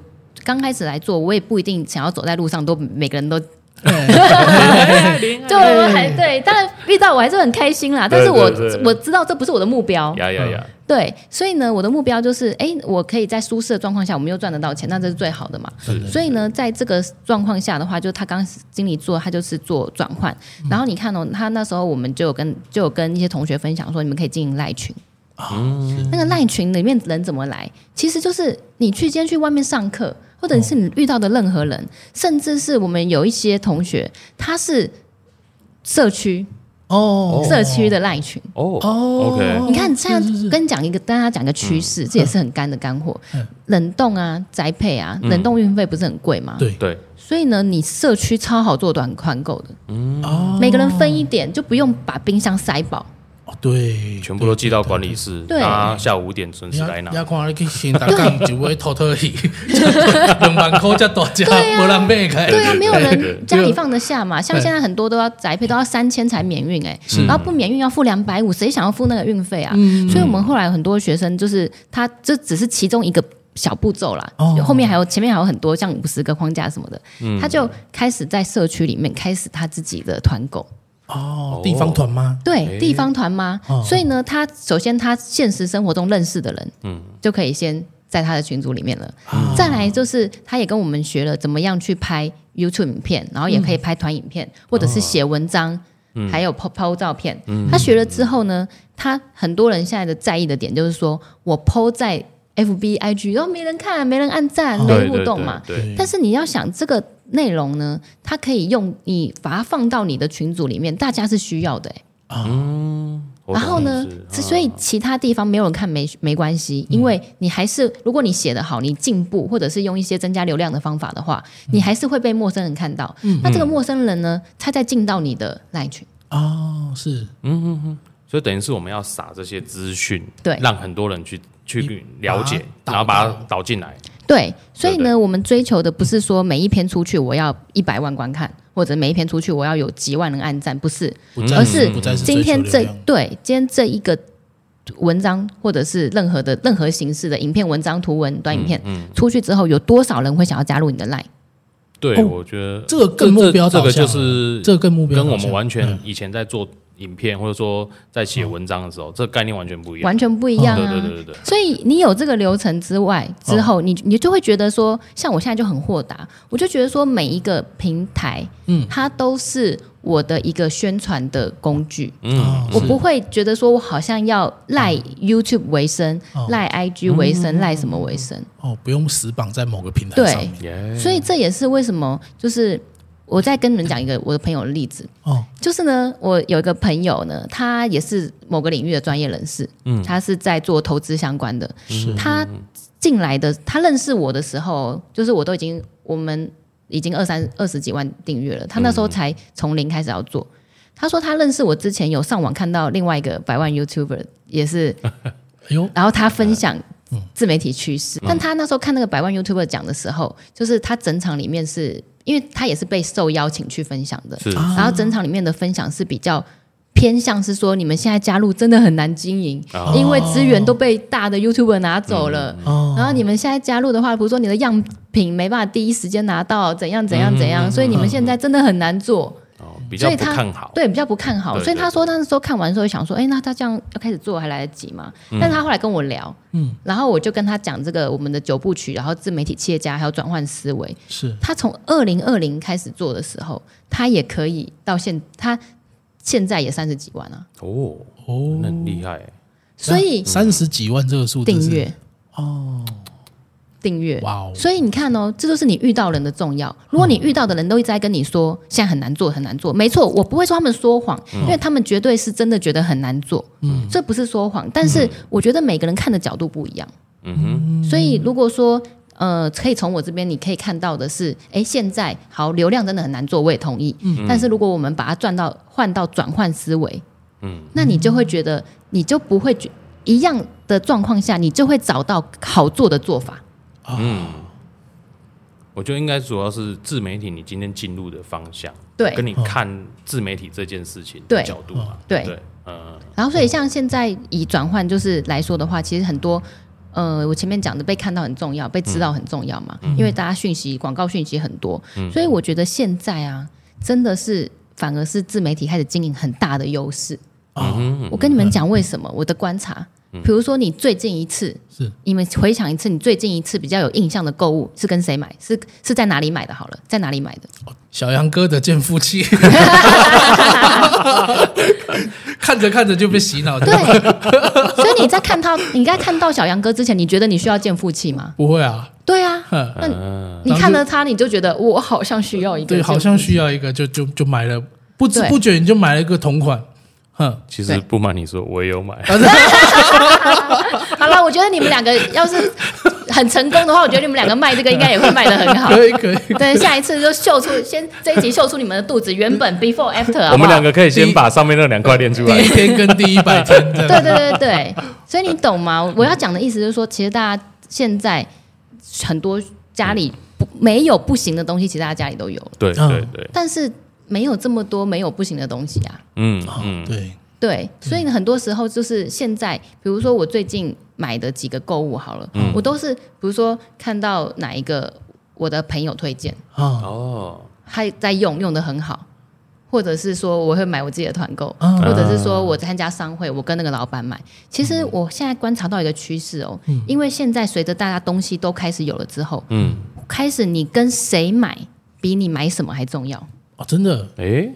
Speaker 3: 刚开始来做，我也不一定想要走在路上都每个人都 对，我还对，当然遇到我还是很开心啦，但是我
Speaker 2: 对对对
Speaker 3: 我知道这不是我的目标，
Speaker 2: 呀呀呀，
Speaker 3: 对，所以呢，我的目标就是，哎，我可以在舒适的状况下，我们又赚得到钱，那这是最好的嘛。所以呢，在这个状况下的话，就他刚经理做，他就是做转换。
Speaker 1: 嗯
Speaker 3: 然后你看哦，他那时候我们就有跟就有跟一些同学分享说，你们可以经营赖群。
Speaker 1: 啊
Speaker 3: 那个赖群里面人怎么来？其实就是你去今天去外面上课，或者是你遇到的任何
Speaker 1: 哦
Speaker 3: 人，甚至是我们有一些同学，他是社区
Speaker 1: 哦，
Speaker 3: 社区的赖群。
Speaker 2: 哦
Speaker 1: 哦
Speaker 2: ，OK，
Speaker 3: 你看，这样
Speaker 1: 是是嗯是
Speaker 3: 跟你讲一个，大家讲个趋势，这也是很干的干货。冷冻啊，宅配啊，
Speaker 1: 嗯
Speaker 3: 冷冻运费不是很贵吗？
Speaker 1: 对
Speaker 2: 对，
Speaker 3: 所以呢，你社区超好做短团购的，
Speaker 2: 嗯
Speaker 1: 哦，
Speaker 3: 每个人分一点，就不用把冰箱塞饱。
Speaker 1: 哦对，
Speaker 2: 全部都寄到管理室，
Speaker 3: 对
Speaker 2: 大家下午五点准
Speaker 1: 你
Speaker 2: 时
Speaker 1: 要
Speaker 2: 来拿
Speaker 1: 你。要看你去新大港就会偷偷去， 两万块才大只，无人买开。
Speaker 3: 对啊，没有
Speaker 2: 哎对对对
Speaker 3: 人家里放得下嘛。像现在很多都要宅配，都要三千才免运哎、然后不免运要付两百五，谁想要付那个运费啊？所以我们后来很多学生就是他这只是其中一个。小步骤啦，
Speaker 1: 哦
Speaker 3: 后面还有前面还有很多像五十个框架什么的，
Speaker 2: 嗯
Speaker 3: 他就开始在社区里面开始他自己的团购，
Speaker 1: 哦，地方团吗？
Speaker 3: 对地方团妈，
Speaker 1: 哦
Speaker 3: 所以呢，他首先他现实生活中认识的人，嗯，就可以先在他的群组里面了。
Speaker 2: 啊
Speaker 3: 再来就是他也跟我们学了怎么样去拍 YouTube 影片，然后也可以拍团影片，
Speaker 2: 嗯
Speaker 3: 或者是写文
Speaker 2: 哦
Speaker 3: 章，还有 PO PO 照片。
Speaker 2: 嗯
Speaker 3: 他学了之后呢，他很多人现在的在意的点就是说我 PO 在 FB、IG，然后哦没人看，没人按赞，没
Speaker 2: 对
Speaker 3: 互
Speaker 2: 对
Speaker 3: 动
Speaker 2: 对
Speaker 3: 嘛。
Speaker 2: 哦对，
Speaker 3: 但是你要想这个内容呢，它可以用你把它放到你的群组里面，大家是需要的、欸。
Speaker 2: 我
Speaker 3: 然后
Speaker 2: 懂
Speaker 3: 呢
Speaker 2: 意思，
Speaker 3: 是
Speaker 1: 嗯
Speaker 3: 所以其他地方没有人看没没关系，因为你还是如果你写得好，你进步或者是用一些增加流量的方法的话，
Speaker 1: 嗯
Speaker 3: 你还是会被陌生人看到。那这个陌生人呢，他再进到你的赖群，
Speaker 1: 哦，是
Speaker 2: 所以等于是我们要撒这些资讯，
Speaker 3: 对
Speaker 2: 让很多人去去了解，
Speaker 1: 把它导
Speaker 2: 然后把它导进来。
Speaker 3: 对，所以
Speaker 2: 对
Speaker 3: 呢，我们追求的不是说每一篇出去我要一百万观看，或者每一篇出去我要有几万人按赞，不是，
Speaker 1: 不再
Speaker 3: 而是
Speaker 1: 不再嗯是
Speaker 3: 今天
Speaker 1: 追求
Speaker 3: 这
Speaker 1: 流量
Speaker 3: 对今天这一个文章，或者是任何的任何形式的影片、文章、图文、短影片、
Speaker 1: 嗯
Speaker 3: 出去之后，有多少人会想要加入你的 line？
Speaker 2: 对，
Speaker 1: 哦
Speaker 2: 我觉得
Speaker 1: 这个更目标
Speaker 2: 这
Speaker 1: 导
Speaker 2: 这个
Speaker 1: 向
Speaker 2: 就
Speaker 1: 了，
Speaker 2: 是
Speaker 1: 这个更目标导向，
Speaker 2: 跟我们完全
Speaker 1: 嗯
Speaker 2: 以前在做影片或者说在写文章的时候，这个概念完全不一样。
Speaker 3: 完全不一样
Speaker 2: 对
Speaker 3: 啊！
Speaker 2: 对嗯对对对，
Speaker 3: 所以你有这个流程之外之后，你你就会觉得说，像我现在就很豁达，我就觉得说每一个平台，嗯，它都是我的一个宣传的工具。
Speaker 1: 啊
Speaker 2: 嗯，
Speaker 3: 我不会觉得说我好像要赖 YouTube 为生
Speaker 2: 嗯
Speaker 1: 哦，
Speaker 3: 赖 IG 为生，赖什么为生。
Speaker 1: 哦，不用死绑在某个平台上面。
Speaker 2: 耶，
Speaker 3: 所以这也是为什么，就是我再跟你们讲一个我的朋友的例子，
Speaker 1: 哦，
Speaker 3: 就是呢，我有一个朋友呢，他也是某个领域的专业人士，嗯，他是在做投资相关的，他进来的，他认识我的时候，就是我都已经我们已经二三二十几万订阅了，他那时候才从零开始要做。他说他认识我之前有上网看到另外一个百万 YouTuber，也是
Speaker 1: 哎呦，
Speaker 3: 然后他分
Speaker 2: 嗯
Speaker 3: 享自媒体趋势。但他那时候看那个百万 YouTuber 讲的时候，就是他整场里面是因为他也是被受邀请去分享的，
Speaker 2: 是
Speaker 3: 然后整场里面的分享是比较。偏向是说，你们现在加入真的很难经营，
Speaker 2: 哦嗯
Speaker 3: 因为资源都被大的 YouTuber 拿走了。然后你们现在加入的话，比如说你的样品没办法第一时间拿到，怎样
Speaker 2: 嗯
Speaker 3: 怎样怎样，所以你们现在真的很难做。
Speaker 2: 哦，比较
Speaker 3: 所以
Speaker 2: 不
Speaker 3: 他
Speaker 2: 看好。
Speaker 3: 对比较不看好，
Speaker 2: 对
Speaker 3: 所以
Speaker 2: 对
Speaker 3: 他说那时候看完之后想说，哎、那他这样要开始做还来得及吗？但是他后来跟我聊，嗯，然后我就跟他讲这个我们的九部曲，然后自媒体企业家还有转换思维，
Speaker 1: 是
Speaker 3: 他从二零二零开始做的时候，他也可以到现他现在也三十几万啊，
Speaker 2: 哦，
Speaker 1: 哦，
Speaker 2: 那很厉害。
Speaker 3: 所以
Speaker 1: 三十几万这个数字是
Speaker 3: 订阅哦，订阅
Speaker 1: 哇哦，
Speaker 3: 所以你看哦，这就是你遇到人的重要。如果你遇到的人都一直在跟你说现在很难做，很难做，没错，我不会说他们说谎，因为他们绝对是真的觉得很难做。嗯，这不是说谎，但是我觉得每个人看的角度不一样。嗯哼，所以如果说呃，可以从我这边你可以看到的是，哎，现在好流量真的很难做，我也同意。嗯，但是如果我们把它转到换到转换思维，嗯，那你就会觉得你就不会觉一样的状况下，你就会找到好做的做法。
Speaker 1: 啊，
Speaker 2: 我觉得应该主要是自媒体你今天进入的方向，
Speaker 3: 对
Speaker 2: 跟你看自媒体这件事情
Speaker 3: 对
Speaker 2: 的角度嘛，
Speaker 3: 对
Speaker 2: 对，嗯，
Speaker 3: 然后，所以像现在以转换就是来说的话，其实很多，呃，我前面讲的被看到很重要，被知道很重要嘛，
Speaker 2: 嗯
Speaker 3: 因为大家讯息、广告讯息很多，所以我觉得现在啊，真的是反而是自媒体开始经营很大的优势。
Speaker 2: 嗯
Speaker 1: 啊，
Speaker 3: 我跟你们讲为什么？我的观察，比如说你最近一次
Speaker 1: 是
Speaker 3: 你们回想一次，你最近一次比较有印象的购物是跟谁买？是是在哪里买的？好了，在哪里买的？
Speaker 1: 小杨哥的健腹器， 看着看着就被洗 脑，
Speaker 3: 对，所以你在看到你在看到小杨哥之前，你觉得你需要健腹器吗？
Speaker 1: 不会啊，
Speaker 3: 对啊，
Speaker 1: 哼
Speaker 3: 那你看了他，你就觉得我 好像需要一个这
Speaker 1: 对，
Speaker 3: 个，
Speaker 1: 好像需要一个，就就就买了，不知
Speaker 3: 对
Speaker 1: 不觉你就买了一个同款，哼，
Speaker 2: 其
Speaker 3: 对
Speaker 2: 实不瞒你说，我也有买，
Speaker 3: 好了。我觉得你们两个要是很成功的话，我觉得你们两个卖这个应该也会卖的很 好。
Speaker 1: 可以可以，
Speaker 3: 对，下一次就秀出，先这一集秀出你们的肚子原 本 before after，好不好
Speaker 2: 我们两个可以先把上面那两块练出来
Speaker 1: 第一，天跟第一百天这
Speaker 3: 对
Speaker 1: 样，
Speaker 3: 对对对，所以你懂吗？ 我要讲的意思就是说，其实大家现在很多家里不没有不行的东西，其实大家家里都有了，
Speaker 2: 对
Speaker 1: 嗯
Speaker 2: 对对，
Speaker 3: 但是没有这么多没有不行的东西啊。
Speaker 2: 嗯
Speaker 1: 哦
Speaker 2: 嗯，
Speaker 1: 对，
Speaker 3: 对，所以很多时候就是现在，比如说我最近买的几个购物好了，
Speaker 2: 嗯
Speaker 3: 我都是比如说看到哪一个我的朋友推荐，
Speaker 1: 啊
Speaker 2: 哦，
Speaker 3: 他在用，用的很好，或者是说我会买我自己的团购，
Speaker 1: 啊
Speaker 3: 或者是说我参加商会，我跟那个老板买。其实我现在观察到一个趋势哦，因为现在随着大家东西都开始有了之后，
Speaker 2: 嗯，
Speaker 3: 开始你跟谁买比你买什么还重要。
Speaker 1: 哦，真的，
Speaker 2: 诶，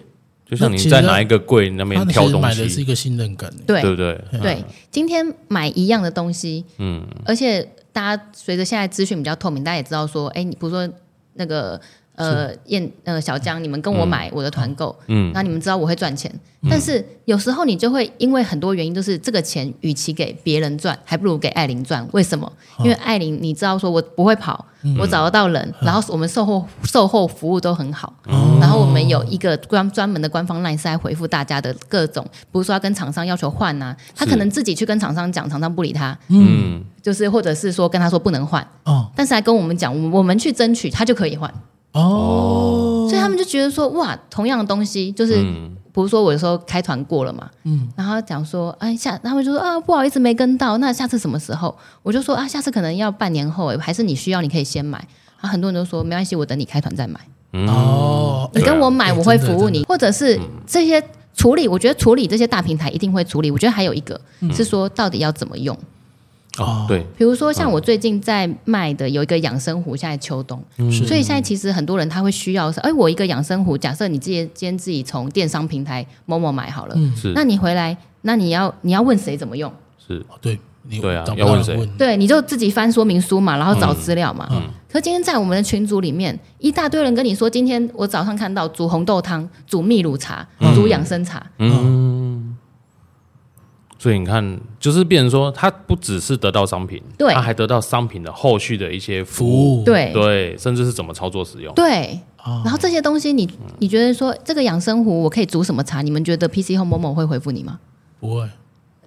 Speaker 2: 就像
Speaker 1: 那
Speaker 2: 你
Speaker 1: 其实
Speaker 2: 在哪一个柜那
Speaker 1: 他
Speaker 2: 边
Speaker 1: 其
Speaker 2: 挑
Speaker 1: 实
Speaker 2: 东
Speaker 1: 买的是一
Speaker 2: 西，
Speaker 1: 个信任感，
Speaker 3: 对
Speaker 2: 对不对？
Speaker 3: 对，今天买一样的东西，
Speaker 2: 嗯，
Speaker 3: 而且大家随着现在资讯比较透明，大家也知道说，哎，你比如说那个呃燕呃小江，你们跟我买我的团购，
Speaker 2: 嗯，
Speaker 3: 那你们知道我会赚钱，但是有时候你就会因为很多原因，就是这个钱与其给别人赚，还不如给艾琳赚。为什么？
Speaker 2: 哦
Speaker 3: 因为艾琳你知道，说我不会跑，
Speaker 2: 嗯
Speaker 3: 我找得到人，然后我们售后售后服务都很好，
Speaker 2: 哦
Speaker 3: 然后我们有一个专专门的官方 line 是在回复大家的各种，不是说要跟厂商要求换呐、他可能自己去跟厂商讲，厂商不理他，
Speaker 2: 嗯，
Speaker 3: 就是或者是说跟他说不能换，
Speaker 1: 哦
Speaker 3: 但是还跟我们讲，我们我们去争取，他就可以换。
Speaker 1: 哦，
Speaker 3: 所以他们就觉得说，哇，同样的东西，就是、比如说我有时候开团过了嘛，嗯，然后讲说，哎，下他们就说啊，不好意思没跟到，那下次什么时候？我就说啊，下次可能要半年后，哎还是你需要，你可以先买。啊，很多人都说没关系，我等你开团再买，
Speaker 2: 嗯
Speaker 1: 哦，
Speaker 3: 你
Speaker 1: 哎
Speaker 3: 跟我买，
Speaker 1: 哎
Speaker 3: 我会
Speaker 1: 真的
Speaker 3: 服务你，或者是这些处理，我觉得处理这些大平台一定会处理。我觉得还有一个
Speaker 1: 嗯
Speaker 3: 是说，到底要怎么用？
Speaker 2: 哦，对，
Speaker 3: 比如说像我最近在卖的有一个养生壶，现在秋冬，
Speaker 2: 嗯
Speaker 1: 是
Speaker 3: 所以现在其实很多人他会需要是，哎，我一个养生壶，假设你自己今天自己从电商平台某某买好了，
Speaker 2: 是
Speaker 3: 那你回来，那你要你要问谁怎么用？
Speaker 2: 是，
Speaker 1: 哦对，你
Speaker 2: 对啊
Speaker 1: 找不
Speaker 2: 要
Speaker 1: 到
Speaker 2: 问
Speaker 1: 人
Speaker 2: 谁
Speaker 1: 问，
Speaker 3: 对，你就自己翻说明书嘛，然后找资料嘛。可今天在我们的群组里面，一大堆人跟你说，今天我早上看到煮红豆汤、煮秘鲁茶、煮养生茶，
Speaker 2: 嗯，所以你看，就是变成说，他不只是得到商品，
Speaker 3: 对
Speaker 2: 他还得到商品的后续的一些服
Speaker 1: 服务，
Speaker 3: 对
Speaker 2: 对，甚至是怎么操作使用，
Speaker 3: 对，
Speaker 1: 啊
Speaker 3: 然后这些东西你你觉得说这个养生壶我可以煮什么茶？你们觉得 PC Home 某某会回复你吗？
Speaker 1: 不会，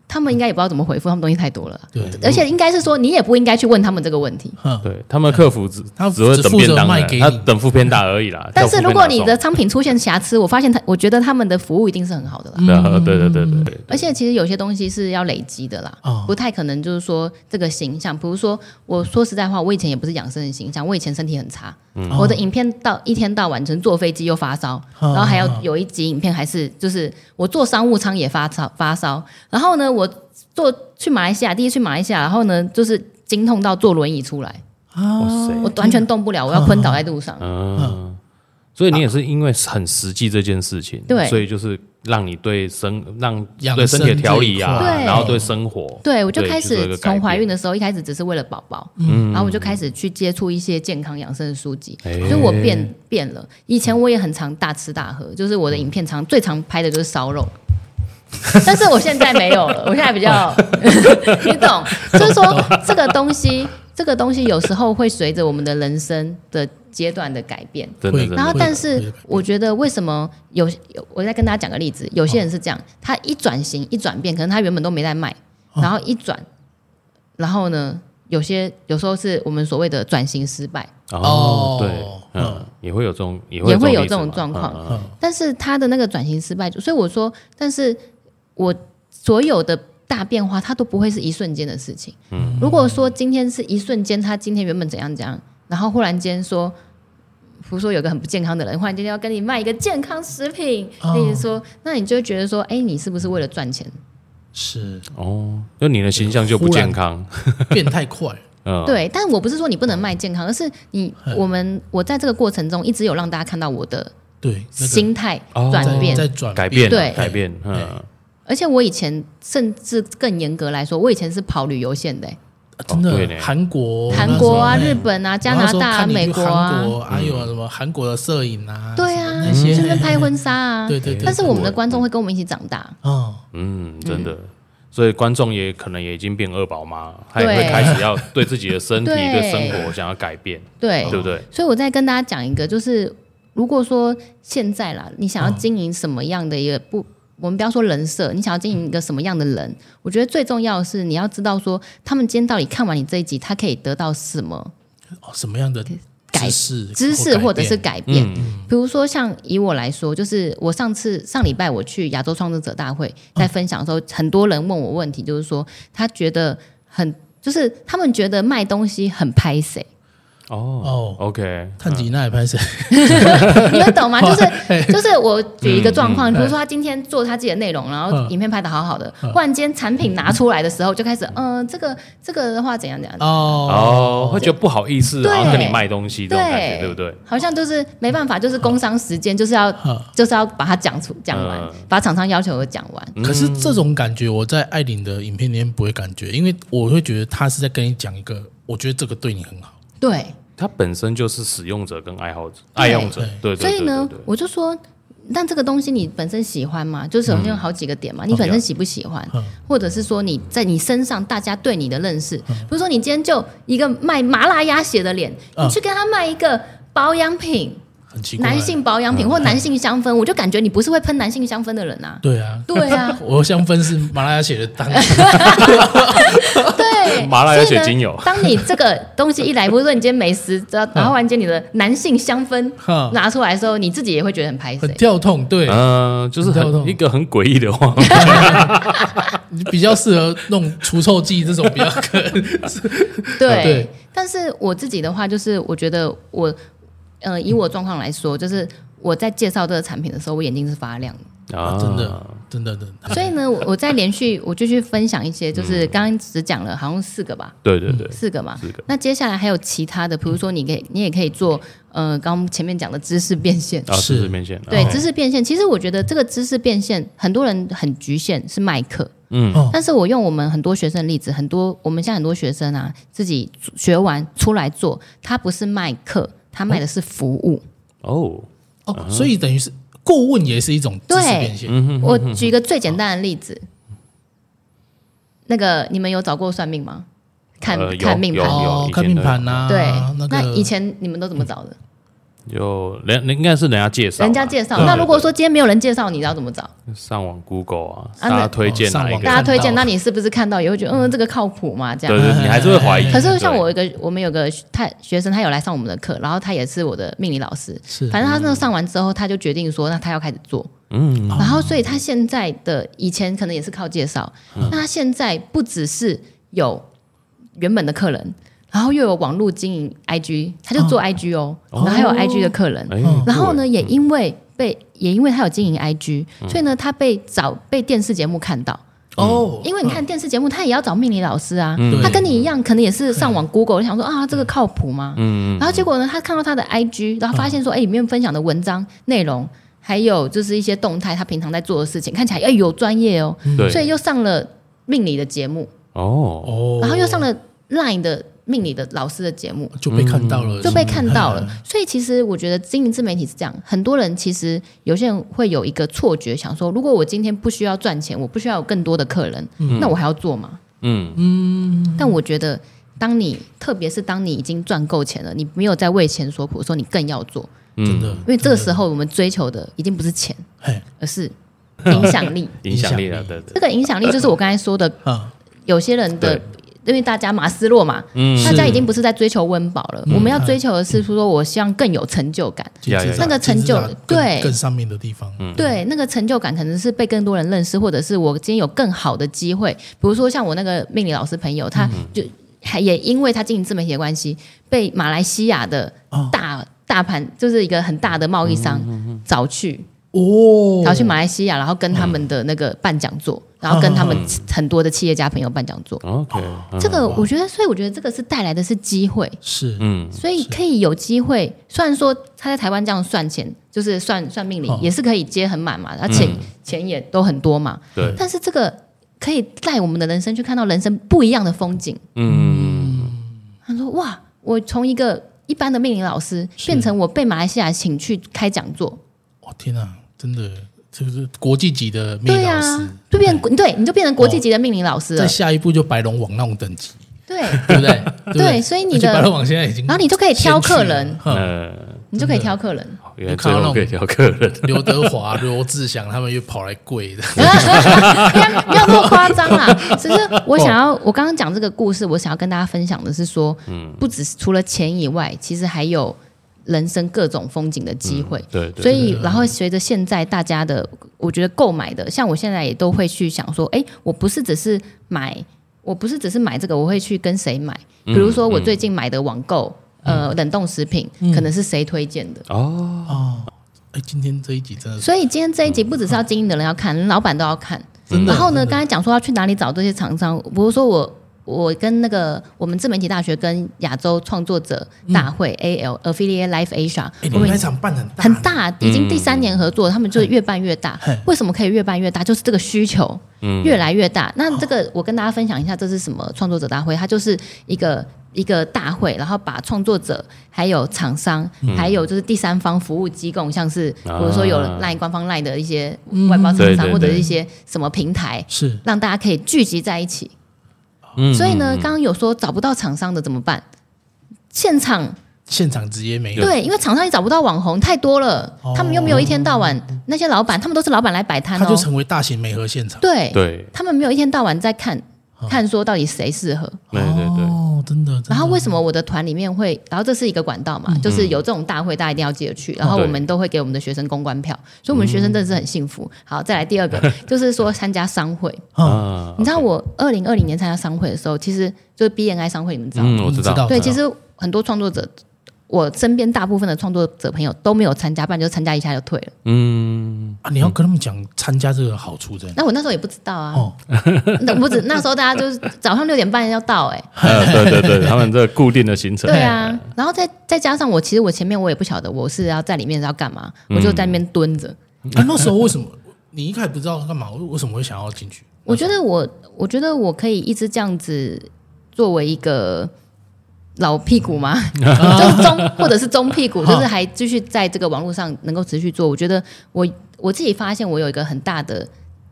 Speaker 3: 他们应该也不知道怎么回复，他们东西太多了。
Speaker 1: 对，
Speaker 3: 而且应该是说，你也不应该去问他们这个问题。
Speaker 1: 哼，
Speaker 2: 对他们客服只
Speaker 1: 他
Speaker 2: 只会
Speaker 1: 只
Speaker 2: 等
Speaker 1: 负责
Speaker 2: 便当
Speaker 1: 卖
Speaker 2: 的
Speaker 1: 给，
Speaker 2: 他
Speaker 1: 你
Speaker 2: 等副片打而已啦。
Speaker 3: 但
Speaker 2: 叫
Speaker 3: 是
Speaker 2: 副
Speaker 3: 如
Speaker 2: 片
Speaker 3: 果
Speaker 2: 打
Speaker 3: 你
Speaker 2: 送
Speaker 3: 的商品出现瑕疵，我发现他，我觉得他们的服务一定是很好的啦。
Speaker 2: 呃对对对对对，
Speaker 3: 而且其实有些东西是要累积的啦，
Speaker 1: 哦
Speaker 3: 不太可能就是说这个形象。比如说，我说实在话，我以前也不是养生的形象，我以前身体很差，
Speaker 2: 嗯
Speaker 3: 我的影片到一天到晚只能坐飞机又发烧，
Speaker 1: 哦
Speaker 3: 然后还有有一集影片还是就是我坐商务舱也发烧发烧，然后呢我坐去马来西亚，第一次去马来西亚，然后呢就是经痛到坐轮椅出来，
Speaker 2: 哦哇塞，哦
Speaker 3: 我完全动不了，我要昏倒在路上。
Speaker 2: 嗯，所以你也是因为很实际这件事情，
Speaker 3: 对
Speaker 2: 所以就是让你对生让
Speaker 1: 养
Speaker 2: 对身体的
Speaker 1: 生
Speaker 2: 调
Speaker 1: 这一
Speaker 2: 理啊，
Speaker 1: 块
Speaker 3: 对
Speaker 2: 然后对生活，
Speaker 3: 对，我就
Speaker 2: 对
Speaker 3: 开
Speaker 2: 就是有一
Speaker 3: 始
Speaker 2: 个
Speaker 3: 从
Speaker 2: 改
Speaker 3: 怀
Speaker 2: 变嗯
Speaker 3: 孕的时候，一开始只是为了宝宝，然后我就开始去接触一些健康养生的书籍，
Speaker 2: 哎
Speaker 3: 所以我变变了。以前我也很常大吃大喝，就是我的影片常最常拍的就是烧肉。 但是我现在没有了，我现在 比较， 你懂，就是说这个东西，这个东西有时候会随着我们的人生的阶段的改变，
Speaker 2: 真的
Speaker 1: 会
Speaker 2: 真的
Speaker 3: 然后，
Speaker 1: 会
Speaker 3: 但
Speaker 1: 的会
Speaker 3: 是
Speaker 1: 的
Speaker 3: 我觉得为什么有有我再跟大家讲个例子，有些人是这样，
Speaker 1: 哦
Speaker 3: 他一转型一转变，可能他原本都没在卖，然后一转，然后呢，有些有时候是我们所谓的转型失败，
Speaker 1: 哦
Speaker 2: 对，
Speaker 1: 嗯
Speaker 2: 嗯，也会有这种，也
Speaker 3: 也会有
Speaker 2: 例
Speaker 3: 这
Speaker 2: 子
Speaker 3: 种
Speaker 2: 嘛
Speaker 3: 状况
Speaker 2: 嗯嗯嗯
Speaker 1: 嗯
Speaker 3: 但是他的那个转型失败，所以我说，但是我所有的大变化，它都不会是一瞬间的事情。嗯，如果说今天是一瞬间，他今天原本怎样怎样，然后忽然间说，比如说有个很不健康的人，忽然间要跟你卖一个健康食品，
Speaker 1: 哦
Speaker 3: 跟你说，那你就会觉得说，哎，你是不是为了赚钱？
Speaker 1: 是
Speaker 2: 哦，就你的形象就不
Speaker 1: 忽然
Speaker 2: 健康，
Speaker 1: 变太快，
Speaker 2: 嗯，
Speaker 3: 对，但我不是说你不能卖健康，而是你我们我在这个过程中一直有让大家看到我的
Speaker 1: 对，那个
Speaker 3: 心态
Speaker 2: 哦
Speaker 3: 转变，
Speaker 1: 在转
Speaker 2: 改变，
Speaker 3: 对
Speaker 2: 改变，嗯，
Speaker 3: 而且我以前甚至更严格来说，我以前是跑旅游线的、欸
Speaker 1: 啊真的
Speaker 2: 哦对嘞
Speaker 1: 韩国、
Speaker 3: 韩国
Speaker 1: 哦
Speaker 3: 啊、
Speaker 1: 那时候
Speaker 3: 日。本啊、
Speaker 1: 哎
Speaker 3: 加拿大、啊、
Speaker 1: 我那时
Speaker 3: 美
Speaker 1: 候看你去
Speaker 3: 国啊
Speaker 1: 韩，国还
Speaker 2: 嗯
Speaker 1: 有什么韩国的摄影啊？
Speaker 3: 对
Speaker 1: 什么
Speaker 3: 啊，
Speaker 1: 那些
Speaker 3: 就在拍婚纱啊。
Speaker 1: 对对对。
Speaker 3: 但是我们的
Speaker 1: 对
Speaker 3: 观众会跟我们一起长大，
Speaker 1: 嗯，
Speaker 2: 嗯，真的。所以观众也可能也已经变二宝妈，他也会
Speaker 3: 对
Speaker 2: 开始要对自己的身体、
Speaker 3: 对
Speaker 2: 对生活想要改变，
Speaker 3: 对
Speaker 2: 对。不对？
Speaker 3: 所以我再跟大家讲一个，就是如果说现在啦，你想要经营什么样的一个不，我们不要说人设，你想要经营一个什么样的人，我觉得最重要的是你要知道说，他们今天到底看完你这一集，他可以得到什么
Speaker 1: 哦什么样的
Speaker 3: 改
Speaker 1: 知识、
Speaker 3: 知识或者是
Speaker 1: 改
Speaker 3: 改变。
Speaker 2: 嗯，
Speaker 3: 比如说，像以我来说，就是我上次上礼拜我去亚洲创作者大会在分享的时候，很多人问我问题，就是说他觉得很，就是他们觉得卖东西很拍谁，
Speaker 2: 哦
Speaker 1: 哦？
Speaker 2: ，OK，
Speaker 1: 探吉那也拍摄，
Speaker 3: 你 们懂吗？就是就是我举一个状况，
Speaker 1: 嗯嗯
Speaker 3: 比如说他今天做他自己的内容，然后
Speaker 1: 嗯
Speaker 3: 影片拍的好好的，
Speaker 1: 嗯
Speaker 3: 忽然间产品拿出来的时候，就开始嗯、呃这个这个的话怎样怎样，
Speaker 2: 哦，
Speaker 1: 哦
Speaker 2: 会觉得不好意思，
Speaker 3: 对
Speaker 2: 然后跟你卖东西这种感觉，
Speaker 3: 对
Speaker 2: 对不对？
Speaker 3: 好像就是没办法，就是工商时间就是要
Speaker 1: 哦，
Speaker 3: 就是要把它讲出讲完
Speaker 2: 嗯，
Speaker 3: 把厂商要求的讲完。
Speaker 1: 可是这种感觉我在艾琳的影片里面不会感觉，因为我会觉得他是在跟你讲一个，我觉得这个对你很好，
Speaker 3: 对，
Speaker 2: 它本身就是使用者跟爱好者、
Speaker 3: 对
Speaker 2: 爱用者，对对对
Speaker 3: 所以呢
Speaker 2: 对对，
Speaker 3: 我就说，但这个东西你本身喜欢吗？就是首先有好几个
Speaker 2: 嗯
Speaker 3: 点嘛，你本身喜不喜欢，
Speaker 1: 嗯
Speaker 3: 或者是说你在你身上大家对你的认识，
Speaker 2: 嗯
Speaker 3: 比如说你今天就一个卖麻辣鸭血的脸，
Speaker 1: 嗯
Speaker 3: 你去跟他卖一个保养品，
Speaker 1: 很奇怪。。
Speaker 3: 男性保养
Speaker 2: 嗯
Speaker 3: 品或男性香氛，我就感觉你不是会喷男性香氛的人啊
Speaker 1: 对啊，
Speaker 3: 对啊，
Speaker 1: 我香氛是马拉雅写的单，
Speaker 3: 对，
Speaker 2: 麻辣鸭血
Speaker 3: 所以呢
Speaker 2: 精油嗯
Speaker 3: 当你这个东西一来，比如说你今天美食，然后然后忽然间你的男性香氛
Speaker 1: 哈，
Speaker 3: 拿出来的时候，你自己也会觉得很拍
Speaker 1: 很
Speaker 3: 谁。
Speaker 1: 跳痛，对，
Speaker 2: 嗯，就是
Speaker 1: 你跳
Speaker 2: 很
Speaker 1: 动
Speaker 2: 一个很诡异的 画面，
Speaker 1: 你比较适合弄除臭剂这种比较可
Speaker 2: 啊
Speaker 3: 对，
Speaker 1: 对
Speaker 3: 但是我自己的话，就是我觉得我，呃，以我状况来说，就是我在介绍这个产品的时候，我眼睛是发亮 的。
Speaker 2: 啊
Speaker 1: 真的，真的真的，
Speaker 3: 所以呢，我我在连续我就去分享一些，就是刚刚只讲了好像四个吧，
Speaker 2: 对对对，
Speaker 3: 四个嘛。
Speaker 2: 嗯四个
Speaker 3: 那接下来还有其他的，比如说你可以，你也可以做，呃，刚刚前面讲的知识变现。
Speaker 2: 啊，
Speaker 1: 是
Speaker 2: 知识变现，
Speaker 3: 对
Speaker 2: 哦
Speaker 3: 知识变现，其实我觉得这个知识变现，很多人很局限是卖课，
Speaker 2: 嗯
Speaker 1: 哦
Speaker 3: 但是我用我们很多学生的例子，很多我们现在很多学生啊，自己学完出来做，他不是卖课，他卖的是服务。
Speaker 2: 哦，
Speaker 1: 哦，所以等于是顾问也是一种知识变现，
Speaker 2: 嗯哼，
Speaker 3: 我举一个最简单的例子，那个你们有找过算命吗？看、
Speaker 2: 呃有
Speaker 3: 看命
Speaker 2: 有
Speaker 3: 盘。
Speaker 1: 哦
Speaker 2: 以前，
Speaker 1: 看命盘呐，
Speaker 3: 对，
Speaker 1: 啊那
Speaker 3: 那以
Speaker 1: 个
Speaker 3: 前你们都怎么找的？
Speaker 2: 有人人应该是人家介绍啦，
Speaker 3: 人家介绍。
Speaker 2: 啊对
Speaker 3: 那
Speaker 2: 对
Speaker 3: 如果
Speaker 2: 对
Speaker 3: 说今天没有人介绍，你要怎么找？
Speaker 2: 上网 Google 啊，大
Speaker 3: 啊那
Speaker 2: 家推
Speaker 1: 哦
Speaker 2: 荐哪一
Speaker 1: 上网
Speaker 2: 个？
Speaker 3: 大家推荐，
Speaker 1: 看到
Speaker 3: 那你是不是看到也会觉得，嗯，这个靠谱嘛？这样
Speaker 2: 对。对，你还是会怀疑。
Speaker 3: 可是像
Speaker 2: 嗯对
Speaker 3: 我，有一个，我们有个他学生，他有来上我们的课，然后他也是我的命理老师，
Speaker 1: 是
Speaker 3: 反正他那个上完之后，他就决定说，那他要开始做。
Speaker 2: 嗯，
Speaker 3: 然后，所以他现在的以前可能也是靠介绍，那他现在不只是有原本的客人，然后又有网络经营 IG，他就做 IG 哦，然后还有 IG 的客人。
Speaker 2: 哎
Speaker 1: 嗯，
Speaker 3: 然后呢，
Speaker 2: 对
Speaker 3: 也因为被也因为他有经营 IG，、所以呢，他被找被电视节目看到，
Speaker 1: 哦，
Speaker 2: 嗯
Speaker 3: 因为你看电视节目，他也要找命理老师啊，
Speaker 1: 对
Speaker 3: 他跟你一样，可能也是上网 Google 想说啊，这个靠谱吗？
Speaker 2: 嗯，
Speaker 3: 然后结果呢，他看到他的 IG，然后发现说，哎、里面分享的文章内容，还有就是一些动态，他平常在做的事情，看起来哎有专业哦，
Speaker 2: 对，
Speaker 3: 所以又上了命理的节目，
Speaker 2: 哦，
Speaker 1: 哦，
Speaker 3: 然后又上了 Line 的命理的老师的节目，
Speaker 1: 就被看到了，
Speaker 3: 就被看到
Speaker 1: 嗯
Speaker 3: 了。所以其实我觉得经营自媒体是这样，很多人其实有些人会有一个错觉，想说，如果我今天不需要赚钱，我不需要有更多的客人，那我还要做吗？
Speaker 2: 嗯，
Speaker 3: 但我觉得，当你特别是当你已经赚够钱了，你没有再为钱所苦的时候，你更要做，
Speaker 2: 嗯。
Speaker 1: 真的，
Speaker 3: 因为这个时候我们追求的已经不是钱，
Speaker 1: 嘿，
Speaker 3: 而是影响力
Speaker 2: 影响力
Speaker 1: 影响
Speaker 2: 了，
Speaker 1: 力
Speaker 2: 嗯对对，
Speaker 3: 这个影响力就是我刚才说的，
Speaker 1: 啊，
Speaker 3: 有些人的
Speaker 2: 对
Speaker 3: 因为大家马斯洛嘛，大家已经不是在追求温饱了，我们要追求的是说，我希望更有成就感。
Speaker 1: 金字塔
Speaker 3: 那个成就
Speaker 1: 金字塔更
Speaker 3: 对
Speaker 1: 更上面的地方，
Speaker 3: 对，那个成就感可能是被更多人认识，或者是我今天有更好的机会。比如说像我那个命理老师朋友，他就还也因为他经营自媒体的关系，被马来西亚的大、大盘就是一个很大的贸易商找去，
Speaker 1: 哦，
Speaker 3: 然后去马来西亚，然后跟他们的那个办讲座，然后跟他们很多的企业家朋友办讲座。
Speaker 2: OK，嗯
Speaker 3: 这个我觉得，所以我觉得这个是带来的是机会，
Speaker 1: 是
Speaker 2: 嗯，
Speaker 3: 所以可以有机会。虽然说他在台湾这样算钱，就是算算命理，
Speaker 1: 哦嗯
Speaker 3: 也是可以接很满嘛，而且钱也都很多嘛。
Speaker 2: 对，
Speaker 3: 但是这个可以带我们的人生去看到人生不一样的风景。
Speaker 2: 嗯，
Speaker 3: 他说：“哇，我从一个一般的命理老师，变成我被马来西亚请去开讲座，
Speaker 1: 哇，天哪，真的，这个是国际级的命
Speaker 3: 对啊
Speaker 1: 理
Speaker 3: 呀、
Speaker 1: 老师，
Speaker 3: 就变对，你就变成国际级的命理老师了
Speaker 1: 再。下一步就白龙王那种等 级，
Speaker 3: 对，
Speaker 1: 对不对？对不
Speaker 3: 对所以你的
Speaker 1: 而且白龙王现在已经
Speaker 3: 然后你就可以挑客
Speaker 1: 先，
Speaker 3: 人
Speaker 1: 去了哼
Speaker 2: 呃，
Speaker 3: 你就可以挑客人。
Speaker 2: 原来最后可以挑客人，
Speaker 1: 刘德华、 刘志祥他们又跑来 跪的，
Speaker 3: 不要不要那么夸张啦！只是我想要，我刚刚讲这个故事，我想要跟大家分享的是说，不只是除了钱以外，其实还有人生各种风景的机会。
Speaker 2: 对嗯对，
Speaker 3: 所以，然后随着现在大家的，我觉得购买的，像我现在也都会去想说，哎，我不是只是买，我不是只是买这个，我会去跟谁买？比如说我最近买的网购，呃，冷冻食品可能是谁推荐的？
Speaker 2: 哦，
Speaker 1: 哎，今天这一集真的是
Speaker 3: 所以今天这一集不只是要经营的人要看，连老板都要看。
Speaker 1: 真的
Speaker 3: 然后呢，
Speaker 1: 真的
Speaker 3: 刚才讲说要去哪里找这些厂商，比如说我我跟那个我们自媒体大学跟亚洲创作者大会、AL Affiliate Life Asia，
Speaker 1: 哎，嗯你
Speaker 3: 我
Speaker 1: 们
Speaker 3: 们
Speaker 1: 那场办很大，
Speaker 3: 很，大，已经第三年
Speaker 2: 嗯
Speaker 3: 合作，他们就是越办越大
Speaker 1: 嘿。
Speaker 3: 为什么可以越办越大？就是这个需求
Speaker 2: 嗯
Speaker 3: 越来越大。
Speaker 2: 哦
Speaker 3: 那这个我跟大家分享一下，这是什么创作者大会？它就是一个一个大会，然后把创作者、还有厂商，还有就是第三方服务机构，像是比如说有
Speaker 2: 嗯啊嗯
Speaker 3: LINE 官方 LINE 的一些外包厂
Speaker 2: 对
Speaker 3: 商
Speaker 2: 对
Speaker 3: 或者
Speaker 2: 对
Speaker 3: 一些什么平台，
Speaker 1: 是
Speaker 3: 让大家可以聚集在一起。
Speaker 2: 嗯
Speaker 3: 所以呢，刚刚有说找不到厂商的怎么办？现场
Speaker 1: 现场直接没有，
Speaker 3: 对，因为厂商也找不到网红，太多了，他们又没有一天到晚那些老板，他们都是老板来摆摊
Speaker 1: 它就
Speaker 3: 哦。
Speaker 1: 成为大型美和现场，
Speaker 3: 对，
Speaker 2: 对，
Speaker 3: 他们没有一天到晚在看看说到底谁适合。
Speaker 2: 对对对，
Speaker 1: 哦，真的，真的
Speaker 3: 然后为什么我的团里面会，然后这是一个管道嘛，就是有这种大会，大家一定要记得去。然后我们都会给我们的学生公关票，所以我们学生真的是很幸福。好，再来第二个，就是说参加商会。
Speaker 2: 啊，
Speaker 3: 你知道我二零二零年参加商会的时候，其实就是 BNI 商会，你们知道吗？
Speaker 2: 嗯，我知
Speaker 1: 哦
Speaker 2: 道，
Speaker 3: 对，其实很多创作者，我身边大部分的创作者朋友都没有参加，不然就参加一下就退了。
Speaker 2: 嗯，
Speaker 1: 啊，你要跟他们讲参加这个好处在哪？
Speaker 3: 那我那时候也不知道啊，
Speaker 1: 哦，
Speaker 3: 那我只那时候大家就是早上六点半要到、哎，
Speaker 2: 呃，对对对，他们这固定的 行程，
Speaker 3: 对啊，然后再再加上我，其实我前面我也不晓得我是要在里面是要干嘛，我就在那边蹲着。
Speaker 1: 啊那时候为什么你一开始不知道干嘛？为为什么会想要进去？
Speaker 3: 我觉得我，我觉得我可以一直这样子作为一个老屁股嘛，就是中或者是中屁股，就是还继续在这个网络上能够持续做。我觉得我我自己发现我有一个很大的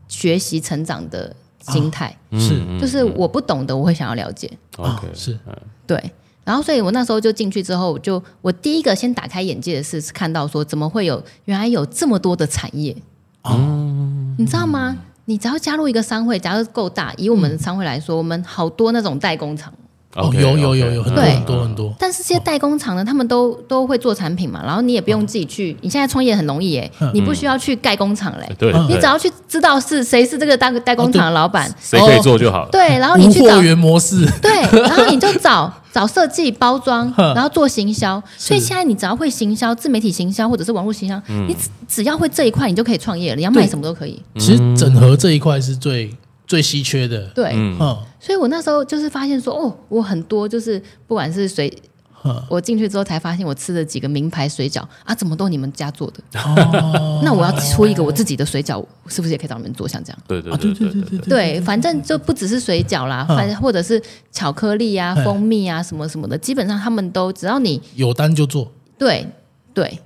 Speaker 3: 学习成长的心态，
Speaker 2: 嗯
Speaker 1: 是
Speaker 3: 就是我不懂的我会想要了解，
Speaker 2: ，OK，
Speaker 1: 啊是
Speaker 3: 对。然后，所以我那时候就进去之后，我就我第一个先打开眼界的是是看到说，怎么会有原来有这么多的产业，你知道吗？你只要加入一个商会，假如够大，以我们的商会来说，我们好多那种代工厂，
Speaker 1: 哦，
Speaker 2: OK，嗯
Speaker 1: 有
Speaker 2: OK，
Speaker 1: 有有有很多
Speaker 3: 对
Speaker 1: 很多很多，
Speaker 3: 但是这些代工厂呢，他们都都会做产品嘛，然后你也不用自己去，你现在创业很容易耶，你不需要去盖工厂嘞，
Speaker 2: 哎对，
Speaker 1: 嗯
Speaker 3: 你只要去知道是谁是这个代代工厂的老板，
Speaker 2: 谁可以做就好了，
Speaker 3: 对，然后
Speaker 1: 无
Speaker 3: 你去找
Speaker 1: 货源模式，
Speaker 3: 对，然后你就找找设计、包 装，然后做行销。所以现在你只要会行销、自媒体行销或者是网络行销，你只只要会这一块，你就可以创业了。你要卖
Speaker 1: 嗯对
Speaker 3: 什么都可以。
Speaker 2: 嗯
Speaker 1: 其实整合这一块是最最稀缺的。
Speaker 3: 对，
Speaker 1: 嗯，
Speaker 3: 所以我那时候就是发现说，哦，我很多就是不管是谁
Speaker 1: 嗯。
Speaker 3: 我进去之后才发现，我吃了几个名牌水饺啊，怎么都你们家做的？
Speaker 1: 哦
Speaker 3: 那我要出一个我自己的水饺，是不是也可以找你们做？像这样，
Speaker 2: 对
Speaker 1: 啊
Speaker 2: 对对对对对，
Speaker 3: 对，反正就不只是水饺啦，
Speaker 1: 嗯
Speaker 3: 反正或者是巧克力啊、
Speaker 1: 嗯
Speaker 3: 蜂蜜啊什么什么的，基本上他们都只要你
Speaker 1: 有单就做，
Speaker 3: 对对，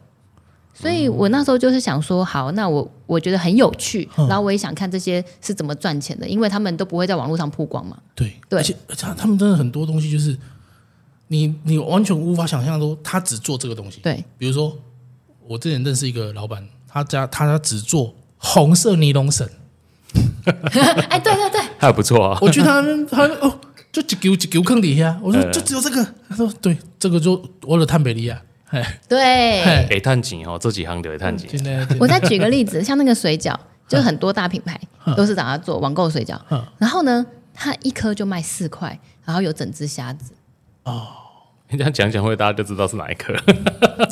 Speaker 3: 所以我那时候就是想说，好，那我我觉得很有趣，
Speaker 1: 嗯
Speaker 3: 然后我也想看这些是怎么赚钱的，因为他们都不会在网络上曝光嘛。
Speaker 1: 对，
Speaker 3: 对
Speaker 1: 而且而且他们真的很多东西就是你你完全无法想象说他只做这个东西。
Speaker 3: 对，
Speaker 1: 比如说我之前认识一个老板，他家他家只做红色尼龙绳，
Speaker 3: 哎，对对对，
Speaker 2: 还不错啊，
Speaker 1: 我去他那边他那边哦。就一球一球坑底下，我说
Speaker 2: 对
Speaker 1: 就只有这个，他说对，这个就我的坦北利亚，哎，
Speaker 3: 对，
Speaker 1: 哎
Speaker 2: 哎，探井哦，这几行得探井
Speaker 1: 真，的，真的
Speaker 3: 我再举个例子，像那个水饺，
Speaker 2: 嗯
Speaker 3: 就是很多大品牌都是找他做网购水饺
Speaker 1: 嗯，
Speaker 3: 然后呢，它一颗就卖四块，然后有整只虾子，
Speaker 1: 嗯
Speaker 2: 这样讲讲会大家就知道是哪一颗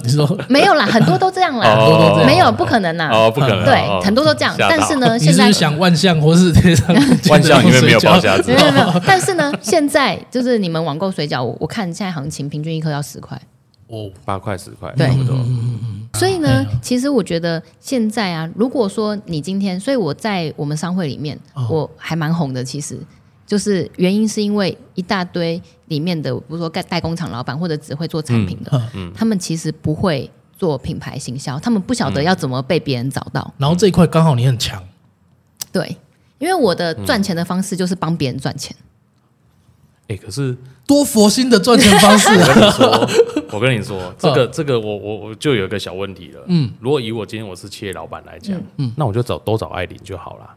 Speaker 1: 你说
Speaker 3: 没有啦，很多都这样啦，
Speaker 1: 多都这样
Speaker 3: 没有不可能啦，
Speaker 2: 哦，不可能，哦
Speaker 3: 啊对，很多都这样，
Speaker 2: 吓到
Speaker 3: 但是呢，
Speaker 1: 你
Speaker 3: 呃现
Speaker 1: 是
Speaker 3: 在
Speaker 1: 不是想万象或是这 上
Speaker 2: 万象里面没有包虾子
Speaker 3: 没，有没有，但是呢，现在就是你们网购水饺，我我看现在行情平均一颗要十块，
Speaker 1: 哦，
Speaker 2: 八块十块，
Speaker 3: 对
Speaker 2: 差不多。
Speaker 3: 所以呢，其实我觉得现在啊，如果说你今天，所以我在我们商会里面，我还蛮红的。其实就是原因是因为一大堆里面的，比如说代代工厂老板或者只会做产品的，
Speaker 2: 嗯
Speaker 3: 他们其实不会做品牌行销，他们不晓得要怎么被别人找到。
Speaker 1: 然后这一块刚好你很强，
Speaker 3: 对，因为我的赚钱的方式就是帮别人赚钱。
Speaker 2: 哎，可是
Speaker 1: 多佛心的赚钱方式
Speaker 2: 我
Speaker 1: 啊，
Speaker 2: 跟你说，我跟你说，这个这个我我我就有一个小问题了。嗯，如果以我今天我是企业老板来讲，嗯，那我就找都找艾琳就好啦，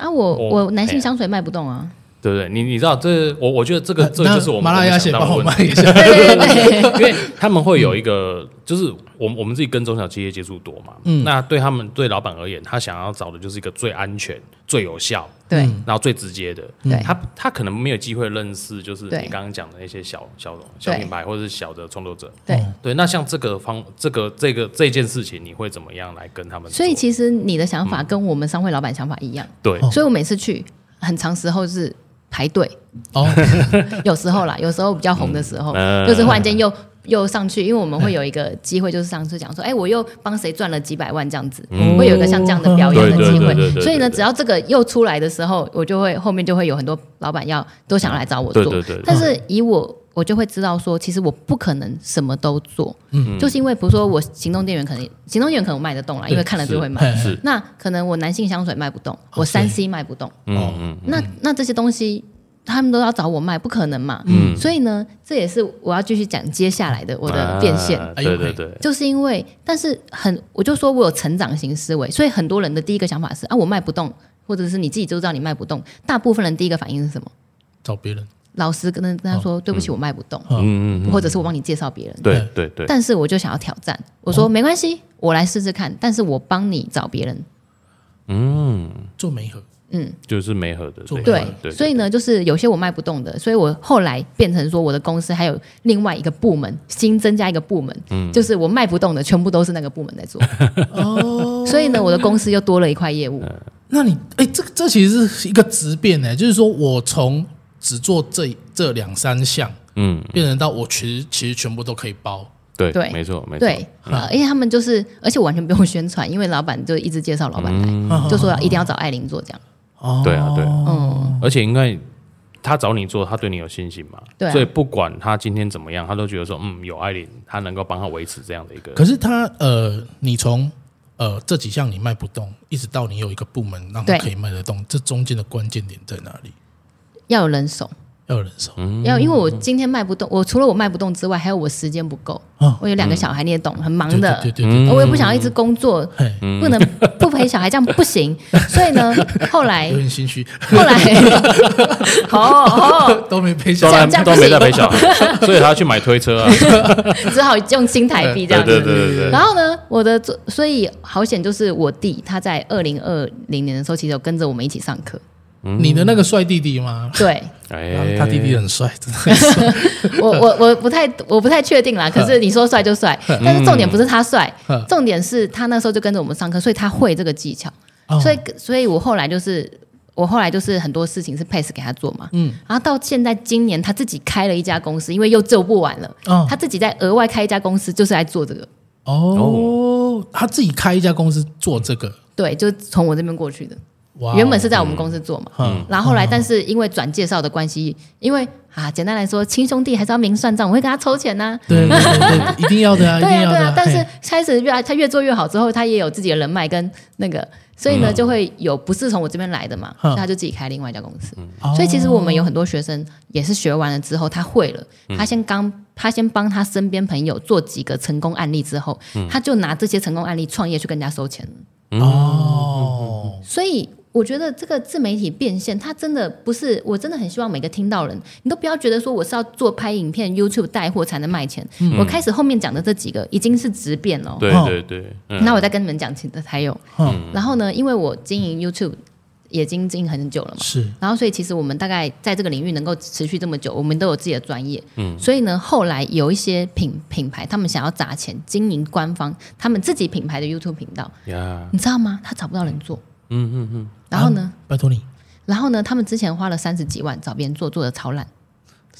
Speaker 3: 啊，我
Speaker 2: 哦
Speaker 3: 我男
Speaker 2: 哎
Speaker 3: 性
Speaker 2: 呀
Speaker 3: 香水卖不动啊，
Speaker 2: 对不对？你你知道这我我觉得这个这个就是我们
Speaker 1: 麻辣鸭血
Speaker 2: 刚刚
Speaker 1: 帮我
Speaker 2: 想到
Speaker 1: 卖
Speaker 2: 的
Speaker 1: 一 下，
Speaker 3: 对对对对，
Speaker 2: 问题，因为他们会有一个，就是我们我们自己跟中小企业接触多嘛，嗯，那对他们对老板而言，他想要找的就是一个最安全、最有效，
Speaker 3: 对
Speaker 2: 然后最直接的，
Speaker 3: 对
Speaker 2: 他他可能没有机会认识，就是
Speaker 3: 嗯对
Speaker 2: 你刚刚讲的那些小小小
Speaker 3: 对
Speaker 2: 品牌或者是小的创作者。
Speaker 3: 对。
Speaker 2: 对，那像这个方这个这个这件事情，你会怎么样来跟他们做？
Speaker 3: 所以其实哦你的想
Speaker 2: 嗯
Speaker 3: 法跟我们商会老板想法一样，
Speaker 2: 对，
Speaker 3: 所以我每次去，很长时候是排队，
Speaker 1: 哦，
Speaker 3: 有时候啦，有时候比较红的时候，
Speaker 2: 嗯
Speaker 3: 就是忽然间又又上去，因为我们会有一个机会，就是上次讲说，哎、我又帮谁赚了几百万这样子，会有一个像这样的表演的
Speaker 2: 嗯
Speaker 3: 机
Speaker 2: 对对对对对
Speaker 3: 会。
Speaker 2: 对
Speaker 3: 所以呢，只要这个又出来的时候，我就会后面就会有很多老板要都想来找我做，
Speaker 2: 对对对对
Speaker 3: 但是以我。我就会知道说，其实我不可能什么都做，
Speaker 2: 嗯
Speaker 3: 就是因为比如说我行动电源可能行动电源可能我卖得动啦，因为看了就会买。
Speaker 1: 哎
Speaker 2: 是，
Speaker 3: 那可能我男性香水卖不动，我
Speaker 1: 是
Speaker 3: 三 C 卖不动，
Speaker 1: 哦
Speaker 2: 嗯嗯，
Speaker 3: 那那这些东西他们都要找我卖，不可能嘛。
Speaker 2: 嗯
Speaker 3: 所以呢，这也是我要继续讲接下来的我的变现，
Speaker 2: 啊
Speaker 1: 哎呦
Speaker 2: 对
Speaker 1: 嘿
Speaker 2: 对对，
Speaker 3: 就是因为，但是很，我就说我有成长型思维，所以很多人的第一个想法是啊，我卖不动，或者是你自己就知道你卖不动。大部分人第一个反应是什么？
Speaker 1: 找别人，
Speaker 3: 老师跟跟他说、对不起，我卖不动，
Speaker 2: 哦嗯嗯嗯，
Speaker 3: 或者是我帮你介绍别人。
Speaker 2: 对哦对对，
Speaker 3: 但是我就想要挑战，我说、没关系，我来试试看，但是我帮你找别人。
Speaker 1: 做媒合，
Speaker 2: 就是没合的这一块，
Speaker 3: 对
Speaker 2: 对，对，
Speaker 3: 所以呢，就是有些我卖不动的，所以我后来变成说，我的公司还有另外一个部门，新增加一个部门，
Speaker 2: 嗯
Speaker 3: 就是我卖不动的，全部都是那个部门在做。哦，所以呢，我的公司又多了一块业务。
Speaker 1: 那你哎，这这其实是一个质变呢，就是说我从只做这这两三项，
Speaker 2: 嗯，
Speaker 1: 变成到我其实其实全部都可以包，
Speaker 2: 对
Speaker 3: 对
Speaker 2: 没错没错，
Speaker 3: 对，呃，因为他们就是，而且我完全不用宣传，因为老板就一直介绍老板来，
Speaker 2: 嗯
Speaker 1: 嗯
Speaker 3: 就说一定要找艾琳做这样。
Speaker 1: 哦，
Speaker 2: 对啊对啊
Speaker 3: 嗯，
Speaker 2: 而且应该他找你做，他对你有信心嘛，
Speaker 3: 对啊
Speaker 2: 所以不管他今天怎么样，他都觉得说，嗯，有艾琳，他能够帮他维持这样的一个，
Speaker 1: 可是他呃，你从呃这几项你卖不动，一直到你有一个部门让他
Speaker 3: 对
Speaker 1: 可以卖得动，这中间的关键点在哪里？
Speaker 3: 要有人手，
Speaker 1: 要有人手，
Speaker 2: 嗯
Speaker 3: 要因为我今天卖不动，我除了我卖不动之外，还有我时间不够
Speaker 1: 哦。
Speaker 3: 我有
Speaker 2: 嗯
Speaker 3: 两个小孩，你也懂，很忙
Speaker 1: 对
Speaker 3: 的。
Speaker 1: 对对对，
Speaker 3: 我也不想要一直工作，
Speaker 1: 嘿，
Speaker 2: 嗯
Speaker 3: 不能不陪小孩，这样不行。所以呢，后来
Speaker 1: 有点心虚，
Speaker 3: 后来，哦哦，
Speaker 1: 都没配上
Speaker 2: 当
Speaker 3: 这
Speaker 2: 然
Speaker 3: 样这样
Speaker 2: 都
Speaker 3: 不
Speaker 2: 没
Speaker 3: 行
Speaker 2: 在陪小孩， 所以他去买推车啊，
Speaker 3: 只好用新台币这
Speaker 2: 对
Speaker 3: 样
Speaker 2: 对
Speaker 3: 子。
Speaker 2: 对对
Speaker 3: 然后呢，我的做所以好险就是我弟他在二零二零年的时候，其实有跟着我们一起上课。
Speaker 1: 你的那个帅弟弟吗？
Speaker 3: 对
Speaker 2: 对，哎，
Speaker 1: 他弟弟很帅，真的很
Speaker 3: 我我我不太我不太确定啦，可是你说帅就帅，但是重点不是他帅
Speaker 1: 嗯，
Speaker 3: 重点是他那时候就跟着我们上课，所以他会这个技巧。
Speaker 1: 哦
Speaker 3: 所以所以我后来就是我后来就是很多事情是 pass 给他做嘛，嗯，然后到现在今年他自己开了一家公司，因为又做不完了，
Speaker 1: 哦
Speaker 3: 他自己再额外开一家公司，就是来做这个，
Speaker 1: 哦，他自己开一家公司做这个，
Speaker 3: 对，就是从我这边过去的，
Speaker 1: 哇哦，
Speaker 3: 原本是在我们公司做嘛。
Speaker 1: 嗯
Speaker 3: 然后后来，但是因为转介绍的关系，因为啊，简单来说，亲兄弟还是要明算账，我会跟他抽钱呐、
Speaker 1: 对对对，对一定要的啊，一
Speaker 3: 对
Speaker 1: 定
Speaker 3: 啊，
Speaker 1: 要
Speaker 3: 对
Speaker 1: 的
Speaker 3: 啊
Speaker 1: 啊，。
Speaker 3: 但是
Speaker 1: 嘿
Speaker 3: 开始越来他越做越好之后，他也有自己的人脉跟那个，所以呢，就会有不是从我这边来的嘛，
Speaker 1: 嗯
Speaker 3: 所以他就自己开另外一家公司。所以其实我们有很多学生也是学完了之后，他会了，
Speaker 1: 嗯
Speaker 3: 他先刚他先帮他身边朋友做几个成功案例之
Speaker 1: 嗯
Speaker 3: 后，他就拿这些成功案例创业去跟人家收钱了。
Speaker 1: 哦，
Speaker 3: 所以我觉得这个自媒体变现，它真的不是，我真的很希望每个听到人，你都不要觉得说我是要做拍影片、YouTube 带货才能卖钱。
Speaker 1: 嗯
Speaker 3: 我开始后面讲的这几个已经是质变了哦，
Speaker 2: 对
Speaker 1: 哦
Speaker 2: 对对，嗯
Speaker 3: 那我再跟你们讲其他还有。
Speaker 1: 嗯，
Speaker 3: 然后呢，因为我经营 YouTube 也经经营很久了嘛，
Speaker 1: 是
Speaker 3: 然后所以其实我们大概在这个领域能够持续这么久，我们都有自己的专业，嗯，所以呢，后来有一些品品牌，他们想要砸钱经营官方他们自己品牌的 YouTube 频道，
Speaker 2: 呀，
Speaker 3: 你知道吗？他找不到人做，
Speaker 2: 嗯嗯嗯，
Speaker 3: 然后呢，
Speaker 1: 啊拜托你，
Speaker 3: 然后呢，他们之前花了三十几万找别人做，做的超烂，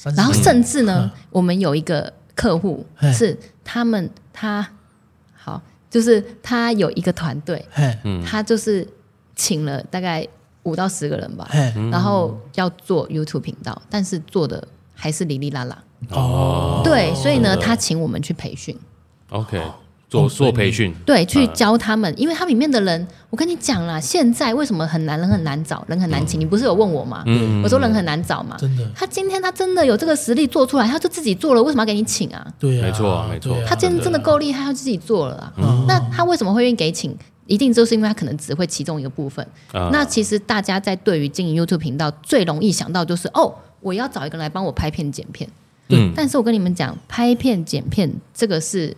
Speaker 2: 嗯
Speaker 1: 30
Speaker 3: 然后甚至呢，我们有一个客户
Speaker 1: 嘿
Speaker 3: 是他们他好，就是他有一个团队，
Speaker 1: 嘿
Speaker 2: 嗯
Speaker 3: 他就是请了大概五到十个人吧，
Speaker 1: 嘿
Speaker 3: 然后要做 YouTube 频道，但是做的还是哩哩啦啦。
Speaker 1: 哦，
Speaker 3: 对，所以呢，他请我们去培训，
Speaker 2: OK，做
Speaker 1: 哦
Speaker 2: 做培训，
Speaker 3: 对，去教他们，因为他里面的人，我跟你讲啦，现在为什么很难，人很难找，人很难请？你不是有问我吗？
Speaker 2: 嗯
Speaker 3: 我说人很难找嘛。
Speaker 1: 真的
Speaker 3: 他今天他真的有这个实力做出来，他就自己做了，为什么要给你请啊？
Speaker 1: 对啊，
Speaker 2: 没错没错
Speaker 1: 对啊
Speaker 3: 他今天真的
Speaker 1: 对啊
Speaker 3: 够厉害，他就自己做了啊。
Speaker 1: 嗯
Speaker 3: 那他为什么会愿意给请？一定就是因为他可能只会其中一个部分。
Speaker 2: 啊
Speaker 3: 那其实大家在对于经营 YouTube 频道最容易想到就是哦，我要找一个人来帮我拍片剪片。
Speaker 2: 嗯
Speaker 3: 但是我跟你们讲，拍片剪片这个是，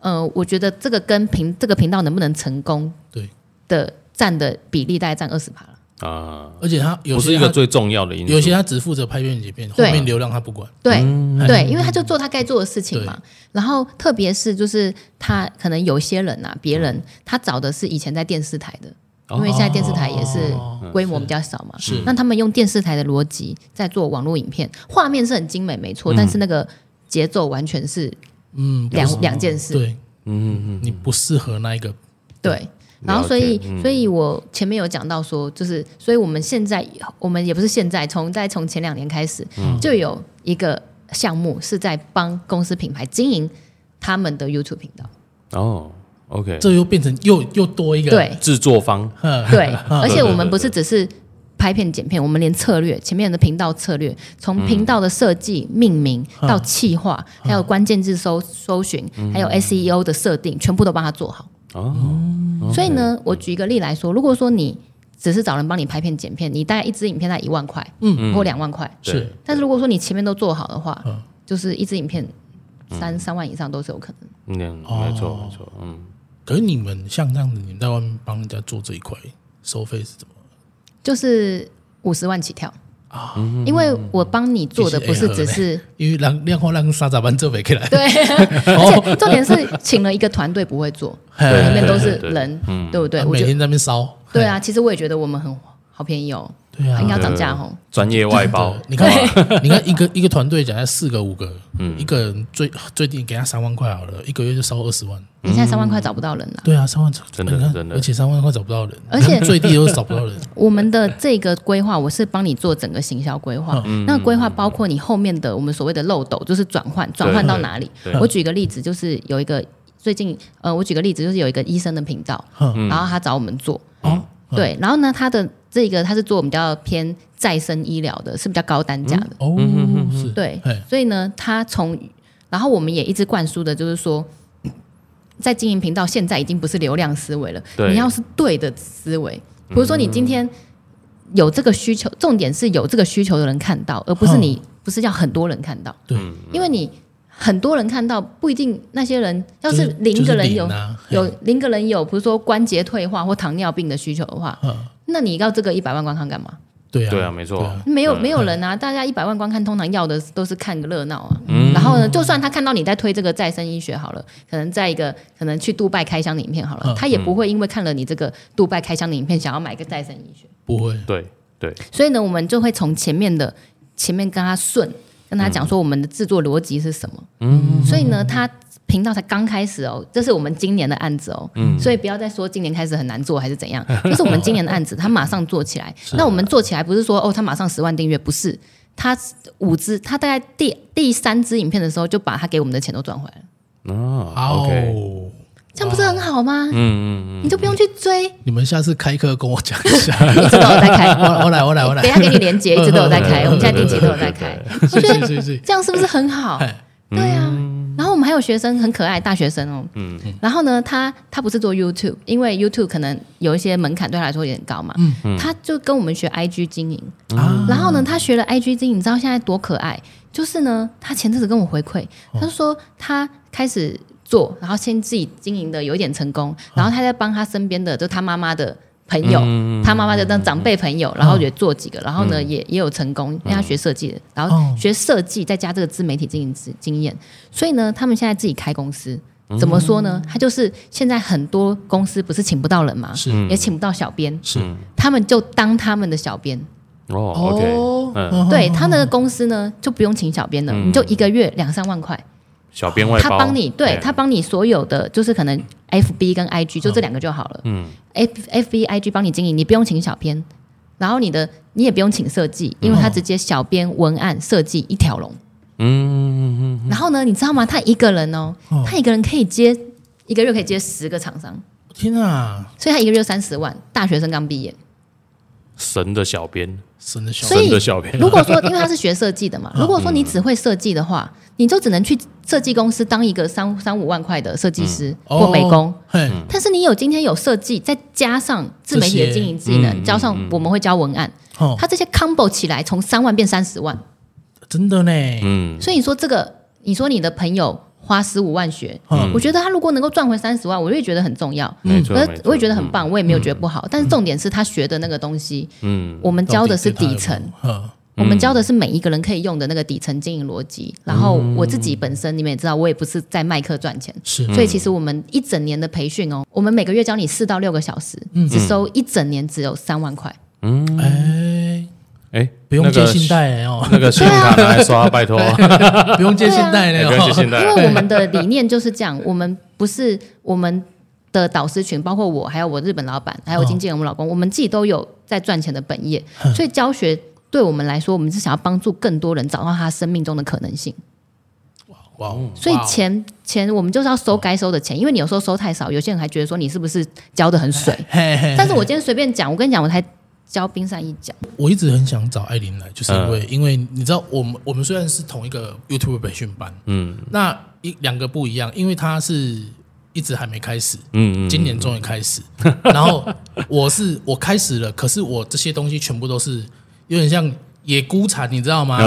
Speaker 3: 呃，我觉得这个跟频这个频道能不能成功
Speaker 1: 对，
Speaker 3: 的占的比例大概占二十趴了。
Speaker 2: 啊，
Speaker 1: 而且他有
Speaker 2: 不
Speaker 1: 些
Speaker 2: 是一个
Speaker 1: 他
Speaker 2: 最重要的因素，
Speaker 1: 有些他只负责拍片几片，后
Speaker 3: 对
Speaker 1: 面流量他不管，
Speaker 3: 对、
Speaker 2: 嗯
Speaker 1: 嗯
Speaker 3: 对，因为他就做他该做的事情嘛。然后特别是就是他可能有些人啊，别
Speaker 1: 嗯
Speaker 3: 人他找的是以前在电视台的，因为现在电视台也是规模比较少嘛，
Speaker 1: 哦嗯是
Speaker 3: 那他们用电视台的逻辑在做网络影片，画面是很精美没错，但是那个节奏完全是
Speaker 1: 嗯，
Speaker 3: 两两件事，
Speaker 1: 对
Speaker 2: 嗯嗯
Speaker 1: 你不适合那一个，
Speaker 3: 对。然后，所以
Speaker 2: 嗯了解，
Speaker 3: 所以我前面有讲到说，就是，所以我们现在，我们也不是现在，从再从前两年开始，
Speaker 2: 嗯
Speaker 3: 就有一个项目是在帮公司品牌经营他们的 YouTube 频道，
Speaker 2: 嗯，哦，OK，
Speaker 1: 这又变成又又多一个，
Speaker 3: 对
Speaker 2: 制作方
Speaker 1: 嗯，
Speaker 3: 对，而
Speaker 2: 对
Speaker 3: 且
Speaker 2: 对
Speaker 3: 我们不
Speaker 2: 对
Speaker 3: 是只是拍片剪片，我们连策略前面的频道策略，从频道的设计、命名
Speaker 2: 嗯
Speaker 3: 到企划，还有关键字搜搜寻，还有 SEO 的设定，全部都帮他做好。
Speaker 2: 哦，
Speaker 3: 所以呢，我举一个例来说，如果说你只是找人帮你拍片剪片，你大概一支影片在一万块，嗯，或两万块，
Speaker 2: 对
Speaker 1: 是
Speaker 3: 但是如果说你前面都做好的话，
Speaker 1: 嗯
Speaker 3: 就是一支影片三三万以上都是有可能。
Speaker 2: 嗯，
Speaker 1: 哦
Speaker 2: 没错没错，嗯，
Speaker 1: 可是你们像这样子，你们在外面帮人家做这一块收费是怎么？
Speaker 3: 就是五十万起跳啊，
Speaker 2: 嗯
Speaker 3: 因为我帮你做的不是
Speaker 2: 哎
Speaker 3: 只是
Speaker 1: 因为让量化让沙咋班这边 可以来，
Speaker 3: 对，而且重点是请了一个团队不会做，
Speaker 1: 嘿
Speaker 3: 里面都是
Speaker 2: 哦 对对嗯
Speaker 3: 人，对不对？
Speaker 1: 啊
Speaker 3: 我
Speaker 1: 每
Speaker 3: 觉得
Speaker 1: 天在那边烧，
Speaker 3: 对啊，其实我也觉得我们很好便宜哦，
Speaker 1: 嘿，对啊啊
Speaker 3: 应，该要涨价哦。
Speaker 2: 专业外包
Speaker 1: 你看，你看一个一个团队，假设四个五个，
Speaker 2: 嗯
Speaker 1: 一个人最最低给他三万块好了，一个月就烧二十万，
Speaker 3: 你现在
Speaker 2: 嗯
Speaker 3: 三万块找不到人了。
Speaker 1: 对啊，三万
Speaker 2: 真的
Speaker 1: 你看
Speaker 2: 真的
Speaker 1: 而且三万块找不到人，
Speaker 3: 而且
Speaker 1: 最低都找不到 人，
Speaker 3: 我们的这个规划，我是帮你做整个行销规划。
Speaker 1: 嗯
Speaker 3: 那规划包括你后面的我们所谓的漏斗，就是转换，转换到哪里
Speaker 2: 对对？
Speaker 3: 我举个例子，就是有一个最近，呃，我举个例子，就是有一个医生的频道，
Speaker 1: 嗯
Speaker 3: 然后他找我们做，
Speaker 1: 哦，
Speaker 3: 对，然后呢，他的这个他是做比较偏再生医疗的，是比较高单价的。
Speaker 1: 哦，
Speaker 3: 嗯
Speaker 1: 是，
Speaker 3: 对
Speaker 1: 嘿，
Speaker 3: 所以呢，他从然后我们也一直灌输的就是说，在经营频道现在已经不是流量思维了，
Speaker 2: 对
Speaker 3: 你要是对的思维，比如说你今天有这个需求，重点是有这个需求的人看到，而不是你不是要很多人看到，
Speaker 1: 嗯对，
Speaker 3: 因为你很多人看到不一定那些人要
Speaker 1: 就是
Speaker 3: 零个人
Speaker 1: 就是
Speaker 3: 有。
Speaker 1: 啊嘿
Speaker 3: 有零个人有，比如说关节退化或糖尿病的需求的话，
Speaker 1: 嗯
Speaker 3: 那你要这个一百万观看干嘛？
Speaker 1: 对啊，
Speaker 2: 对啊，没错
Speaker 1: 对，啊
Speaker 3: 没有
Speaker 2: 嗯
Speaker 3: 没有人啊，大家一百万观看，通常要的都是看个热闹啊。
Speaker 1: 嗯
Speaker 3: 然后呢，就算他看到你在推这个再生医学好了，可能在一个可能去杜拜开箱的影片好了，
Speaker 1: 嗯
Speaker 3: 他也不会因为看了你这个杜拜开箱的影片，想要买个再生医学。
Speaker 1: 不会，
Speaker 2: 对对，
Speaker 3: 所以呢，我们就会从前面的前面跟他顺，跟他讲说我们的制作逻辑是什么。嗯，所以呢，他频道才刚开始哦，这是我们今年的案子哦。嗯，所以不要再说今年开始很难做还是怎 样，这是我们今年的案子，他马上做起来。那我们做起来不是啊说哦，他马上十万订阅，不是。他五支，他大概第第三支影片的时候，就把他给我们的钱都赚回来了，
Speaker 2: 啊，OK，
Speaker 1: 哦，
Speaker 3: 这样不是很好吗？
Speaker 2: 嗯嗯
Speaker 3: 你就不用去追，一
Speaker 1: 你们下次开课跟我讲一下，
Speaker 3: 直都有在 开，
Speaker 1: 我我来我来我来
Speaker 3: 等一，下给你连接， 一直都有在开，
Speaker 2: 嗯
Speaker 3: 我们现在定期都有在
Speaker 2: 对
Speaker 3: 开
Speaker 2: 对，
Speaker 3: 我觉
Speaker 1: 是
Speaker 3: 得
Speaker 1: 是是，
Speaker 3: 这样是不是很好？
Speaker 1: 哎，
Speaker 3: 对啊，然后我们还有学生很可爱，大学生哦，嗯，然后呢，他他不是做 YouTube，因为 YouTube 可能有一些门槛对他来说有点高嘛，
Speaker 1: 嗯
Speaker 3: 他就跟我们学 IG 经营，
Speaker 1: 啊
Speaker 3: 然后呢，他学了 IG 经营，你知道现在多可爱？就是呢，他前阵子跟我回馈，
Speaker 1: 哦
Speaker 3: 他就说他开始做，然后先自己经营的有一点成
Speaker 1: 哦
Speaker 3: 功，然后他在帮他身边的，就他妈妈的朋友，
Speaker 1: 嗯
Speaker 3: 他妈妈的当长辈朋友，然后也做几个，然后呢、也也有成功，因为他学设计的，
Speaker 1: 嗯
Speaker 3: 然
Speaker 1: 哦
Speaker 3: 后学设计再加这个自媒体经营之经验，所以呢，他们现在自己开公司。
Speaker 1: 嗯
Speaker 3: 怎么说呢？他就是现在很多公司不是请不到人吗？
Speaker 1: 是
Speaker 3: 也请不到小编，
Speaker 1: 是
Speaker 3: 他们就当他们的小编，
Speaker 2: 嗯哦，OK，嗯，
Speaker 3: 对他那个公司呢，就不用请小编了，
Speaker 2: 嗯
Speaker 3: 你就一个月两三万块，
Speaker 2: 小编外
Speaker 3: 他
Speaker 2: 包，
Speaker 3: 帮你，对
Speaker 2: 哎
Speaker 3: 他帮你所有的，就是可能 F B 跟 I G 就这两个就好了。
Speaker 2: 嗯
Speaker 3: 嗯，F F B I G 帮你经营，你不用请小编，然后你的你也不用请设计，因为他直接小编、文案、设计一条龙。
Speaker 2: 嗯，嗯嗯
Speaker 3: 然后呢，你知道吗？他一个人哦，
Speaker 1: 哦
Speaker 3: 他一个人可以接一个月可以接十个厂商，
Speaker 1: 天啊，
Speaker 3: 所以他一个月三十万，大学生刚毕业。
Speaker 2: 神的小编，
Speaker 1: 神的小
Speaker 3: 所以
Speaker 2: 神的小编，
Speaker 3: 如果说，因为他是学设 计的嘛，如果说你只会设计的话，你就只能去设计公司当一个三三五万块的设计师或美工。
Speaker 1: 哦嘿，
Speaker 2: 嗯
Speaker 3: 但是你有今天有设计，再加上自媒体的经营技
Speaker 2: 这些
Speaker 3: 能，加上我们会教文案，
Speaker 1: 哦，嗯
Speaker 3: 它这些 combo 起来从三万变三十万，
Speaker 1: 真的呢，
Speaker 2: 嗯，
Speaker 3: 所以你说这个，你说你的朋友花十五万学，
Speaker 1: 嗯
Speaker 3: 我觉得他如果能够赚回三十万，我就会觉得很重要。
Speaker 2: 没错
Speaker 3: 我，
Speaker 2: 没错
Speaker 3: 我也觉得很，棒，我也
Speaker 1: 嗯
Speaker 3: 没有觉得不好。但是重点是他学的那个东西，
Speaker 2: 嗯，
Speaker 3: 我们教的是
Speaker 1: 到底对他
Speaker 3: 底
Speaker 1: 有
Speaker 3: 层
Speaker 1: 没，有，嗯，嗯
Speaker 3: 我们教的是每一个人可以用的那个底层经营逻辑。然后我自己本身，你们也知道，我也不是在卖课赚钱，
Speaker 1: 是嗯
Speaker 3: 所以其实我们一整年的培训哦，我们每个月教你四到六个小时，
Speaker 1: 嗯
Speaker 3: 只收一整年只有三万块。
Speaker 1: 哎，
Speaker 2: 哎，
Speaker 1: 不用
Speaker 2: 那
Speaker 1: 借
Speaker 2: 个
Speaker 1: 信贷了哦，
Speaker 2: 那个信用卡拿来 刷，拜托，
Speaker 1: 不用借信贷
Speaker 2: 哎
Speaker 1: 了
Speaker 2: 不用借
Speaker 1: 哦，
Speaker 2: 信
Speaker 3: 啊因
Speaker 2: 贷，
Speaker 3: 为我们的理念就是这样，我们不是我们的导师群，包括我，还有我日本老板，
Speaker 1: 哦
Speaker 3: 还有我经纪人我们老公，我们自己都有在赚钱的本业，所以教学。对我们来说，我们是想要帮助更多人找到他生命中的可能性。
Speaker 1: 哇哦，
Speaker 2: 嗯
Speaker 3: 所以
Speaker 1: 哇哦
Speaker 3: 钱钱，我们就是要收该收的钱，因为你有时候收太少，有些人还觉得说你是不是教的很水。
Speaker 1: 嘿嘿，
Speaker 3: 但是我今天随便讲，我跟你讲，我才教冰山一角。
Speaker 1: 我一直很想找艾琳来，就是因
Speaker 2: 嗯
Speaker 1: 为、因为你知道，我们我们虽然是同一个 YouTube 培训班，
Speaker 2: 嗯
Speaker 1: 那一两个不一样，因为他是一直还没开始，
Speaker 2: 嗯嗯，
Speaker 1: 今年终于开始，然后我是我开始了，可是我这些东西全部都是有点像野孤产，你知道吗？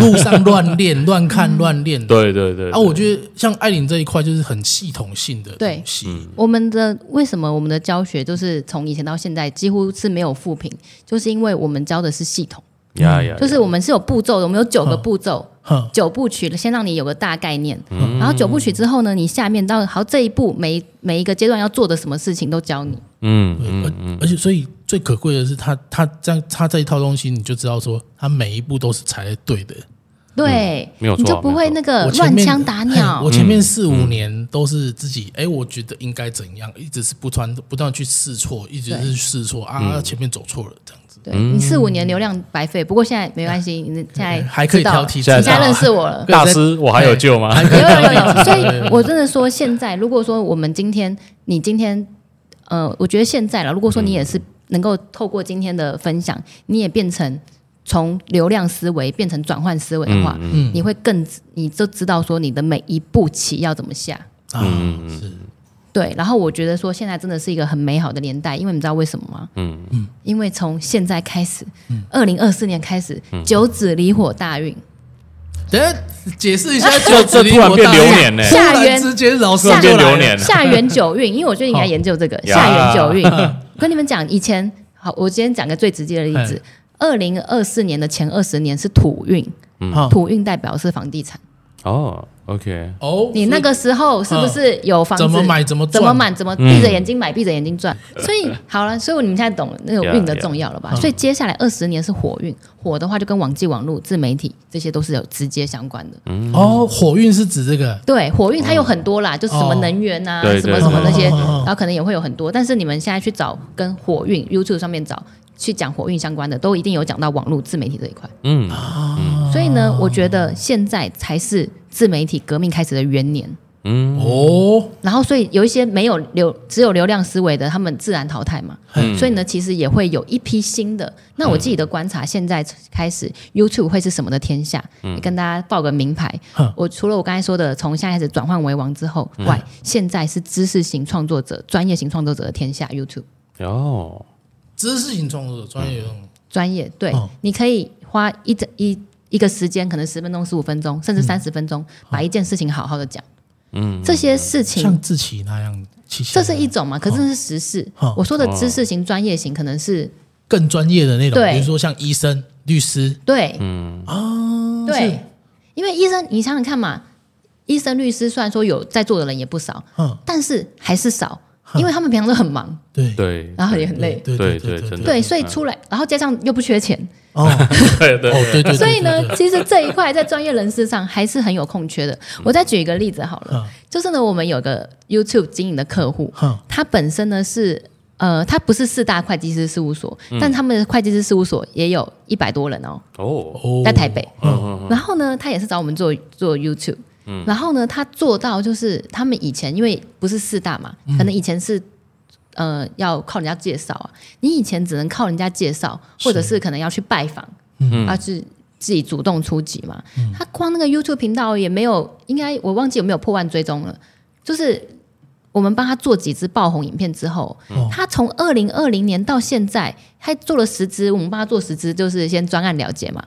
Speaker 1: 路上乱练、乱看、乱练的。
Speaker 2: 呃对对对，
Speaker 1: 啊，我觉得像艾琳这一块就是很系统性的
Speaker 3: 对
Speaker 1: 东西，
Speaker 3: 我们的为什么我们的教学就是从以前到现在几乎是没有复评，就是因为我们教的是系统，
Speaker 2: 得呀哎呀，
Speaker 3: 就是我们是有步骤的，我们有九个步骤，
Speaker 1: 哼，
Speaker 3: 九部曲的，先让你有个大概念，然后九部曲之后呢，你下面到好这一步每每一个阶段要做的什么事情都教你，
Speaker 2: 嗯
Speaker 1: 对
Speaker 2: 嗯
Speaker 1: 而呃而且所以最可贵的是他，他这样他这一套东西，你就知道说他每一步都是踩在对的，
Speaker 3: 对，
Speaker 2: 没有错
Speaker 3: 你就不会那个
Speaker 1: 我前
Speaker 3: 呃乱
Speaker 1: 面
Speaker 3: 枪打
Speaker 1: 嘿
Speaker 3: 鸟
Speaker 1: 我，前
Speaker 2: 嗯
Speaker 1: 面四五年都是自己，哎、我觉得应该怎样，一直是不断不断去试错，一直是试错
Speaker 2: 嗯
Speaker 1: 啊，前面走错了这样子，
Speaker 3: 对你四五年流量白费，不过现在没关系，你现在
Speaker 1: 嗯还可以
Speaker 3: 知道
Speaker 1: 挑
Speaker 3: 了
Speaker 1: 剔，
Speaker 2: 现在
Speaker 3: 你
Speaker 2: 知
Speaker 3: 现
Speaker 2: 道嗯
Speaker 3: 在认识我了。
Speaker 2: 大师，我还有救 吗？
Speaker 1: 还可以
Speaker 3: 有
Speaker 1: 挑啊
Speaker 3: 有
Speaker 1: 剔
Speaker 3: 有有，
Speaker 1: 自
Speaker 3: 所
Speaker 1: 己，
Speaker 3: 以我真的说，现在如果说我们今天，你今天，呃，我觉得现在了，如果说你也
Speaker 1: 嗯
Speaker 3: 是能够透过今天的分享，你也变成从流量思维变成转换思维的话，
Speaker 1: 嗯
Speaker 3: 你会更你就知道说你的每一步棋要怎么下。
Speaker 1: 啊，
Speaker 3: 嗯
Speaker 1: 是
Speaker 3: 对，然后我觉得说现在真的是一个很美好的年代，因为你知道为什么吗？
Speaker 2: 嗯
Speaker 3: 嗯，因为从现在开始，
Speaker 1: 嗯
Speaker 3: 二零二四年开始，九子离火大运，
Speaker 1: 等一下解释一下，
Speaker 2: 这这突然变流年呢
Speaker 1: 突
Speaker 3: 下
Speaker 1: 然
Speaker 3: 元
Speaker 1: 之间老师
Speaker 2: 突然
Speaker 1: 就
Speaker 2: 变
Speaker 1: 来
Speaker 2: 流
Speaker 1: 了，
Speaker 2: 年，
Speaker 3: 下元九运，因为我觉得你应该研究这个
Speaker 2: 呀
Speaker 3: 下元九运。我 跟你们讲，以前好，我今天讲个最直接的例子：
Speaker 1: 哎
Speaker 3: 二零二四年的前二十年是土运，
Speaker 1: 好
Speaker 2: 嗯
Speaker 3: 土运代表是房地产。
Speaker 2: 哦，OK，
Speaker 1: 哦，
Speaker 3: 你那个时候是不是有房子？
Speaker 1: 嗯怎么买怎么赚
Speaker 3: 怎么买？怎么
Speaker 2: 嗯
Speaker 3: 闭着眼睛买，闭着眼睛赚？所以好了，所以你们现在懂那个运的重要了吧
Speaker 1: Yeah, yeah.
Speaker 3: 所以接下来二十年是火运，火的话就跟网际网络、自媒体这些都是有直接相关的。
Speaker 1: 哦，火运是指这个，
Speaker 3: 对，火运它有很多啦，就是什么能源啊，
Speaker 2: 对
Speaker 3: 什么
Speaker 2: 对
Speaker 3: 什么那些，
Speaker 1: 对对
Speaker 3: 然后可能也会有很多。但是你们现在去找跟火运 YouTube 上面找去讲火运相关的，都一定有讲到网络自媒体这一块。
Speaker 2: 嗯，
Speaker 3: 所以呢，我觉得现在才是自媒体革命开始的元年。
Speaker 2: 嗯，
Speaker 1: 哦，
Speaker 3: 然后所以有一些没有流只有流量思维的，他们自然淘汰嘛。
Speaker 1: 嗯
Speaker 3: 所以呢，其实也会有一批新的。那我自己的观察，现在开始 YouTube 会是什么的天下？跟大家报个名牌
Speaker 1: 嗯哼。嗯
Speaker 3: 我除了我刚才说的，从现在开始转换为王之后外，现在是知识型创作者、专业型创作者的天下。YouTube
Speaker 2: 哦，
Speaker 1: 知识型创作者专业用语
Speaker 3: 专业，对
Speaker 1: 哦，
Speaker 3: 你可以花一整一。一个时间可能十分钟、十五分钟，
Speaker 1: 嗯
Speaker 3: 甚至三十分钟，把一件事情好好的讲。嗯，这些事情
Speaker 1: 像志奇那样，奇奇
Speaker 3: 这是一种嘛？可是这是时事。
Speaker 1: 啊哦
Speaker 3: 我说的知识型、专业型，可能是
Speaker 1: 更专业的那种，
Speaker 3: 对
Speaker 1: 比如说像医生、律师
Speaker 3: 对
Speaker 1: 啊，
Speaker 3: 对
Speaker 1: 是，，
Speaker 3: 因为医生，你想想看嘛，医生、律师虽然说有在座的人也不少，
Speaker 1: 嗯，
Speaker 3: 但是还是少，因为他们平常都很忙，
Speaker 1: 对
Speaker 2: 对，
Speaker 3: 然后也很累。
Speaker 1: 对
Speaker 2: 对
Speaker 1: 对
Speaker 2: 对真的
Speaker 3: 对，所以出来，然后加上又不缺钱，
Speaker 1: 哦
Speaker 2: 对对
Speaker 1: 哦对对对，
Speaker 3: 所
Speaker 1: 对
Speaker 3: 以呢，其实这一块在专业人士上还是很有空缺的。我再举一个例子好了
Speaker 1: 嗯，
Speaker 3: 就是呢，我们有个 YouTube 经营的客户，
Speaker 1: 哼
Speaker 3: 他本身呢是呃，他不是四大会计师事务所，但他们的会计师事务所也有一百多人哦，
Speaker 2: 哦，
Speaker 1: 哦
Speaker 3: 在台北。
Speaker 1: 嗯
Speaker 3: 然后呢，他也是找我们做做 YouTube。然后呢，他做到就是他们以前因为不是四大嘛，
Speaker 1: 嗯
Speaker 3: 可能以前是、呃要靠人家介绍啊，你以前只能靠人家介绍，或者是可能要去拜访，嗯，而是自己主动出击嘛。
Speaker 1: 嗯
Speaker 3: 他光那个 YouTube 频道也没有，应该我忘记有没有破万追踪了，就是。我们帮他做几支爆红影片之后，
Speaker 1: 嗯
Speaker 3: 他从二零二零年到现在，他做了十支，我们帮他做十支，就是先专案了解嘛。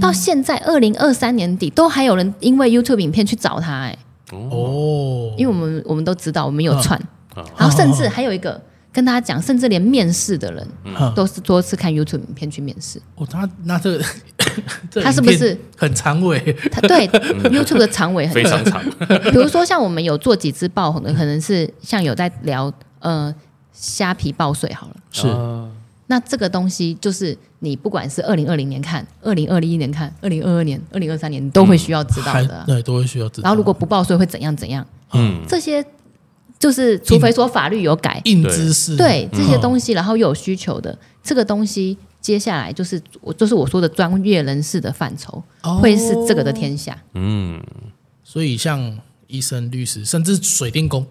Speaker 3: 到现在二零二三年底，都还有人因为 YouTube 影片去找他、哎，
Speaker 1: 哦，
Speaker 3: 因为我们我们都知道我们有串，
Speaker 2: 嗯
Speaker 3: 然后甚至还有一个跟大家讲，甚至连面试的人
Speaker 2: 嗯
Speaker 1: 哼
Speaker 3: 都是多次看 YouTube 影片去面试。
Speaker 1: 哦，他那这个 这
Speaker 3: 他是不是
Speaker 1: 影片很长尾？
Speaker 3: 他对 YouTube 的长尾很
Speaker 2: 嗯非常长，
Speaker 3: 比如说像我们有做几支爆红的，可能是像有在聊呃虾皮报税好了。
Speaker 1: 是
Speaker 2: 啊
Speaker 3: 那这个东西就是你不管是二零二零年看、二零二一年看、二零二二年、二零二三年，你都会需嗯要知道
Speaker 1: 还
Speaker 3: 的啊、
Speaker 1: 对，都会需要知道。
Speaker 3: 然后如果不报税会怎样怎样？
Speaker 2: 嗯，
Speaker 3: 这些就是除非说法律有改，
Speaker 1: 硬知
Speaker 2: 嗯
Speaker 1: 识，嗯
Speaker 3: 对这些
Speaker 1: 西，
Speaker 3: 东西，然后又有需求的这个东西，接下来就是我就是我说的专业人士的范畴，
Speaker 1: 哦
Speaker 3: 会是这个的天下。
Speaker 2: 嗯
Speaker 1: 所以像医生、律师，甚至水电工，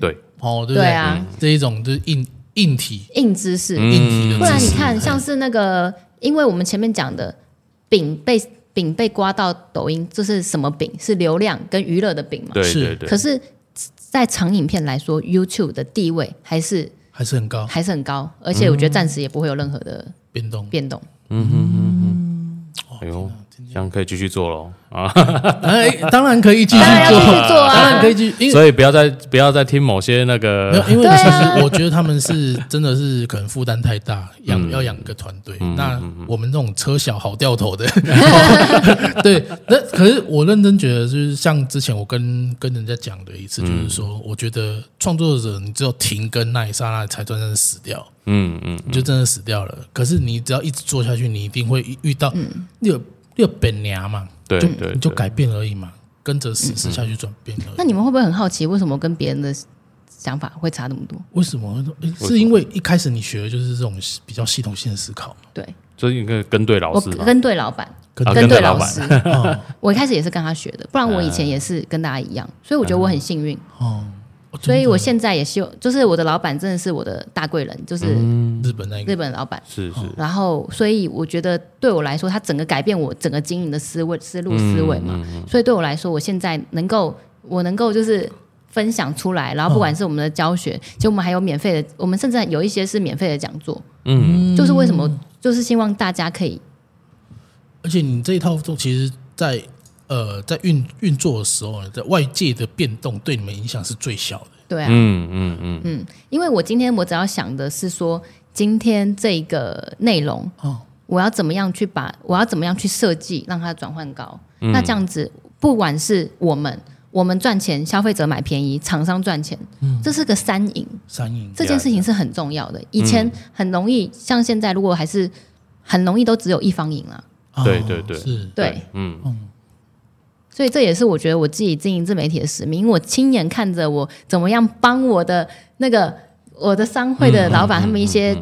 Speaker 2: 对，
Speaker 1: 哦，对不
Speaker 3: 嗯对啊，
Speaker 1: 这一种就是硬硬体
Speaker 3: 硬知识，
Speaker 2: 嗯
Speaker 1: 硬体的
Speaker 3: 不
Speaker 1: 知
Speaker 3: 然你
Speaker 1: 识，
Speaker 3: 看像是那个，因为我们前面讲的饼被饼被刮到抖音，这是什么饼？是流量跟娱乐的饼嘛？
Speaker 2: 对
Speaker 1: 是
Speaker 2: 对对
Speaker 3: 可，是，在长影片来说，YouTube 的地位还是
Speaker 1: 还是很
Speaker 2: 哦
Speaker 1: 高
Speaker 3: 还是很高，而且我
Speaker 2: 嗯
Speaker 3: 觉得暂时也不会有任何的
Speaker 1: 变动。
Speaker 3: 变动。
Speaker 2: 哎呦，这样可以继续做喽啊！
Speaker 1: 哎，当然可以继续
Speaker 3: 当然要继
Speaker 1: 做，
Speaker 3: 续做啊，
Speaker 1: 当然可以继续，因为
Speaker 2: 所以不要再不要再听某些
Speaker 1: 没
Speaker 2: 那
Speaker 1: 有
Speaker 2: 个，
Speaker 1: 因为
Speaker 3: 对
Speaker 1: 其
Speaker 3: 啊
Speaker 1: 实我觉得他们是真的是可能负担太大，
Speaker 2: 嗯
Speaker 1: 养要养一个团队。那我们这种车小好掉头的， 对。那可是我认真觉得，就是像之前我跟跟人家讲的一次，就是
Speaker 2: 嗯
Speaker 1: 说，我觉得创作者你只有停更那一刹那才真正死掉。
Speaker 2: 嗯嗯，
Speaker 1: 你就真的死掉了。可是你只要一直做下去，你一定会遇到
Speaker 3: 嗯
Speaker 1: 六六本娘嘛，
Speaker 2: 对对，对嗯
Speaker 1: 你就改变而已嘛，跟着时事下去转变而
Speaker 3: 那
Speaker 1: 已。
Speaker 3: 你们会不会很好奇，为什么跟别人的想法会差那么多？
Speaker 1: 为什么？诶是因为一开始你学的就是这种比较系统性的思考嘛。
Speaker 3: 对
Speaker 2: 这应该跟对老
Speaker 3: 我
Speaker 2: 师吧，
Speaker 3: 哦跟对老板，
Speaker 1: 跟
Speaker 2: 啊
Speaker 1: 着
Speaker 2: 跟
Speaker 3: 对
Speaker 2: 对老
Speaker 3: 老
Speaker 2: 板
Speaker 3: 师，
Speaker 1: 哦
Speaker 3: 我一开始也是跟他学的，不然我以前也是跟大家一
Speaker 2: 嗯
Speaker 3: 样，所以我觉得我很幸运。
Speaker 1: 哦，哦
Speaker 3: 所以
Speaker 1: 真的
Speaker 3: 我现在也希望，就是我的老板真的是我的大贵人，就是
Speaker 1: 日本那一
Speaker 3: 日
Speaker 1: 个
Speaker 3: 本老板。
Speaker 2: 是
Speaker 1: 哦
Speaker 2: 是，
Speaker 3: 然后，所以我觉得对我来说，他整个改变我整个经营的思维、思路、思维嘛。
Speaker 2: 嗯
Speaker 3: 所以对我来说，我现在能够，我能够就是分享出来，然后不管是我们的教学，就我们还有免费的，我们甚至有一些是免费的讲座。
Speaker 2: 嗯，
Speaker 3: 就是为什么，就是希望大家可以
Speaker 1: 而且你这一套做，其实在呃在运运作的时候呢，在外界的变动对你们影响是最小的。
Speaker 3: 对啊，
Speaker 2: 嗯嗯嗯嗯，
Speaker 3: 因为我今天我只要想的是说，今天这个内容，
Speaker 1: 哦
Speaker 3: 我要怎么样去把，我要怎么样去设计让它转换高。
Speaker 2: 嗯
Speaker 3: 那这样子，不管是我们我们赚钱，消费者买便宜，厂商赚钱，这是个三赢，
Speaker 1: 三影
Speaker 3: 这件事情是很重要的。以
Speaker 2: 嗯
Speaker 3: 前很容易，像现在如果还是很容易都只有一方赢了、
Speaker 1: 哦
Speaker 2: 对对对
Speaker 1: 是
Speaker 3: 对。，
Speaker 2: 嗯，
Speaker 3: 所以这也是我觉得我自己经营自媒体的使命，因为我亲眼看着我怎么样帮我的那个我的商会的老板他们一些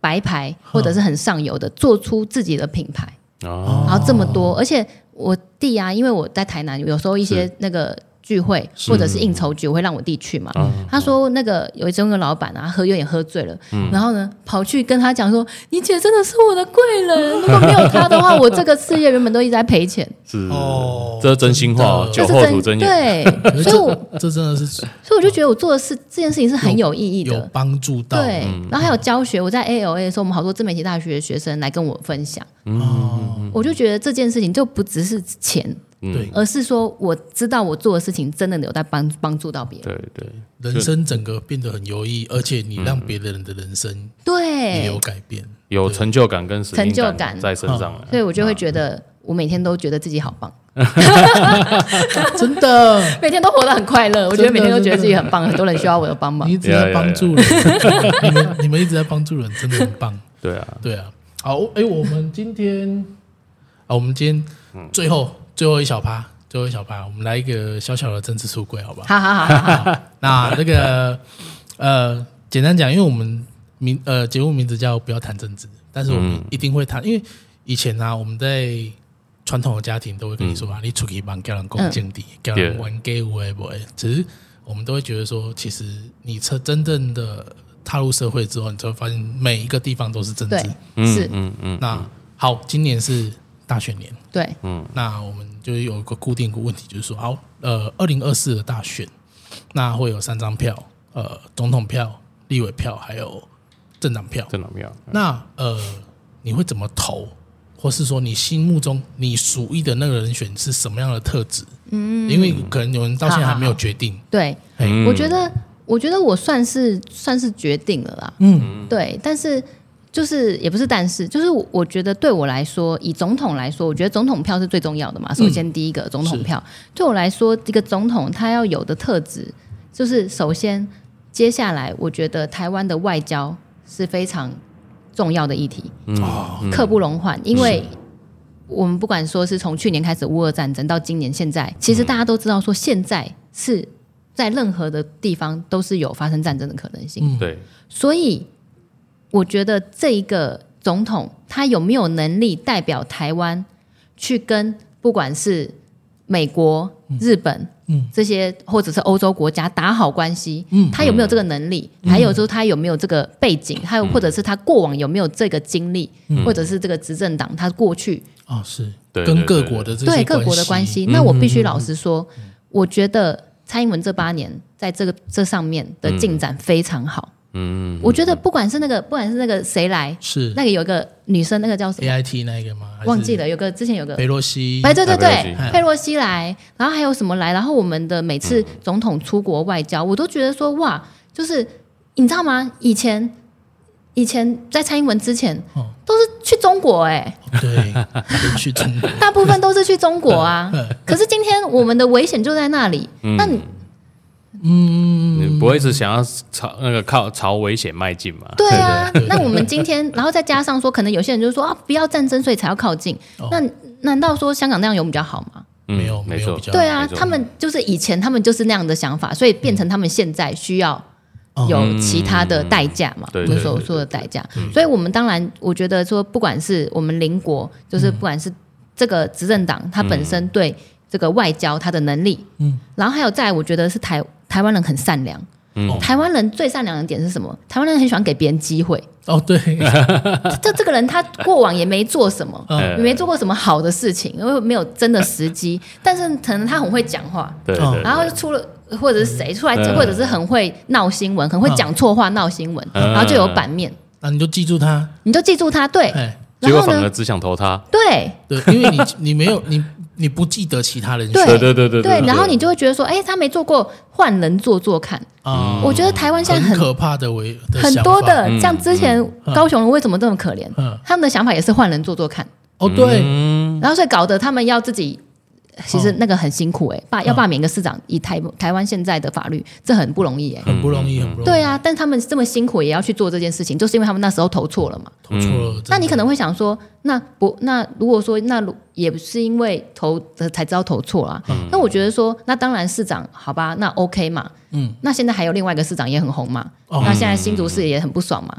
Speaker 3: 白牌或者是很上游的做出自己的品牌，
Speaker 2: 哦，
Speaker 3: 啊然后这么多，而且我弟啊，因为我在台南，有时候一些那个。聚会或者是应酬局，我会让我弟去嘛。他说那个有一中国老板啊，喝有点喝醉了，然后呢跑去跟他讲说：“你姐真的是我的贵人，如果没有她的话，我这个事业原本都一直在赔钱。
Speaker 2: 是，
Speaker 1: 哦
Speaker 2: 这是真心话哦，
Speaker 1: 真
Speaker 2: 酒
Speaker 3: 这
Speaker 2: 后吐
Speaker 3: 是
Speaker 2: 真
Speaker 3: 真
Speaker 2: 言，
Speaker 3: 对，
Speaker 1: 可是
Speaker 3: 所以我
Speaker 1: 这这真的是
Speaker 3: 所以我就觉得我做的事这件事情是很有意义
Speaker 1: 有
Speaker 3: 的。
Speaker 1: 帮助到，哦
Speaker 3: 对，然后还有教学，我在 A L A 的时候，我们好多自媒体大学的学生来跟我分享，
Speaker 1: 哦，
Speaker 3: 我就觉得这件事情就不只是钱，
Speaker 2: 嗯
Speaker 1: 对，
Speaker 3: 而是说我知道我做的事情真的有在帮帮助到别人。
Speaker 2: 对对，
Speaker 1: 人生整个变得很有意义，而且你让别人的人生也有
Speaker 3: 对，
Speaker 1: 改 变，
Speaker 2: 有成就感跟使
Speaker 3: 成
Speaker 2: 命
Speaker 3: 就
Speaker 2: 感
Speaker 3: 感
Speaker 2: 在身上啊
Speaker 1: 嗯
Speaker 2: 了。
Speaker 3: 所以我就会觉得我每天都觉得自己好棒，
Speaker 1: 真 的，
Speaker 3: 每天都活得很快乐。我觉得
Speaker 1: 真的
Speaker 3: 每天都觉得自己很棒，很多人需要我的帮忙
Speaker 1: 你。一直在帮助人，你们你们一直在帮助人，真的很棒。
Speaker 2: 对啊，
Speaker 1: 对啊，好，哎、我们今天啊，我们今天最后最后一小趴，最后一小趴，我们来一个小小的政治出柜，好不好？
Speaker 3: 好好好好好，
Speaker 1: 那那个呃，简单讲，因为我们名呃节目名字叫不要谈政治，但是我们一定会谈，因为以前啊，我们在传统的家庭都会跟你说啊，你出去帮家人讲政治，家人
Speaker 2: Yeah
Speaker 1: 玩 gay 会不会？只是我们都会觉得说，其实你真真正的踏入社会之后，你才会发现每一个地方都是政
Speaker 3: 对
Speaker 1: 治。，
Speaker 3: 是，
Speaker 2: 嗯嗯，
Speaker 1: 那好，今年是大选年，
Speaker 3: 对，
Speaker 1: 那我们就有一个固定一个问题，就是说，好，呃，二零二四的大选，那会有三张票，呃，总统票、立委票，还有政党票。
Speaker 2: 真的没有。
Speaker 1: 那呃，你会怎么投？或是说你心目中你属意的那个人选是什么样的特质？嗯，因为可能有人到现在还没有决定。
Speaker 3: 对，
Speaker 1: 嘿
Speaker 3: 我觉得，我觉得我算是算是决定了啦。
Speaker 1: 嗯，
Speaker 3: 对，但是就是也不是，但是就是我我觉得对我来说，以总统来说，我觉得总统票是最重要的嘛。首先第一个、总统票，对我来说，这个总统他要有的特质，就是首先接下来，我觉得台湾的外交是非常重要的议题，
Speaker 2: 嗯
Speaker 1: 哦，
Speaker 3: 刻不容缓，因为。我们不管说是从去年开始乌俄战争到今年现在，其实大家都知道说现在是在任何的地方都是有发生战争的可能性。
Speaker 1: 嗯
Speaker 2: 对，
Speaker 3: 所以我觉得这一个总统他有没有能力代表台湾去跟不管是美国、日本，
Speaker 1: 嗯
Speaker 3: 这些或者是欧洲国家打好关系，
Speaker 1: 嗯
Speaker 3: 他有没有这个能力？还有就是他有没有这个背景？还有
Speaker 1: 嗯
Speaker 3: 或者是他过往有没有这个经历，或者是这个执政党他过去
Speaker 1: 哦，是
Speaker 2: 对
Speaker 1: 跟
Speaker 2: 对
Speaker 1: 各
Speaker 2: 对
Speaker 1: 国的这些
Speaker 3: 对各国的关系。那我必须老实说，我觉得蔡英文这八年在这个这上面的进展非常好。嗯，我觉得不管是那个，不管是那个谁来，
Speaker 1: 是
Speaker 3: 那个有一个女生，那个叫什
Speaker 1: A
Speaker 3: 么？
Speaker 1: I T 那一个哎吗？还是
Speaker 3: 忘记了，有个之前有个
Speaker 1: 裴洛西，
Speaker 3: 哎，对对
Speaker 2: 啊佩
Speaker 3: 对
Speaker 2: 洛，
Speaker 1: 西
Speaker 3: 佩洛西来，然后还有什么来？然后我们的每次总统出国外交，我都觉得说哇，就是你知道吗？以前以前在蔡英文之前，
Speaker 1: 哦
Speaker 3: 都是去中国哎、
Speaker 1: 对，都去中国，
Speaker 3: 大部分都是去中国啊。可是今天我们的危险就在那里，那你
Speaker 1: 嗯
Speaker 2: 你不会是想要朝那个靠朝危险迈进嘛？
Speaker 3: 对啊
Speaker 1: 对对，
Speaker 3: 那我们今天，然后再加上说，可能有些人就说啊，不要战争，所以才要靠近。
Speaker 1: 哦
Speaker 3: 那难道说香港那样有比较好吗？
Speaker 2: 嗯
Speaker 1: 没有
Speaker 2: 没
Speaker 1: 没有
Speaker 2: 错
Speaker 1: 比，较
Speaker 3: 对啊
Speaker 2: 没，错
Speaker 3: 他们就是以前他们就是那样的想法，所以变成他们现在需要
Speaker 1: 哦
Speaker 3: 有其他的代价嘛，
Speaker 2: 嗯对
Speaker 3: 我
Speaker 2: 对
Speaker 3: 所
Speaker 2: 对嗯
Speaker 3: 说的代价。所以我们当然，我觉得说，不管是我们邻国，就是
Speaker 2: 嗯
Speaker 3: 不管是这个执政党，他本身对这个外交他的能力，
Speaker 1: 嗯
Speaker 3: 嗯，然后还有再来，我觉得是台台湾人很善良。
Speaker 2: 嗯
Speaker 1: 哦
Speaker 3: 台湾人最善良的点是什么？台湾人很喜欢给别人机会。
Speaker 1: 哦，对，
Speaker 3: 这这个人他过往也没做什么，
Speaker 2: 嗯
Speaker 3: 也没做过什么好的事情，因为没有真的时机。但是可能他很会讲话，
Speaker 2: 对
Speaker 1: 哦
Speaker 2: 对，
Speaker 3: 然后就出了或者是谁出来，
Speaker 2: 嗯
Speaker 3: 或者是很会闹新闻，很会讲错话闹新闻，
Speaker 2: 嗯
Speaker 3: 然后就有版面，
Speaker 1: 那你就记住他，
Speaker 3: 你就记住他。对，
Speaker 1: 哎，
Speaker 2: 嗯结
Speaker 3: 然
Speaker 2: 果
Speaker 3: 后
Speaker 2: 反而
Speaker 3: 呢？
Speaker 2: 只想投他。
Speaker 3: 对
Speaker 1: 对，因为你你没有你你不记得其他人选
Speaker 2: 对
Speaker 3: 对
Speaker 2: 对对对
Speaker 3: 对，然后你就会觉得说，哎，他没做过，换人做做看。
Speaker 2: 嗯
Speaker 1: 啊，
Speaker 3: 我觉得台湾现在
Speaker 1: 很
Speaker 3: 很
Speaker 1: 可怕的为的
Speaker 3: 嗯很
Speaker 1: 想
Speaker 3: 多
Speaker 1: 法
Speaker 3: 的，像之前
Speaker 1: 嗯
Speaker 3: 高雄人为什么这么可怜
Speaker 1: 嗯？
Speaker 3: 他们的想法也是换人做做看。
Speaker 1: 哦，对，
Speaker 2: 嗯，
Speaker 3: 然后所以搞得他们要自己，其实那个很辛苦哎、
Speaker 2: 嗯
Speaker 3: 罢要罢免一个市长，以台台湾现在的法律，这很不容易哎、
Speaker 1: 很不容易，很
Speaker 2: 嗯
Speaker 1: 不容易，
Speaker 3: 对，啊，但他们这么辛苦也要去做这件事情，就是因为他们那时候投错了嘛。
Speaker 2: 嗯
Speaker 1: 投错了，真的
Speaker 3: 那你可能会想说，那不，那如果说那如也不是因为投呃才知道投错啦。
Speaker 1: 嗯
Speaker 3: 那我觉得说，那当然市长好吧，那 OK 嘛。嗯，那现在还有另外一个市长也很红嘛，
Speaker 1: 哦嗯
Speaker 3: 那现在新竹市也很不爽嘛，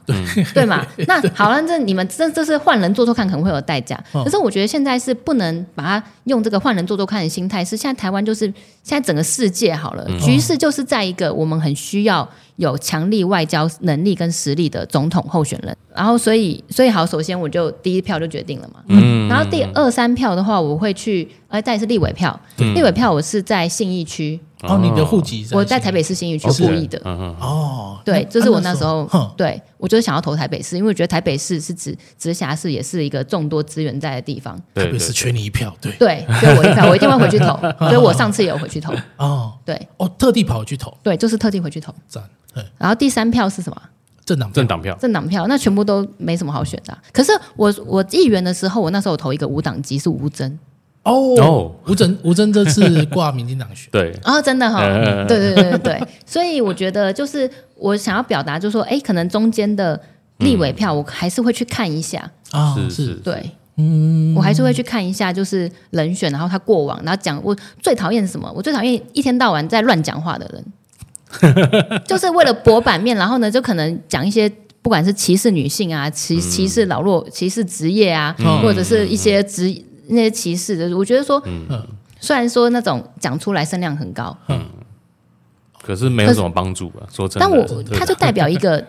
Speaker 3: 对 嘛？那好了，这你们这这是换人做做看，可能会有代价。
Speaker 1: 哦
Speaker 3: 可是我觉得现在是不能把它用这个换人做做看的心态，是现在台湾就是现在整个世界好了，局势就是在一个我们很需要有强力外交能力跟实力的总统候选人。然后，所以，所以好，首先我就第一票就决定了嘛。
Speaker 2: 嗯
Speaker 3: 然后第二三票的话，我会去，呃，再是立委票，立委票我是嗯在信义区，
Speaker 1: 哦，你的户籍
Speaker 3: 我在台北市信义区故意的。
Speaker 2: 嗯嗯，
Speaker 1: 哦，
Speaker 3: 对，就是我那时
Speaker 1: 候
Speaker 3: 候，
Speaker 1: 哼
Speaker 3: 对我就是想要投台北市，因为我觉得台北市是直直辖市，也是一个众多资源在的地方。
Speaker 2: 对
Speaker 1: 台
Speaker 2: 对
Speaker 1: 北市
Speaker 2: 对
Speaker 1: 缺你一票，对
Speaker 3: 对，所以我一票，我一定会回去 投。所以我上次也有回去投，
Speaker 1: 哦
Speaker 3: 对
Speaker 1: 哦，特地跑去投
Speaker 3: 对，就是特地回去投。
Speaker 1: 赞，哎，
Speaker 3: 然后第三票是什么？
Speaker 1: 政党
Speaker 2: 政党票，
Speaker 3: 政党票，那全部都没什么好选的啊、可是我我议员的时候，我那时候有投一个无党籍是吴征，
Speaker 1: 哦
Speaker 2: 哦，，
Speaker 1: 吴征吴征这次挂民进党选
Speaker 2: 对，
Speaker 3: 哦，真的哈、
Speaker 2: 嗯
Speaker 3: 对对对对对， 所以我觉得就是我想要表达，就是说，哎，可能中间的立委票，我还是会去看一下，
Speaker 1: 啊
Speaker 2: 是
Speaker 1: 是
Speaker 2: 是，
Speaker 3: 对，嗯，我还是会去看一下，就是人选，然后他过往，然后讲我最讨厌什么？我最讨厌一天到晚在乱讲话的 人，就是为了博版面，然后呢，就可能讲一些。不管是歧视女性啊，歧
Speaker 2: 嗯
Speaker 3: 歧视老弱、歧视职业啊，
Speaker 2: 哦
Speaker 1: 嗯
Speaker 3: 或者是一些职那些歧视的，我觉得说，
Speaker 2: 嗯
Speaker 3: 虽然说那种讲出来声量很高，
Speaker 2: 可是没有什么帮助啊，说真的。
Speaker 3: 但我
Speaker 2: 对
Speaker 3: 他就代表一个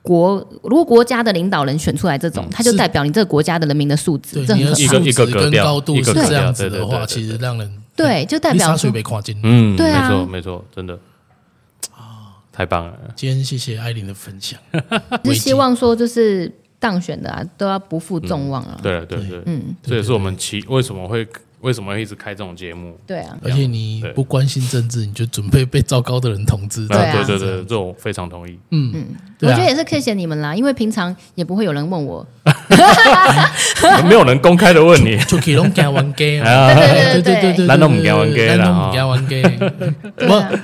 Speaker 3: 国，如果国家的领导人选出来这
Speaker 2: 嗯
Speaker 3: 种，他就是代表你这个国家的人民的素质，
Speaker 1: 对
Speaker 3: 这
Speaker 1: 你
Speaker 3: 很
Speaker 1: 的
Speaker 3: 可
Speaker 1: 素
Speaker 2: 一个。
Speaker 3: 怕
Speaker 1: 质
Speaker 2: 格
Speaker 1: 跟
Speaker 2: 调
Speaker 1: 高度
Speaker 2: 一
Speaker 1: 是
Speaker 2: 个
Speaker 1: 这
Speaker 2: 格
Speaker 1: 样
Speaker 2: 调
Speaker 1: 子
Speaker 2: 对对
Speaker 1: 的
Speaker 2: 对
Speaker 1: 话，
Speaker 2: 对
Speaker 1: 其
Speaker 2: 对
Speaker 1: 实让人
Speaker 3: 对，就代
Speaker 1: 你
Speaker 3: 表
Speaker 1: 洒水
Speaker 3: 说
Speaker 1: 被跨进。
Speaker 2: 嗯，
Speaker 3: 对
Speaker 2: 没
Speaker 3: 啊
Speaker 2: 错没错，真的哦太棒了。
Speaker 1: 今天谢谢艾琳的分享，
Speaker 3: 是希望说就是当选的啊，都要不负众望啊。
Speaker 2: 对了对对，嗯，这也是我们期为什么会为什么会一直开这种节目。
Speaker 3: 对啊，
Speaker 1: 而且你不关心政治，你就准备被糟糕的人统治。
Speaker 3: 对啊
Speaker 2: 对对对，这种非常同意。
Speaker 1: 对
Speaker 3: 我
Speaker 1: 啊
Speaker 3: 觉得也是谢谢你们啦，因为平常也不会有人问我。
Speaker 2: 没有人公开的问你，
Speaker 1: 出去拢惊玩 gay
Speaker 2: 啊
Speaker 1: 对 对
Speaker 3: 对对对对
Speaker 1: 对对，
Speaker 2: 咱都不怕玩家啦
Speaker 1: 咱都
Speaker 2: 哦
Speaker 1: 不怕玩 gay。
Speaker 3: 对啊
Speaker 1: 我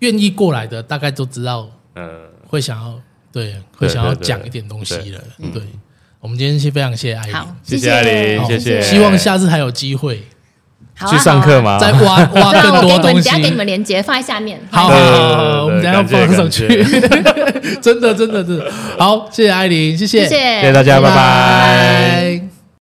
Speaker 1: 愿意过来的，大概都知道
Speaker 2: 呃，
Speaker 1: 会想要对，会想要讲一点东西了。对，我们今天是非常谢哎谢艾琳，
Speaker 3: 好，
Speaker 2: 谢
Speaker 3: 谢
Speaker 2: 艾琳，
Speaker 1: 好
Speaker 2: 谢谢。
Speaker 3: 谢
Speaker 1: 希望下次还有机会
Speaker 3: 好啊
Speaker 2: 去上课？
Speaker 3: 好啊
Speaker 2: 吗？
Speaker 1: 再挖 挖
Speaker 3: 对啊，
Speaker 1: 更
Speaker 3: 我
Speaker 1: 多
Speaker 3: 给你们，
Speaker 1: 东
Speaker 3: 等
Speaker 1: 西
Speaker 3: 下。给你们连接放在下面。
Speaker 1: 好，好
Speaker 2: 对对对
Speaker 1: 好好我们等一下
Speaker 2: 感谢
Speaker 1: 放上去
Speaker 2: 感，
Speaker 1: 真的，真的，真的，好，谢谢艾琳，谢谢，
Speaker 3: 谢谢，
Speaker 2: 谢谢大家拜拜
Speaker 1: 拜。